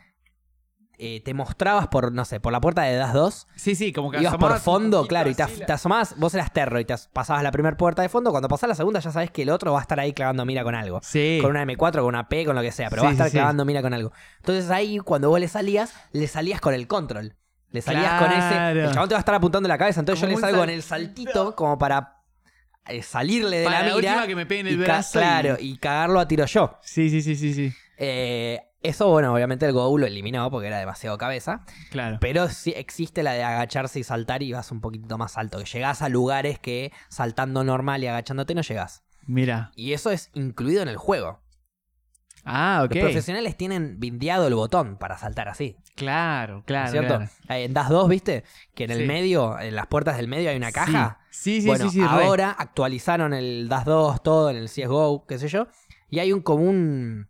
eh, te mostrabas por, no sé, por la puerta de Das 2, sí, sí, como que ibas por asomabas un fondo, poquito claro, y te, así af- la- te asomabas, vos eras terro y te as- pasabas la primera puerta de fondo, cuando pasás la segunda ya sabés que el otro va a estar ahí clavando mira con algo Sí. con una M4, con una P, con lo que sea, pero Sí, va a sí, estar sí. clavando mira con algo. Entonces ahí, cuando vos le salías, le salías con el control. Le salías con Claro. ese. El chabón te va a estar apuntando la cabeza, entonces Como yo le un salgo en sal- el saltito como para eh, salirle de Para la la mira. última que me pegue en y el ca- brazo. y- Claro, y cagarlo a tiro yo. Sí, sí, sí, sí, sí. Eh, eso, bueno, obviamente el Go lo eliminó porque era demasiado cabeza. Claro. Pero sí existe la de agacharse y saltar y vas un poquitito más alto. Que llegás a lugares que saltando normal y agachándote no llegás. Mira. Y eso es incluido en el juego. Ah, ok. Los profesionales tienen bindeado el botón para saltar así. Claro, claro. ¿no es ¿Cierto? claro. Eh, En DAS 2, ¿viste? Que en el Sí. medio, en las puertas del medio hay una caja. Sí, sí, sí, bueno, sí, sí, re. ahora actualizaron el DAS 2, todo en el CSGO, qué sé yo. Y hay un como un.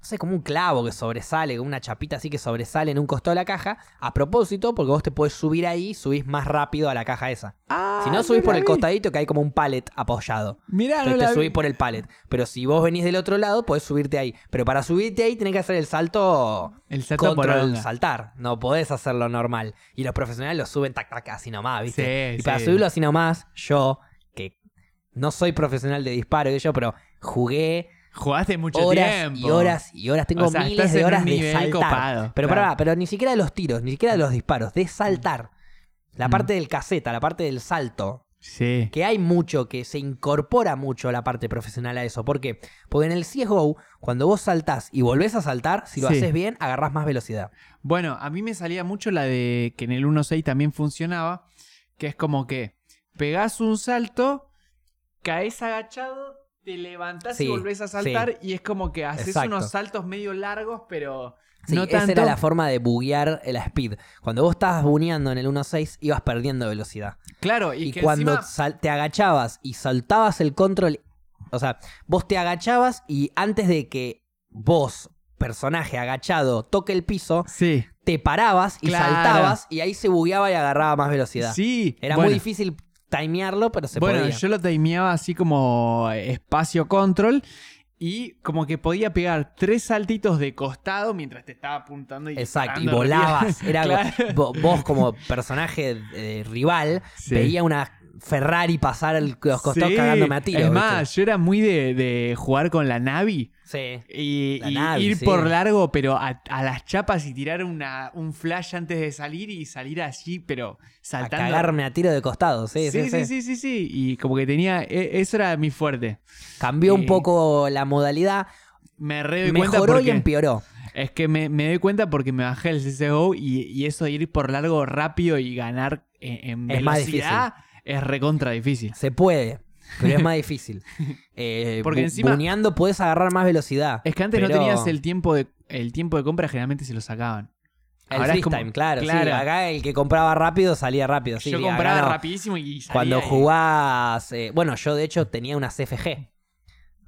No sé, como un clavo que sobresale, como una chapita así que sobresale en un costado de la caja. A propósito, porque vos te podés subir ahí, subís más rápido a la caja esa. Ah, Si no, subís la por el vi. costadito que hay como un pallet apoyado. Mirá, no Entonces la te vi. subís por el pallet. Pero si vos venís del otro lado, podés subirte ahí. Pero para subirte ahí tenés que hacer el salto, El salto por control onda. saltar. No podés hacerlo normal. Y los profesionales lo suben tac tac así nomás, ¿viste? Sí, y para sí. subirlo así nomás, yo, que no soy profesional de disparo y yo, pero jugué Jugaste mucho horas tiempo. y horas y horas. Tengo O sea, miles estás en de un horas de nivel saltar. copado, pero claro. pará, pero ni siquiera de los tiros, ni siquiera de los disparos, de saltar. La Mm. parte del caseta, la parte del salto, Sí. que hay mucho, que se incorpora mucho la parte profesional a eso. ¿Por qué? Porque en el CSGO, cuando vos saltás y volvés a saltar, si lo Sí. haces bien, agarrás más velocidad. Bueno, a mí me salía mucho la de que en el 1.6 también funcionaba, que es como que pegás un salto, caes agachado, te levantás Sí, y volvés a saltar y es como que haces Exacto. unos saltos medio largos, pero Sí, no esa tanto. era la forma de buguear la speed. Cuando vos estabas buneando en el 1.6, ibas perdiendo velocidad. Claro, y, Y, que cuando encima- sal- te agachabas y saltabas el control, o sea, vos te agachabas y antes de que vos, personaje agachado, toque el piso, Sí, te parabas y Claro. saltabas y ahí se bugueaba y agarraba más velocidad. sí. Era bueno, muy difícil timearlo, pero se bueno, podía. yo lo timeaba así como espacio control y como que podía pegar tres saltitos de costado mientras te estaba apuntando y Exacto, y disparando en realidad. (laughs) volabas. Era Claro. vo- vos como personaje eh, rival Sí. veía una Ferrari pasar al- los costados Sí. cagándome a tiros. Es ¿viste? más, yo era muy de, de jugar con la Navi Sí. y, La y Navi, ir sí. por largo, pero a, a las chapas y tirar una, un flash antes de salir y salir allí, pero A saltando. cagarme a tiro de costado, sí, Sí sí sí, sí, sí, sí. Y como que tenía. e- Eso era mi fuerte. Cambió un Sí. poco la modalidad, Me re doy cuenta mejoró y porque- empeoró. Es que me, me doy cuenta porque me bajé el CSGO y, y eso de ir por largo rápido y ganar e, en, en Es más velocidad es recontra difícil. Se puede, pero es más difícil. Eh, (laughs) Porque bu- encima- buneando puedes agarrar más velocidad. Es que antes no Pero- tenías el tiempo de el tiempo de compra, generalmente se lo sacaban. El Ahora es como- freestyle, claro. sí, claro. acá el que compraba rápido salía rápido. sí, Yo acá compraba no. rapidísimo y salía Cuando y- jugás. eh, bueno, yo de hecho tenía una CFG.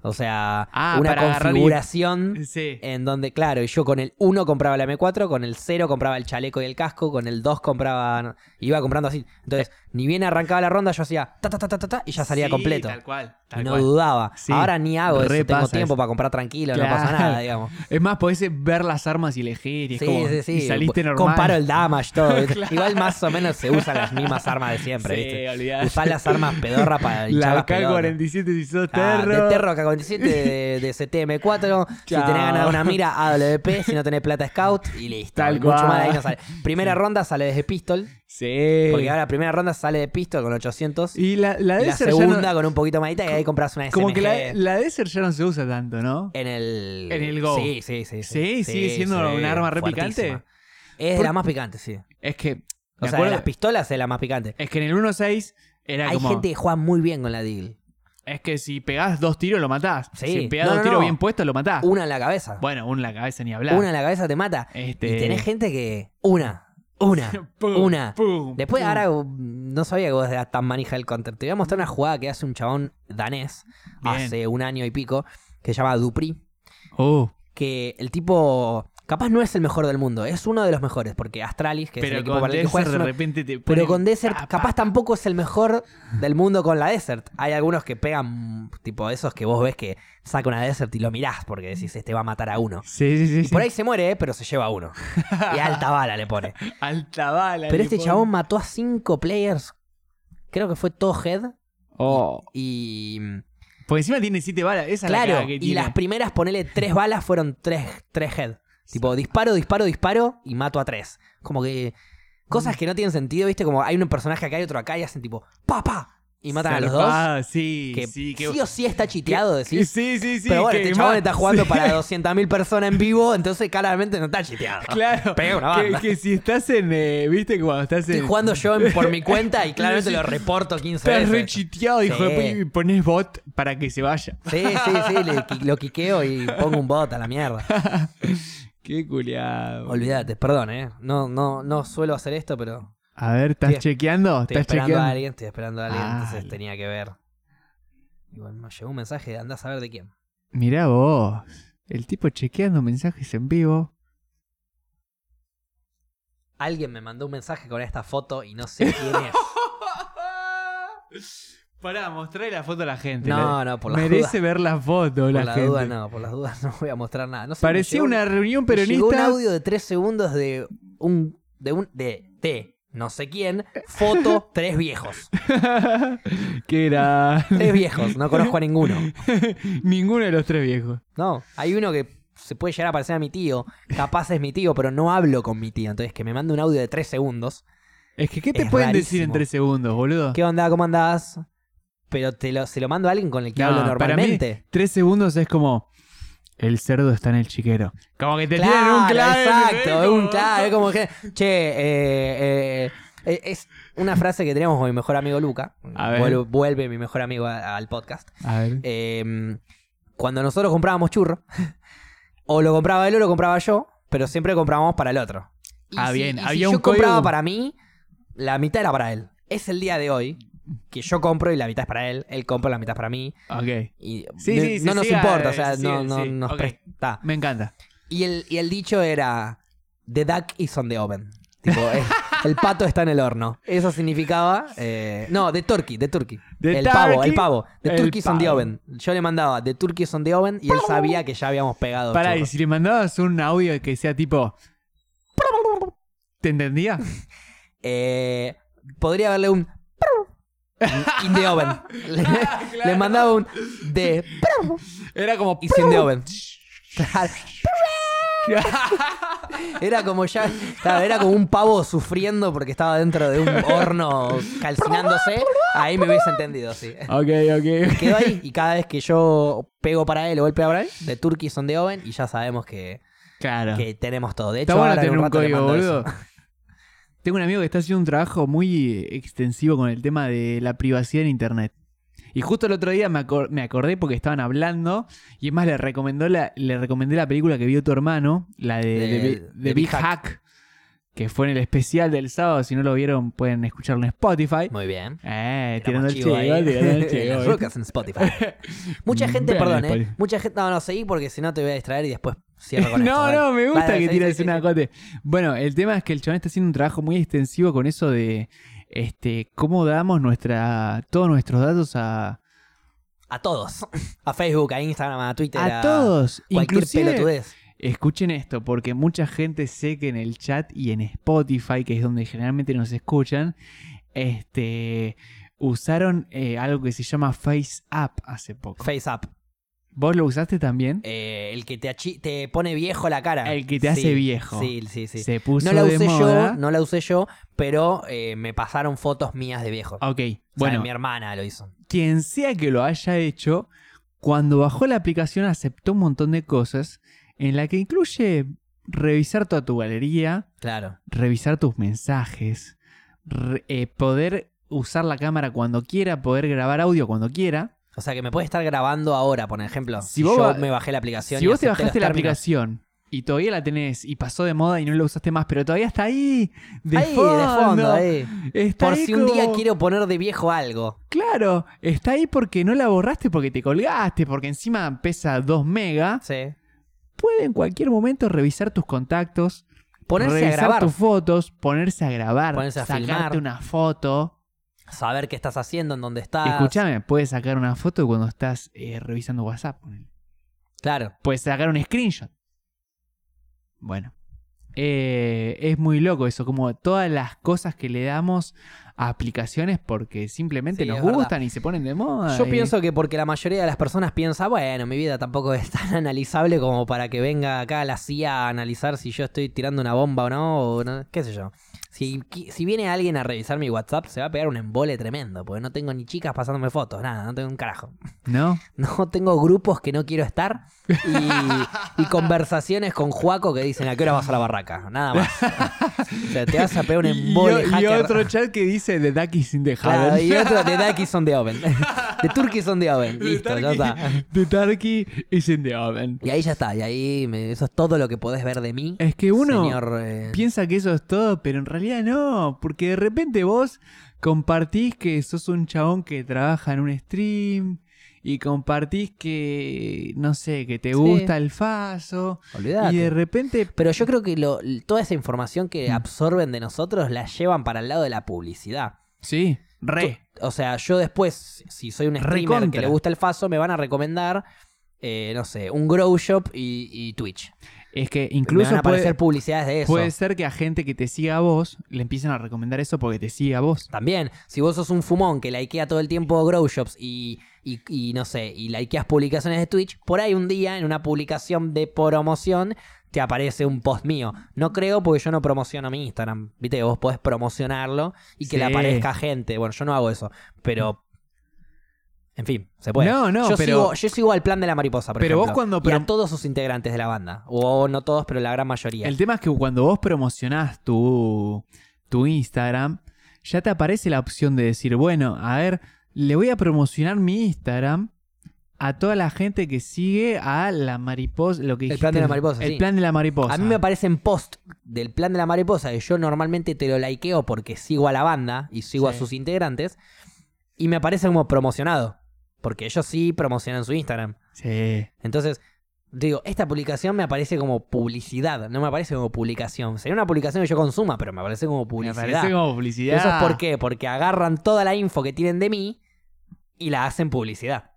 O sea, Ah, una para agarrar configuración Sí. en donde, claro, y yo con el 1 compraba la M4, con el 0 compraba el chaleco y el casco, con el 2 compraba. no, Iba comprando así. Entonces, ni bien arrancaba la ronda, yo hacía ta ta ta ta ta, ta, y ya salía Eh. Sí, completo. Tal cual, Y tal no cual. dudaba. Sí, Ahora ni hago eso. re Tengo pasa tiempo eso. para comprar tranquilo, no Claro. pasa nada, digamos. Es más, podés eh, ver las armas y elegir (laughs) y es Sí, como, sí, sí. y saliste normal. Comparo el damage, todo. (laughs) ¿viste? Igual más o menos se usan las mismas armas de siempre, Sí, ¿viste? olvidate. (laughs) Usás las armas pedorra para hinchar La las pelotas. K47 si sos Ah, terro. de Terro K47, de, de CTM4. si Chao. tenés ganado una (laughs) mira, AWP. Si no tenés plata, Scout. Y listo. Tal Mucho cual. más de ahí no sale. Primera ronda sale desde Pistol. Sí. Porque ahora la primera ronda sale de Pistol con 800. Y, Eh. Y la, la, la Desert ya no- segunda con un poquito más de guita, Y ahí compras una SMG. Como que la, la Desert ya no se usa tanto, ¿no? En el... En el Go. Sí, sí, sí. Sí, sigue siendo un arma re picante. fuertísima. Es Por- la más picante, sí. Es que. O me sea, de acuerdo- las pistolas es la más picante. es que en el 1.6 era Hay como. gente que juega muy bien con la Deagle. Es que si pegás dos tiros, lo matás. Sí. Si pegás No, dos no, tiros no. bien puestos, lo matás. Una en la cabeza. Ah. Bueno, uno en la cabeza ni hablar. Una en la cabeza te mata. Este... Y tenés (laughs) gente que. Una. Una. Pum, una. pum, Después, pum. ahora mm, no sabía que vos eras tan manija del counter. Te voy a mostrar una jugada que hace un chabón danés Bien. hace un año y pico que se llama Dupri. Oh, Que el tipo. Capaz no es el mejor del mundo, es uno de los mejores, porque Astralis, que es el pero equipo con para el que Desert juega, es de uno- repente te Pero ponen- con Desert, Pa, pa, capaz tampoco es el mejor del mundo con la Desert. Hay algunos que pegan, tipo esos que vos ves que saca una Desert y lo mirás porque decís, este va a matar a uno. Sí, sí, sí. Y sí. por ahí se muere, eh, pero se lleva a (laughs) uno. Y alta bala le pone. Alta bala. Pero le este ponen. chabón mató a cinco players. Creo que fue todo head. Oh. Y. Porque encima tiene 7 balas. Esa es la Claro, cara que y tiene. las primeras, ponele tres balas, fueron tres, tres head. Tipo, disparo, disparo, disparo y mato a tres. Como que. Cosas que no tienen sentido, ¿viste? Como hay un personaje acá y otro acá y hacen tipo. ¡Pa, pa! Y matan a los dos. Zarpado, Sí, Que sí, sí, que- o sí está chiteado, Sí, decís. sí, sí. Pero bueno, que este chabón ma- está jugando sí, para 200.000 personas en vivo, entonces claramente no está chiteado. (laughs) Claro. Pega una que- banda. Que, si estás en. eh, Viste que cuando estás en. Estoy jugando yo en- por mi cuenta y claramente lo reporto 15 Estás re veces. chiteado, hijo de Sí. pu- y pones bot para que se vaya. Sí, sí, sí, le qui- lo quiqueo y pongo un bot a la mierda. Qué culiado. Olvídate, perdón, ¿eh? No, no, no suelo hacer esto, pero A ver, ¿estás Estoy- chequeando? estoy ¿Estás esperando chequeando? a alguien, estoy esperando a alguien, Ah. entonces tenía que ver. Igual me llegó un mensaje, andás a saber de quién. Mirá vos. El tipo chequeando mensajes en vivo. Alguien me mandó un mensaje con esta foto y no sé quién (laughs) es. (laughs) Pará, mostré la foto a la gente. No, no, por las Merece dudas. ver la foto Por la, las gente. dudas no, por las dudas no voy a mostrar nada. No sé, me Parecía llegó- una reunión me llegó un peronista. audio de tres segundos de un. de un. de. de no sé quién. (laughs) Foto, tres viejos. que era (laughs) Tres viejos, no conozco a ninguno. ninguno de los tres viejos. No, hay uno que se puede llegar a parecer a mi tío. Capaz es mi tío, pero no hablo con mi tío. Entonces, que me mande un audio de tres segundos. Es que, ¿qué te Es pueden decir rarísimo. en tres segundos, boludo? ¿Qué onda? ¿Cómo andás? Pero te lo, se lo mando a alguien con el que No, hablo para mí, normalmente. tres segundos es como. El cerdo está en el chiquero. Como que te tienen un Claro, clave. exacto, ¿entendés? es un Como- claro. Es como que, che, eh, eh, eh, es una frase que teníamos con mi mejor amigo Luca. A ver. Vuelve, vuelve mi mejor amigo a- al podcast. A ver. Eh, cuando nosotros comprábamos churro, (laughs) o lo compraba él o lo compraba yo, pero siempre comprábamos para el otro. Y Ah, si- bien, y había si un yo compraba código- para mí, la mitad era para él. Es el día de hoy que yo compro y la mitad es para él, él compra y la mitad es para mí. Ok. Y Sí, no, sí, no se nos sigue, importa, o eh, sea, se no, sigue, no sí, nos ok. presta. Me encanta. Y el, y el dicho era: The duck is on the oven. Tipo, eh, El pato está en el horno. Eso significaba. eh, no, de Turkey, de Turkey. De el pavo, Turkey. el pavo. De El Turkey on the pavo. oven. Yo le mandaba de Turkey on the oven y él sabía que ya habíamos pegado. Pará, y churros. si le mandabas un audio que sea tipo. ¿Te entendía? (laughs) Eh, podría haberle un. In the (laughs) oven. Le, le mandaba un. De. Era como. Y sin the oven. Claro. (laughs) Era como ya. claro, era como un pavo sufriendo porque estaba dentro de un horno calcinándose. Ahí me hubiese entendido, sí. Ok, ok. Quedó ahí y cada vez que yo pego para él o él pega para él, de Turkey son de Oven y ya sabemos que, Claro. que tenemos todo. De hecho, Está bueno ahora en tener un rato le código, mando eso. boludo. (laughs) Tengo un amigo que está haciendo un trabajo muy extensivo con el tema de la privacidad en internet. Y justo el otro día me, acor- me acordé porque estaban hablando y es más le recomendó la, le recomendé la película que vio tu hermano, la de, De- de Bi- de Big de Big Hack. que fue en el especial del sábado. Si no lo vieron, pueden escucharlo en Spotify. Muy bien. Eh, tirando Tirando el chivo, tirando (laughs) el chivo, Las ¿viste? rocas en Spotify. (laughs) Mucha gente, Vean perdón, en eh. Spotify. Mucha gente. No, no, seguí porque si no te voy a distraer y después cierro (laughs) con esto. no, dale. no, me gusta Dale, que sí, tires sí, una sí. cote. Bueno, el tema es que el chabón está haciendo un trabajo muy extensivo con eso de este cómo damos nuestra todos nuestros datos a, A todos. A Facebook, a Instagram, a Twitter. a todos, Cualquier inclusive. pelotudez. Escuchen esto porque mucha gente sé que en el chat y en Spotify, que es donde generalmente nos escuchan, este usaron eh, algo que se llama Face App hace poco. Face Up. ¿Vos lo usaste también? Eh, el que te, achi- te pone viejo la cara. El que te Sí, hace viejo. Sí, sí, sí. Se puso No la de usé moda. yo, no la usé yo, pero eh, me pasaron fotos mías de viejo. Ok, bueno, Ah, bueno, mi hermana lo hizo. quien sea que lo haya hecho, cuando bajó la aplicación aceptó un montón de cosas en la que incluye revisar toda tu galería, Claro. revisar tus mensajes, re- eh, poder usar la cámara cuando quiera, poder grabar audio cuando quiera. O sea que me puede estar grabando ahora, por ejemplo. Si Si, vos yo ba- me bajé la aplicación. Si y vos te acepté bajaste los la términos. aplicación y todavía la tenés y pasó de moda y no la usaste más, pero todavía está ahí, de ahí, fondo. de fondo, ahí. Está Por ahí si un día como- quiero poner de viejo algo. Claro, está ahí porque no la borraste, porque te colgaste, porque encima pesa 2 megas. Sí. puede en cualquier momento revisar tus contactos, Ponerse revisar a grabar. tus fotos, ponerse a grabar, Ponerse a sacarte filmar. una foto. Saber qué estás haciendo, en dónde estás. Y Escúchame, puedes sacar una foto cuando estás eh, revisando WhatsApp. ponele. Claro. Puedes sacar un screenshot. Bueno. Eh, es muy loco eso, como todas las cosas que le damos a aplicaciones porque simplemente Sí, nos es verdad. gustan y se ponen de moda. Yo y- pienso que porque la mayoría de las personas piensa, bueno, mi vida tampoco es tan (laughs) analizable como para que venga acá la CIA a analizar si yo estoy tirando una bomba o no, o no- qué sé yo. Si, qui- si viene alguien a revisar mi WhatsApp, se va a pegar un embole tremendo, porque no tengo ni chicas pasándome fotos, nada, no tengo un carajo. (laughs) ¿No? No tengo grupos que no quiero estar y, y conversaciones con Juaco que dicen, ¿a qué hora vas a la barraca? Nada (laughs) más. o sea, te vas a pegar un Y, embole, y hacker. otro chat que dice The Duck is in the Claro, Heaven". y otro (laughs) de Ducky son de Oven. De Turkey son de Oven. Listo, ya está. The Turkey is in the oven. Y ahí ya está, y ahí me- eso es todo lo que podés ver de mí. Es que uno señor, eh, piensa que eso es todo, pero en realidad no, porque de repente vos compartís que sos un chabón que trabaja en un stream y compartís que, no sé, que te Sí. gusta el faso olvidate. y de repente... Pero yo creo que lo- toda esa información que Mm. absorben de nosotros la llevan para el lado de la publicidad. Sí, re. O sea, yo después, si soy un streamer que Recontra. le gusta el faso, me van a recomendar, eh, no sé, un grow shop y, y Twitch. Es que Incluso me van a incluso aparecer puede, publicidades de eso. puede ser que a gente que te siga a vos le empiecen a recomendar eso porque te sigue a vos. También, si vos sos un fumón que likea todo el tiempo grow shops y, y, y no sé, y likeas publicaciones de Twitch, por ahí un día en una publicación de promoción te aparece un post mío. No creo porque yo no promociono mi Instagram. Viste que vos podés promocionarlo y que le Sí. aparezca gente. Bueno, yo no hago eso, pero... En fin, se puede. No, no, yo pero- Sigo, yo sigo al plan de la mariposa, por Pero vos ejemplo, cuando Y a prom- todos sus integrantes de la banda. O no todos, pero la gran mayoría. El tema es que cuando vos promocionás tu, tu Instagram, ya te aparece la opción de decir, bueno, a ver, le voy a promocionar mi Instagram a toda la gente que sigue a la mariposa, lo que El dijiste, plan de la mariposa, El sí. plan de la mariposa. A mí me aparecen post del plan de la mariposa que yo normalmente te lo likeo porque sigo a la banda y sigo a Sí. sus integrantes y me aparece como promocionado porque ellos sí promocionan su Instagram. Sí. Entonces, Digo, esta publicación me aparece como publicidad, no me aparece como publicación. Sería una publicación que yo consuma, pero me aparece como Me publicidad. parece como publicidad. ¿Eso es por qué? Porque agarran toda la info que tienen de mí y la hacen publicidad.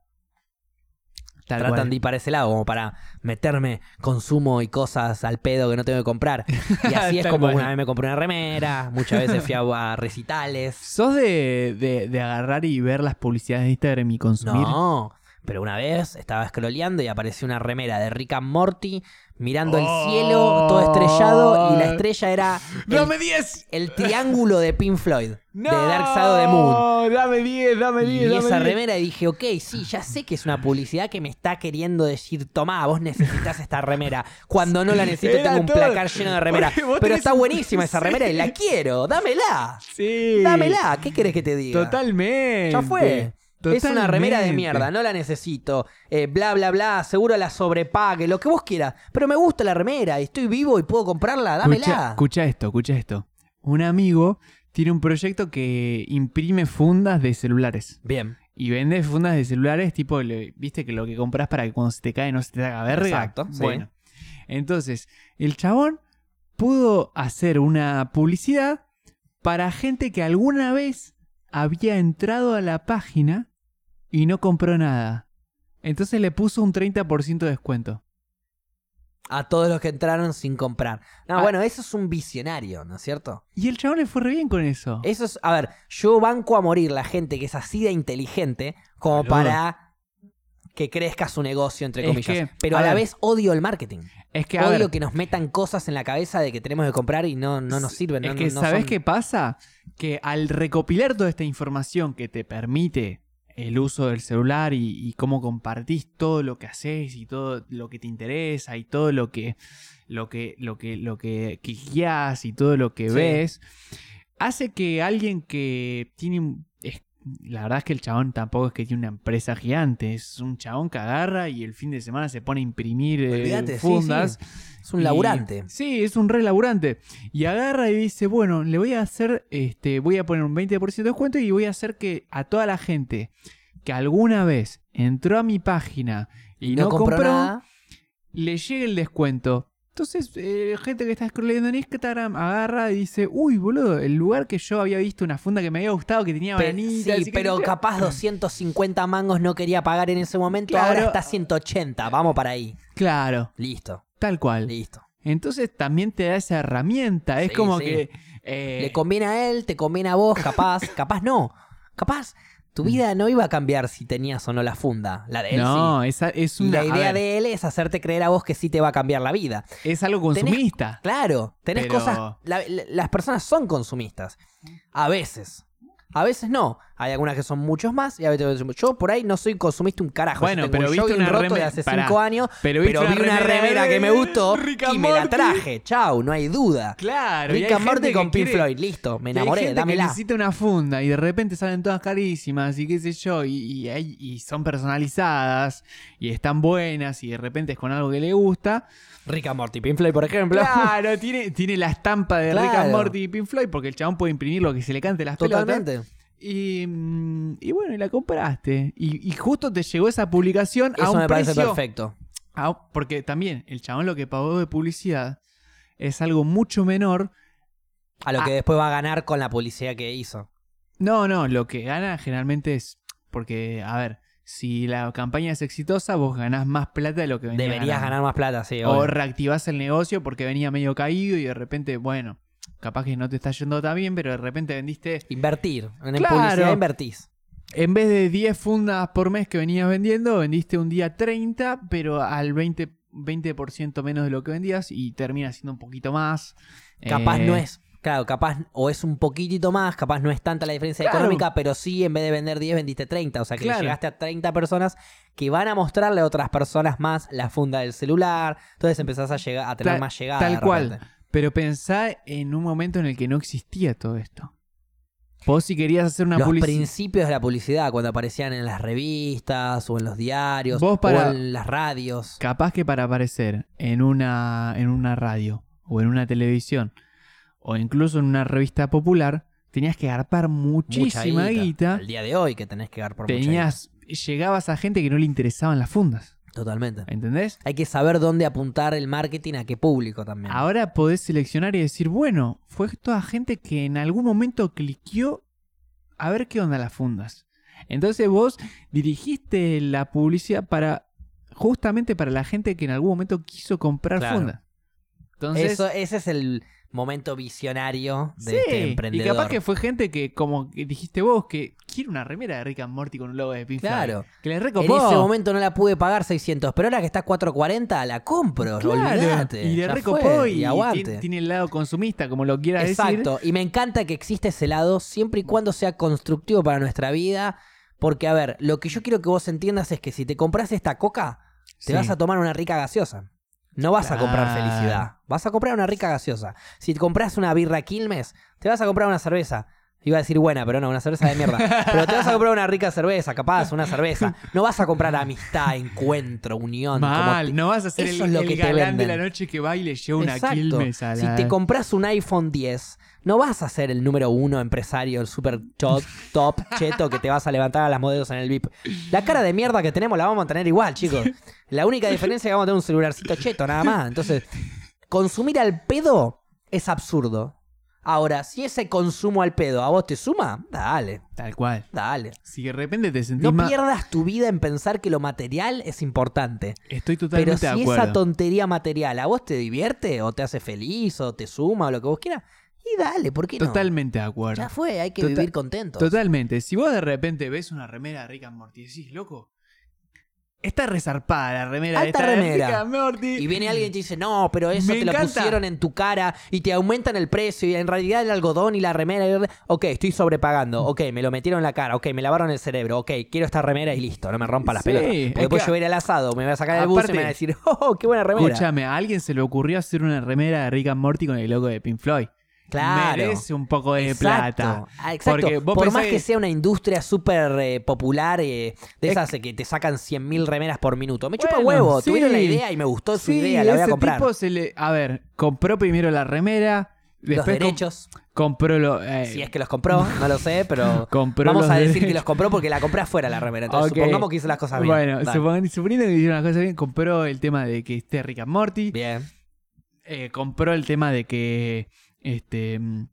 Tal Tratan cual. de ir para ese lado, como para meterme consumo y cosas al pedo que no tengo que (laughs) comprar. Y así es Tal como cual. una vez me compré una remera, muchas veces fui a, a (laughs) recitales. ¿Sos de, de- de agarrar y ver las publicidades de Instagram y consumir? No, pero una vez estaba scrolleando y apareció una remera de Rick and Morty mirando Oh. el cielo todo estrellado y la estrella era el, ¡Dame 10! el triángulo de Pink Floyd ¡No! de Dark Side of the Moon. ¡Dame 10, dame 10! Y dame esa 10. remera y dije, ok, sí, ya sé que es una publicidad que me está queriendo decir, tomá, vos necesitas esta remera. Cuando no la necesito, Era tengo un todo. placar lleno de remera. Porque vos Pero tenés está un- buenísima esa (laughs) Sí. remera y la quiero, dámela. Sí. Dámela, ¿qué querés que te diga? Totalmente. Ya fue. Es una remera de Totalmente. mierda, no la necesito. Eh, bla, bla, bla, seguro la sobrepague, lo que vos quieras. Pero me gusta la remera y estoy vivo y puedo comprarla, Escucha, dámela. escucha esto, escucha esto. Un amigo tiene un proyecto que imprime fundas de celulares. Bien, Y vende fundas de celulares, tipo, le- viste que lo que compras para que cuando se te cae no se te haga verga. Exacto, sí. Bueno. Entonces, el chabón pudo hacer una publicidad para gente que alguna vez había entrado a la página y no compró nada. Entonces le puso un 30% de descuento. a todos los que entraron sin comprar. No, Ah. bueno, eso es un visionario, ¿no es cierto? Y el chabón le fue re bien con eso. Eso es, a ver, yo banco a morir la gente que es así de inteligente como Boludo. para que crezca su negocio, entre Es comillas. que, Pero a a, la ver. vez odio el marketing. Es que, a Odio ver, que nos metan cosas en la cabeza de que tenemos que comprar y no, no nos sirven. es no- que no- no ¿sabes son- qué pasa? Que al recopilar toda esta información que te permite el uso del celular y, y cómo compartís todo lo que haces y todo lo que te interesa y todo lo que lo que lo que lo que quiqueás y todo lo que Sí. ves hace que alguien que tiene un- es- la verdad es que el chabón tampoco es que tiene una empresa gigante, es un chabón que agarra y el fin de semana se pone a imprimir eh, Olvídate, sí, sí. fundas Es un y- laburante. sí, es un re laburante. Y agarra y dice, bueno, le voy a hacer, este, voy a poner un 20% de descuento y voy a hacer que a toda la gente que alguna vez entró a mi página y no, compró, nada. le llegue el descuento. Entonces, eh, gente que está scrollando en Instagram agarra y dice, uy, boludo, el lugar que yo había visto una funda que me había gustado, que tenía Pe- bananitas. sí, así que- pero capaz 250 mangos no quería pagar en ese momento. Ahora Claro. está 180. Vamos para ahí. Claro, Listo, tal cual. listo. Entonces también te da esa herramienta. Es Sí, como sí. que... eh, Le conviene a él, te conviene a vos, capaz, (laughs) capaz no. Capaz, Mm. tu vida no iba a cambiar si tenías o no la funda. La de él no, sí. esa es Y una... la a idea ver. de él es hacerte creer a vos que sí te va a cambiar la vida. Es algo Tenés- consumista. Claro, tenés Pero- cosas. la- la- las personas son consumistas. A veces. A veces no. Hay algunas que son muchos más y a veces yo por ahí no soy consumista un carajo. Yo Bueno, tengo pero un viste jogging una roto de reme- hace pará. cinco años, pero vi una remera que me gustó y me la traje. Chau, no hay duda. Claro. Rick and Morty con Pink Floyd, listo, me hay enamoré, gente que dámela. necesita una funda y de repente salen todas carísimas y qué sé yo, y, y hay- y son personalizadas y están buenas y de repente es con algo que le gusta. Rick and Morty, Pink Floyd, por ejemplo. (laughs) Claro, tiene, tiene la estampa de Rick Claro. and Morty y Pink Floyd porque el chabón puede imprimir lo que se le cante las pelotas. Totalmente. Y, mm, y bueno, y la compraste. Y, y justo te llegó esa publicación a Eso un me parece precio perfecto. Ah, porque también el chabón lo que pagó de publicidad es algo mucho menor. A lo que Ah. después va a ganar con la publicidad que hizo. No, no, lo que gana generalmente es. Porque, a ver, si la campaña es exitosa, vos ganás más plata de lo que venía Deberías ganar ganando. más plata, sí. O obvio. reactivás el negocio porque venía medio caído y de repente, bueno, capaz que no te está yendo tan bien, pero de repente vendiste. Invertir. En Claro. publicidad invertís. En vez de 10 fundas por mes que venías vendiendo, vendiste un día 30, pero al 20, 20% menos de lo que vendías y termina siendo un poquito más. Capaz Eh, no es. Claro, capaz o es un poquitito más, capaz no es tanta la diferencia Claro. económica, pero sí en vez de vender 10 vendiste 30, o sea que le Claro. llegaste a 30 personas que van a mostrarle a otras personas más la funda del celular, entonces empezás a llegar a tener Tal- más llegada. tal de cual. repente. Pero pensá en un momento en el que no existía todo esto. Vos si querías hacer una Los publicidad... principios de la publicidad cuando aparecían en las revistas o en los diarios Vos para- o en las radios. Capaz que para aparecer en una, en una radio o en una televisión o incluso en una revista popular, tenías que garpar muchísima Mucha guita. El día de hoy que tenés que dar por mucha guita. Tenías, llegabas a gente que no le interesaban las fundas. Totalmente. ¿Entendés? Hay que saber dónde apuntar el marketing a qué público también. Ahora podés seleccionar y decir, bueno, fue toda gente que en algún momento cliqueó a ver qué onda las fundas. Entonces vos dirigiste la publicidad para justamente para la gente que en algún momento quiso comprar Claro. fundas. Entonces, Eso, ese es el momento visionario de sí, este y emprendedor. capaz que fue gente que, como que dijiste vos, que quiere una remera de Rick and Morty con un logo de Pink Floyd. Claro. Que le En recopó. ese momento no la pude pagar 600, pero ahora que está 440 la compro. Claro, olvídate, y le ya recopó fue, y, y aguante. tiene, tiene el lado consumista, como lo quiera decir. Exacto, y me encanta que exista ese lado siempre y cuando sea constructivo para nuestra vida. Porque, a ver, lo que yo quiero que vos entiendas es que si te compras esta coca, te Sí. vas a tomar una rica gaseosa. No vas a comprar Claro. felicidad, vas a comprar una rica gaseosa. Si te compras una birra Quilmes, te vas a comprar una cerveza. Iba a decir buena, pero no, una cerveza de (laughs) mierda. Pero te vas a comprar una rica cerveza, capaz, una cerveza. No vas a comprar amistad, encuentro, unión. como Mal, te- no vas a ser el, Eso es lo el que te galán de venden. la noche que va y le lleva una Exacto. Quilmes a la- Si te compras un iPhone 10, no vas a ser el número uno empresario, el super top, top cheto que te vas a levantar a las modelos en el VIP. La cara de mierda que tenemos la vamos a tener igual, chicos. La única diferencia es que vamos a tener un celularcito cheto, nada más. Entonces, consumir al pedo es absurdo. Ahora, si ese consumo al pedo a vos te suma, dale, Tal cual. dale. Si de repente te sentís No más... pierdas tu vida en pensar que lo material es importante. Estoy Pero totalmente si de esa acuerdo. tontería material a vos te divierte o te hace feliz o te suma o lo que vos quieras, y dale, ¿por qué no? Totalmente de acuerdo. Ya fue, hay que Total- vivir contento. Totalmente. Si vos de repente ves una remera de Rick and Morty y decís, loco, está resarpada la remera Alta esta de remera. Rick and Morty. Y viene alguien y te dice, no, pero eso Me te lo encanta. pusieron en tu cara y te aumentan el precio y en realidad el algodón y la remera. y- Ok, estoy sobrepagando. Ok, me lo metieron en la cara. Ok, me lavaron el cerebro. Ok, quiero esta remera y listo, no me rompa las Sí, pelotas. es Porque después que- yo voy a ir al asado, me voy a sacar el bus y Aparte- me van a decir, (laughs) oh, qué buena remera. Escúchame, a alguien se le ocurrió hacer una remera de Rick and Morty con el logo de Pink Floyd. claro. Merece un poco de eh, plata. Ah, Exacto. Porque vos por pensás más que- que sea una industria súper eh, popular, eh, de Es esas eh, que te sacan 100.000 remeras por minuto. Me chupa Bueno, huevo. sí. Tuvieron la idea y me gustó su idea. La voy a ese comprar. tipo se le... A ver, compró primero la remera, Los después com- derechos, compró lo... eh, si es que los compró, no lo sé, (laughs) pero compró vamos los a decir que derechos. los compró porque la compré afuera la remera. Entonces Ok. supongamos que hizo las cosas bien. Bueno, Dale. supon- suponiendo que hicieron las cosas bien, compró el tema de que esté Rick and Morty, Bien. eh, compró el tema de que este mm,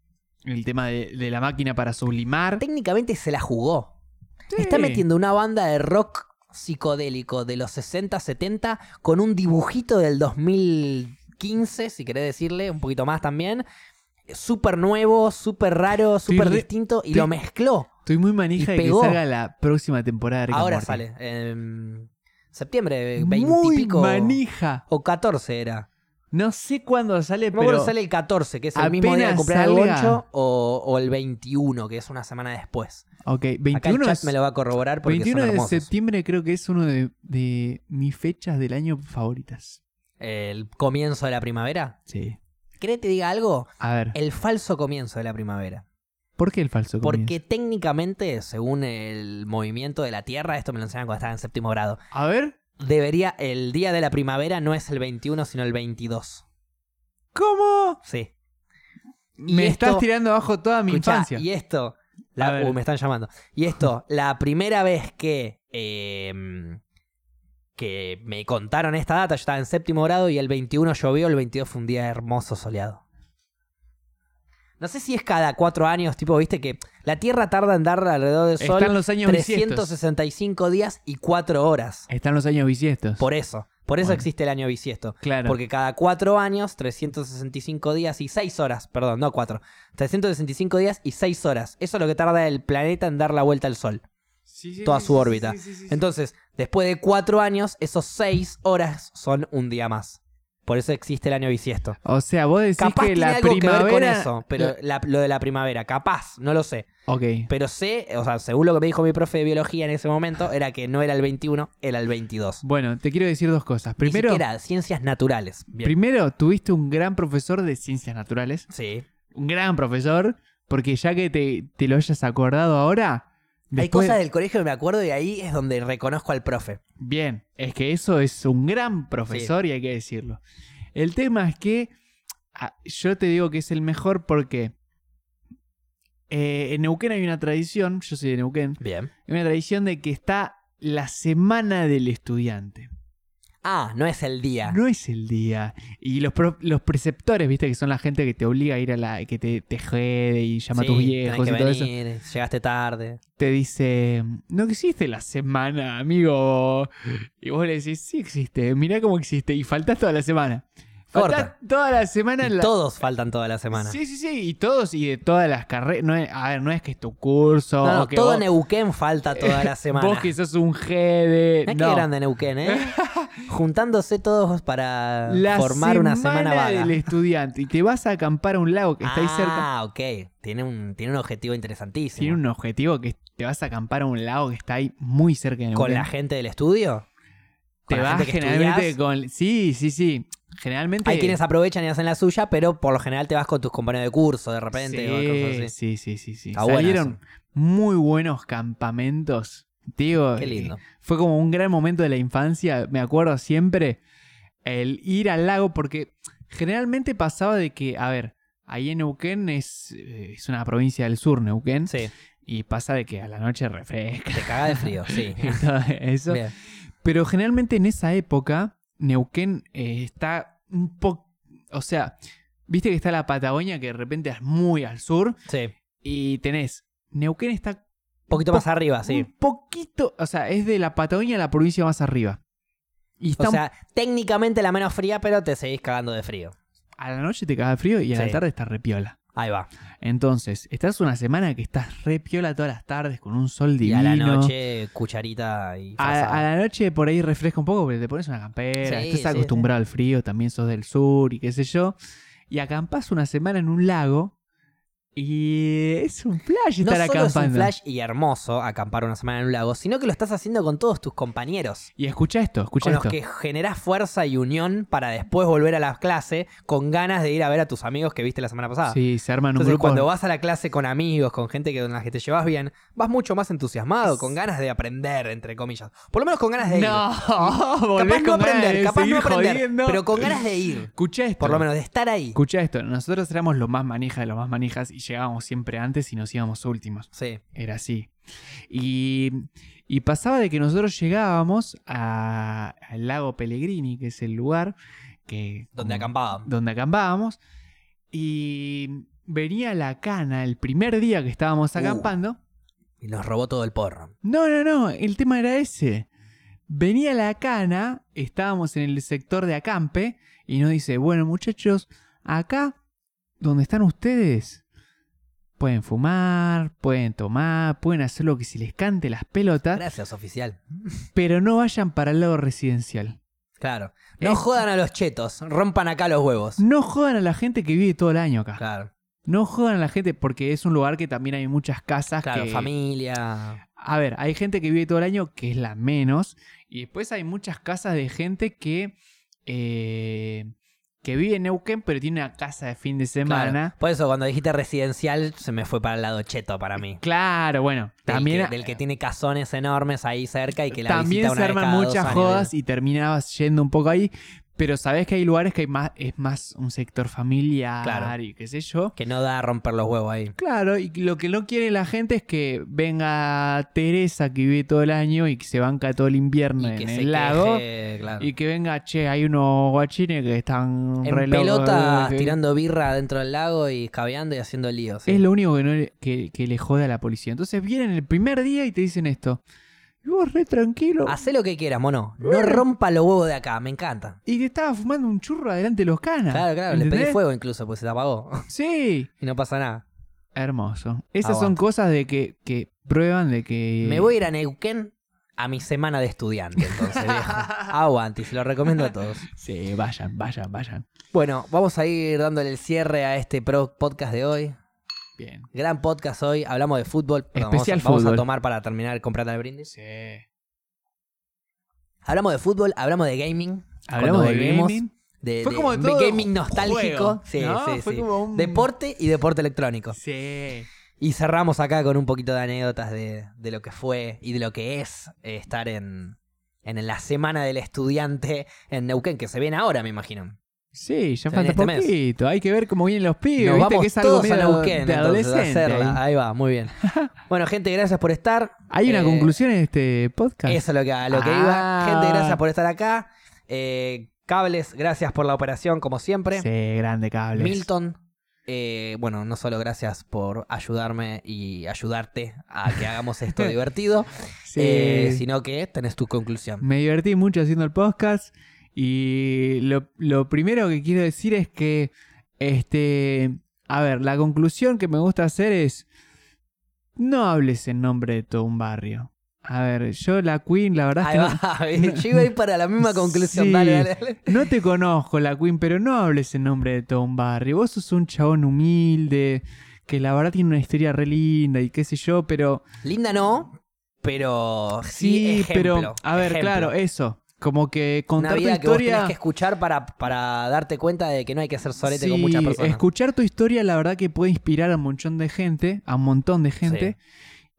el tema de, de la máquina para sublimar. Técnicamente se la jugó. Está Sí. metiendo una banda de rock psicodélico de los 60, 70 con un dibujito del 2015, si querés decirle, un poquito más también. Súper nuevo, súper raro, Estoy súper re- distinto y estoy- lo mezcló. Estoy muy manija Y de que pegó. salga la próxima temporada de Rick and Ahora Morty. sale. En septiembre, 20 Muy y pico. manija. O 14 era. No sé cuándo sale, No me acuerdo pero si sale el 14, que es el mismo día apenas de comprar el salga. goncho, o, o el 21, que es una semana después. Ok, Acá el 21 chat es- me lo va a corroborar porque 21 son de hermosos. septiembre creo que es uno de, de mis fechas del año favoritas. El comienzo de la primavera. Sí. ¿Querés que te diga algo? A ver, El falso comienzo de la primavera. ¿por qué el falso comienzo? Porque técnicamente, según el movimiento de la Tierra, esto me lo enseñaban cuando estaba en séptimo grado, A ver, debería, el día de la primavera no es el 21, sino el 22. ¿cómo? Sí. Y Me esto- estás tirando abajo toda mi Escuchá, infancia. Y esto, A la, ver. uh, me están llamando. Y (laughs) esto, la primera vez que, em, que me contaron esta data, yo estaba en séptimo grado y el 21 llovió, el 22 fue un día hermoso soleado. No sé si es cada cuatro años, tipo, viste que la Tierra tarda en dar alrededor del Sol Están los años bisiestos. 365 días y cuatro horas. Están los años bisiestos. Por eso. Por eso Bueno. existe el año bisiesto. Claro. Porque cada cuatro años, 365 días y 6 horas, perdón, no cuatro 365 días y 6 horas. Eso es lo que tarda el planeta en dar la vuelta al Sol. Sí, sí, toda sí, su sí, órbita. sí, sí, sí, sí. Entonces, después de cuatro años, esos 6 horas son un día más. Por eso existe el año bisiesto. o sea, vos decís Capaz que tiene la algo primavera. que ver con eso, pero la- lo de la primavera, capaz, no lo sé. Ok. Pero sé, o sea, según lo que me dijo mi profe de biología en ese momento, era que no era el 21, era el 22. Bueno, te quiero decir dos cosas. Ni Primero, siquiera ciencias naturales. Bien. primero, tuviste un gran profesor de ciencias naturales. Sí. Un gran profesor. Porque ya que te, te lo hayas acordado ahora. después- Hay cosas del colegio que me acuerdo y ahí es donde reconozco al profe. Bien, es que eso es un gran profesor y hay que decirlo. El tema es que ah, yo te digo que es el mejor porque eh, en Neuquén hay una tradición, yo soy de Neuquén, Bien. hay una tradición de que está la semana del estudiante. Ah, no es el día. No es el día. Y los, pro- los preceptores, viste, que son la gente que te obliga a ir a la. que te, te jode y llama Sí, a tus tenés viejos y que todo eso. venir, Llegaste tarde. Te dice, no existe la semana, amigo. Y vos le decís, sí existe, mirá cómo existe. Y faltás toda la semana. Faltás Corta. toda la semana Y en la. Todos faltan toda la semana. Sí, sí, sí, y todos, y de todas las carreras. No es- a ver, no es que es tu curso. No, no, o que todo vos, Neuquén falta toda la semana. (laughs) vos que sos un jede. Mirá no. qué grande Neuquén, ¿eh? (laughs) Juntándose todos para La formar una semana vaga. del estudiante. Y te vas a acampar a un lago que está ahí cerca. Ah, ok. Tiene un, tiene un objetivo interesantísimo. Tiene un objetivo que es- te vas a acampar a un lago que está ahí muy cerca de ¿Con Neuquén. la gente del estudio? Te ¿Con la vas gente que generalmente estudiás? con. Sí, sí, sí. Generalmente. Hay quienes aprovechan y hacen la suya, pero por lo general te vas con tus compañeros de curso de repente. o cosas así. Sí, sí, sí, sí. sí. Está bueno Salieron muy buenos campamentos. Te Digo, Qué eh, (laughs) lindo. fue como un gran momento de la infancia, me acuerdo siempre, el ir al lago, porque generalmente pasaba de que, a ver, ahí en Neuquén es, eh, es una provincia del sur, Neuquén, Sí, y pasa de que a la noche refresca te cagás de frío, sí. (laughs) y todo eso. Bien. Pero generalmente en esa época, Neuquén eh, está un poco, o sea, viste que está la Patagonia que de repente es muy al sur Sí. Un y tenés, Neuquén está poquito más arriba, sí. un poquito, o sea, es de la Patagonia a la provincia más arriba. Y está O un sea, técnicamente la menos fría, pero te seguís cagando de frío. A la noche te caga de frío y a la Sí. tarde estás re piola. Ahí va. Entonces, estás una semana que estás re piola todas las tardes con un sol Y divino. a la noche, cucharita y A, a frazada. la noche por ahí refresca un poco porque te pones una campera, Sí, sí, estás acostumbrado al frío, también sos del sur y qué sé yo. Y acampás una semana en un lago y es un flash No estar solo acampando. es un flash y hermoso acampar una semana en un lago, sino que lo estás haciendo con todos tus compañeros. Y escucha esto, escucha Con los esto. que generás fuerza y unión para después volver a la clase con ganas de ir a ver a tus amigos que viste la semana pasada. Sí, se arman un Ah. Entonces, grupo. cuando vas a la clase con amigos, con gente que, con la que te llevas bien, vas mucho más entusiasmado, con ganas de aprender, entre comillas. Por lo menos con ganas de ir. No, (laughs) volvés capaz no con ganas aprender, de capaz no seguir aprender, jodiendo. pero con ganas de ir. Escucha esto. Por lo menos de estar ahí. Escucha esto, nosotros éramos los más manijas de los más manijas y llegábamos siempre antes y nos íbamos últimos. Sí. Era así. Y, y pasaba de que nosotros llegábamos a- al lago Pellegrini, que es el lugar que, Donde como- acampaba. donde acampábamos, y venía la cana el primer día que estábamos Uh. acampando. Y nos robó todo el porro. No, no, no, el tema era ese. Venía la cana, estábamos en el sector de acampe, y nos dice, bueno muchachos, acá donde están ustedes, pueden fumar, pueden tomar, pueden hacer lo que se les cante las pelotas, Gracias, oficial. pero no vayan para el lado residencial. Claro. No Es- jodan a los chetos, rompan acá los huevos. No jodan a la gente que vive todo el año acá. Claro, No jodan a la gente porque es un lugar que también hay muchas casas claro, Ah, que... familia. A ver, hay gente que vive todo el año que es la menos. Y después hay muchas casas de gente que. eh, que vive en Neuquén, pero tiene una casa de fin de Claro. semana. Por eso cuando dijiste residencial se me fue para el lado cheto para mí. Claro, bueno. Del También, que- del que tiene casones enormes ahí cerca y que la también visita se una vez arman cada dos muchas años. jodas y terminabas yendo un poco ahí. Pero sabés que hay lugares que hay más, es más un sector familiar Claro. y qué sé yo. Que no da a romper los huevos ahí. Claro, y lo que no quiere la gente es que venga Teresa que vive todo el año y que se banca todo el invierno Y en que se el lago. queje, claro. Y que venga, che, hay unos guachines que están re en locos, pelotas que- tirando birra dentro del lago y caveando y haciendo líos. sí. Es lo único que, no le- que, que le jode a la policía. Entonces vienen el primer día y te dicen esto. Y vos re tranquilo. Hacé lo que quieras, mono. No rompa los huevos de acá, me encanta. Y que estaba fumando un churro adelante de los canas. Claro, claro, le pedí Ah, ¿entendés? fuego incluso, pues se te apagó. (laughs) Sí. y no pasa nada. Hermoso. Esas son Aguante. cosas de que, que prueban de que... Me voy a ir a Neuquén a mi semana de estudiante, entonces, (laughs) viejo. Aguante, y se lo recomiendo a todos. Sí, vayan, vayan, vayan. Bueno, vamos a ir dándole el cierre a este pro- podcast de hoy. Bien. Gran podcast hoy, hablamos de fútbol. Perdón, Especial vamos, a, vamos a fútbol. tomar para terminar comprando el brindis. Sí. Hablamos de fútbol, hablamos de gaming. Hablamos Cuando de volvimos, gaming. De, Fue de- como de todo gaming nostálgico. juego, sí, ¿no? sí, Fue sí. como un- Deporte y deporte electrónico. Sí. Y cerramos acá con un poquito de anécdotas de, de lo que fue y de lo que es eh, estar en, en la semana del estudiante en Neuquén, que se viene ahora, me imagino. Sí, ya Se viene falta este mes. poquito. Hay que ver cómo vienen los pibes. Nos ¿viste? vamos que es algo todos a medio Neuquén de entonces, a adolescente. hacerla. Ahí va, muy (laughs) bien. Bueno, gente, gracias por estar. Hay una Eh, conclusión en este podcast. Eso es lo que, a lo que Ah. iba. Gente, gracias por estar acá. Eh, cables, gracias por la operación, como siempre. Sí, grande cables. Milton, eh, bueno, no solo gracias por ayudarme y ayudarte a que hagamos (laughs) esto divertido, Sí. eh, sino que tenés tu conclusión. Me divertí mucho haciendo el podcast. Y lo, lo primero que quiero decir es que. Este. A ver, la conclusión que me gusta hacer es. No hables en nombre de todo un barrio. A ver, yo la Queen, la verdad es Ahí que no- va, (laughs) yo iba a ir para la (laughs) misma conclusión. Sí. Dale, dale, dale. No te conozco, la Queen, pero no hables en nombre de todo un barrio. Vos sos un chabón humilde, que la verdad tiene una historia re linda y qué sé yo, pero. Linda no, pero sí, Sí, ejemplo, pero. A ver, ejemplo. claro, eso. Como que Una contar tu vida que vos tenés historia. que escuchar para, para darte cuenta de que no hay que hacer solete con Sí, muchas personas. Escuchar tu historia, la verdad que puede inspirar a un montón de gente, a un montón de gente.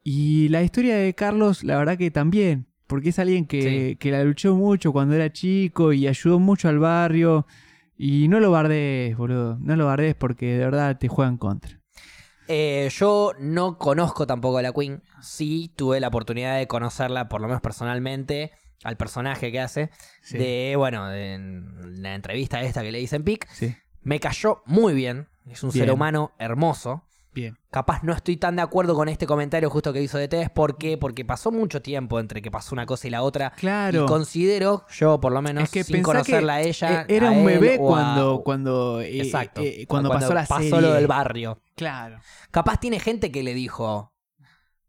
Y la historia de Carlos, la verdad que también, porque es alguien que, que la luchó mucho cuando era chico y ayudó mucho al barrio. Y no lo bardees, boludo. No lo bardees porque de verdad te juegan contra. Eh, yo no conozco tampoco a la Queen. Sí tuve la oportunidad de conocerla, por lo menos personalmente, al personaje que hace. Sí. De, bueno, de- en la entrevista esta que le dicen Pic. Sí. Me cayó muy bien. Es un Bien. ser humano hermoso. Bien. Capaz no estoy tan de acuerdo con este comentario justo que hizo de Tess. ¿Por qué? Porque pasó mucho tiempo entre que pasó una cosa y la otra. Claro. E- Y considero, yo por lo menos, Es que sin pensá conocerla a que ella. Eh, Era a un él bebé o a- cuando, cuando, eh, Exacto. eh, cuando, pasó la serie. lo del barrio. Claro. Capaz tiene gente que le dijo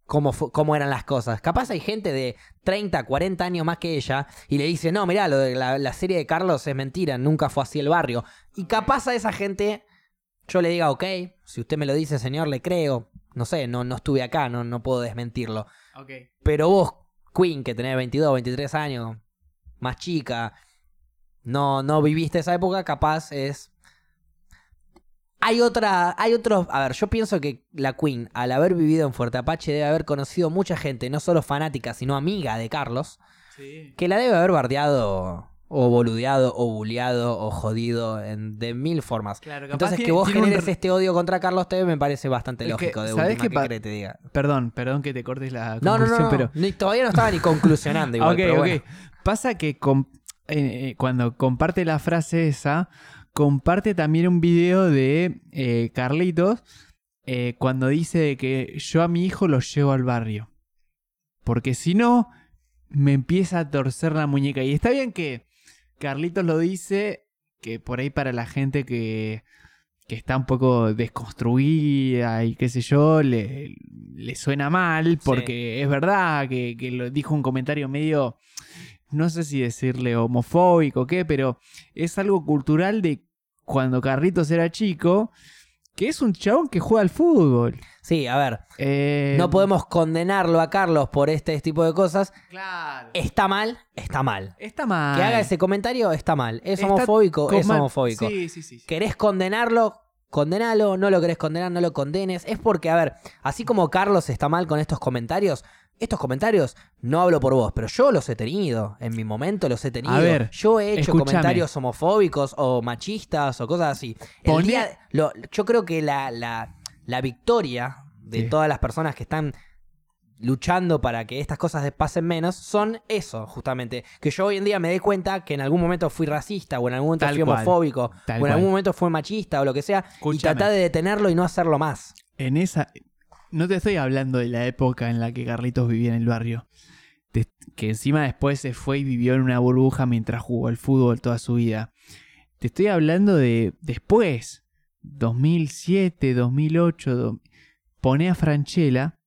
cómo, fu- cómo eran las cosas. Capaz hay gente de 30, 40 años más que ella y le dice, no, mirá, lo de la, la serie de Carlos es mentira, nunca fue así el barrio. Y capaz a esa gente yo le diga, ok, si usted me lo dice, señor, le creo. No sé, no, no estuve acá, no, no puedo desmentirlo. Pero vos, Queen, que tenés 22, 23 años, más chica, no, no viviste esa época, capaz es... Hay otra, hay otros, a ver, yo pienso que la Queen, al haber vivido en Fuerte Apache, debe haber conocido mucha gente, no solo fanática, sino amiga de Carlos, que la debe haber bardeado o boludeado o buleado o jodido en- de mil formas. Claro, Entonces que vos generes este odio contra Carlos TV me parece bastante Es que, lógico, de ¿sabés última qué que pa- querés te diga. Perdón, perdón que te cortes la No, conclusión, no, no, no, pero... ni- todavía no estaba ni (laughs) conclusionando igual, ok, pero ok. bueno. Pasa que com- eh, eh, cuando comparte la frase esa, comparte también un video de eh, Carlitos eh, cuando dice de que yo a mi hijo lo llevo al barrio. Porque si no, me empieza a torcer la muñeca. Y está bien que Carlitos lo dice, que por ahí para la gente que, que está un poco desconstruida y qué sé yo, le, le suena mal, porque es verdad que, que lo dijo un comentario medio, no sé si decirle homofóbico o qué, pero es algo cultural de cuando Carlitos era chico, que es un chabón que juega al fútbol. Sí, a ver, Eh, no podemos condenarlo a Carlos por este tipo de cosas. Claro. Está mal, está mal. Está mal. Que haga ese comentario, está mal. Es Está homofóbico, con es mal- homofóbico. Sí, sí, sí. sí. ¿Querés condenarlo? Condenalo, no lo querés condenar, no lo condenes. Es porque, a ver, así como Carlos está mal con estos comentarios, estos comentarios, no hablo por vos, pero yo los he tenido. En mi momento los he tenido. A ver, yo he hecho escúchame. comentarios homofóbicos o machistas o cosas así. El Poné- día- lo- yo creo que la, la- la victoria de Sí. todas las personas que están luchando para que estas cosas pasen menos son eso, justamente. Que yo hoy en día me dé cuenta que en algún momento fui racista o en algún momento Tal fui cual. homofóbico o Tal en cual. algún momento fue machista o lo que sea, y Escúchame. tratar de detenerlo y no hacerlo más. En esa. No te estoy hablando de la época en la que Carlitos vivía en el barrio. Te- que encima después se fue y vivió en una burbuja mientras jugó al fútbol toda su vida. Te estoy hablando de después. 2007, 2008. do- Poné a Franchella.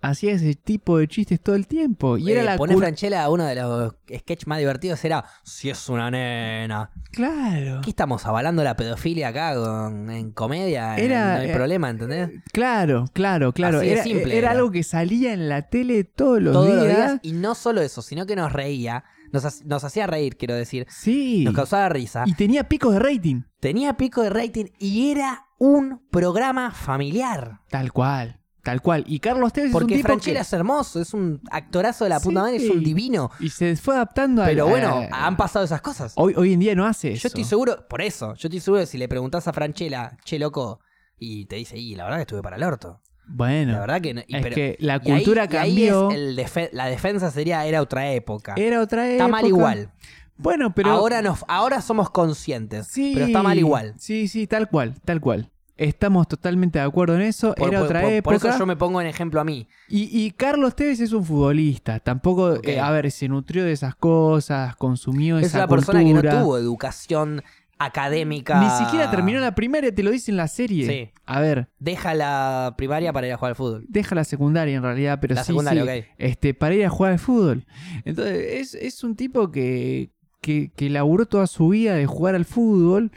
Hacía ese tipo de chistes todo el tiempo. Y era Eh, la poné cul- Franchella, uno de los sketches más divertidos era si es una nena. Claro. Aquí estamos avalando la pedofilia acá con- en comedia, en- Era- no hay eh, problema, ¿entendés? Claro, claro, claro. Así de Era, simple era era. algo que salía en la tele todos los, Todos días. los días, y no solo eso, sino que nos reía, nos, ha- nos hacía reír, quiero decir, Sí. nos causaba risa. Y tenía picos de rating. Tenía pico de rating y era un programa familiar. Tal cual, tal cual. Y Carlos Tevez es un Porque tipo Franchella que- es hermoso, es un actorazo de la puta Sí. Eh. madre, es un divino. Y se fue adaptando a... Pero a- bueno, han pasado esas cosas. Hoy, hoy en día no hace eso. Yo estoy seguro, por eso, yo estoy seguro que si le preguntás a Franchella, che loco, y te dice, y la verdad que estuve para el orto. Bueno, La verdad que no. y es pero- que la y ahí- cultura y ahí cambió. es el defe- la defensa sería, era otra época. Era otra época. Está mal igual. Bueno, pero. ahora, nos, ahora somos conscientes, Sí, pero está mal igual. Sí, sí, tal cual, tal cual. Estamos totalmente de acuerdo en eso. Por, Era por- otra por- por época. eso yo me pongo en ejemplo a mí. Y, y Carlos Tevez es un futbolista. Tampoco, Ok. eh, a ver, se nutrió de esas cosas, consumió Es esa una persona que no cultura. tuvo educación académica. Ni siquiera terminó la primaria, te lo dice en la serie. Sí. A ver, Deja la primaria para ir a jugar al fútbol. deja la secundaria en realidad, pero La sí, secundaria, sí, ok. este, para ir a jugar al fútbol. Entonces, es, es un tipo que, que, que laburó toda su vida de jugar al fútbol.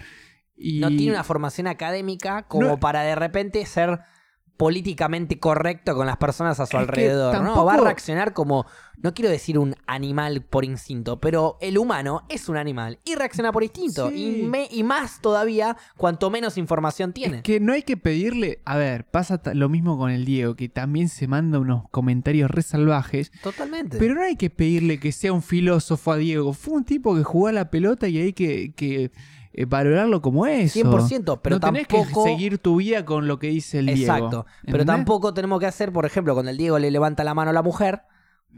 Y No tiene una formación académica como No- para de repente ser políticamente correcto con las personas a su Es que alrededor. tampoco- No, va a reaccionar como, no quiero decir un animal por instinto, pero el humano es un animal y reacciona por instinto. Sí. Y, me- y más todavía cuanto menos información tiene. Es que no hay que pedirle. A ver, pasa ta- lo mismo con el Diego, que también se manda unos comentarios re salvajes. Totalmente. Pero no hay que pedirle que sea un filósofo a Diego. Fue un tipo que jugó a la pelota y hay que, que, eh, valorarlo como eso. 100%, pero no tenés tampoco... que seguir tu vida con lo que dice el Diego. Exacto. Pero ¿entendés? tampoco tenemos que hacer, por ejemplo, cuando el Diego le levanta la mano a la mujer,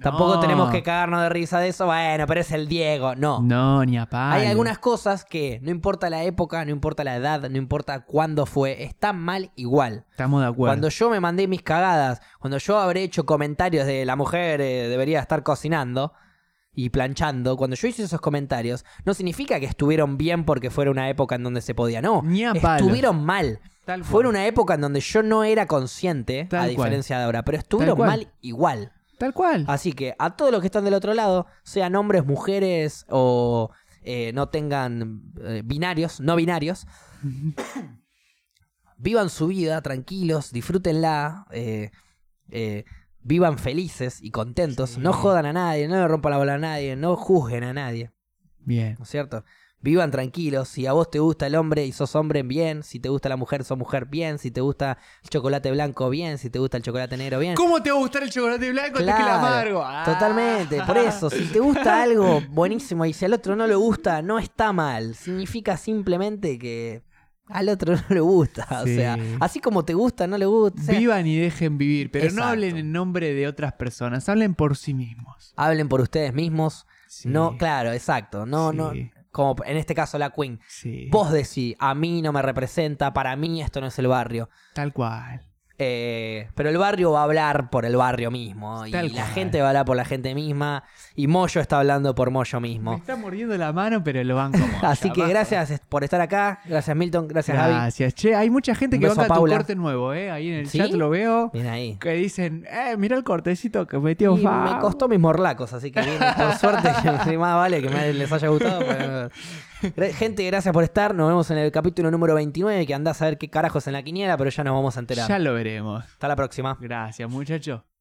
tampoco No. tenemos que cagarnos de risa de eso. Bueno, pero es el Diego. No. No, ni a palo. Hay algunas cosas que no importa la época, no importa la edad, no importa cuándo fue, están mal igual. Estamos de acuerdo. Cuando yo me mandé mis cagadas, cuando yo habré hecho comentarios de la mujer eh, debería estar cocinando y planchando, cuando yo hice esos comentarios, no significa que estuvieron bien porque fuera una época en donde se podía, no. Ni a palo. Estuvieron mal. Tal cual. Fue en una época en donde yo no era consciente, Tal a cual. diferencia de ahora, pero estuvieron cual. mal igual. Tal cual. Así que a todos los que están del otro lado, sean hombres, mujeres o eh, no tengan eh, binarios, no binarios, vivan su vida tranquilos, disfrútenla, eh, eh, vivan felices y contentos, Sí. no jodan a nadie, no le rompan la bola a nadie, no juzguen a nadie, Bien. ¿no es cierto? Vivan tranquilos, si a vos te gusta el hombre y sos hombre, bien, si te gusta la mujer, sos mujer, bien, si te gusta el chocolate blanco, bien, si te gusta el chocolate negro, bien. ¿Cómo te va a gustar el chocolate blanco? Te que el Claro, amargo. Ah. Totalmente, por eso, si te gusta algo buenísimo y si al otro no le gusta, no está mal. Significa simplemente que al otro (laughs) no le gusta. Sí. O sea, así como te gusta, no le gusta. o sea, (laughs) Vivan y dejen vivir, pero no Exacto. hablen en nombre de otras personas, hablen por sí mismos. hablen por ustedes mismos. Sí, No, claro, exacto. No, Sí. no. Como en este caso la Queen. sí, Vos decís, a mí no me representa, para mí esto no es el barrio. Tal cual. Eh, pero el barrio va a hablar por el barrio mismo. Y Tal la cual. gente va a hablar por la gente misma. Y Moyo está hablando por Moyo mismo. Me está mordiendo la mano, pero lo van como. (laughs) Así que gracias est- por estar acá. Gracias, Milton. Gracias, Gaby. Gracias, che. Hay mucha gente Un que beso a banca tu Paula. corte nuevo, ¿eh? Ahí en el ¿Sí? chat lo veo. Bien ahí. Que dicen, eh, mirá el cortecito que metió Y Fabo". me costó mis morlacos, así que bien, por (laughs) suerte, que más vale que más les haya gustado. pero- Gra- Gente, gracias por estar. Nos vemos en el capítulo número 29, que andás a ver qué carajos en la quiniela, pero ya nos vamos a enterar. Ya lo veremos. Hasta la próxima. Gracias, muchachos.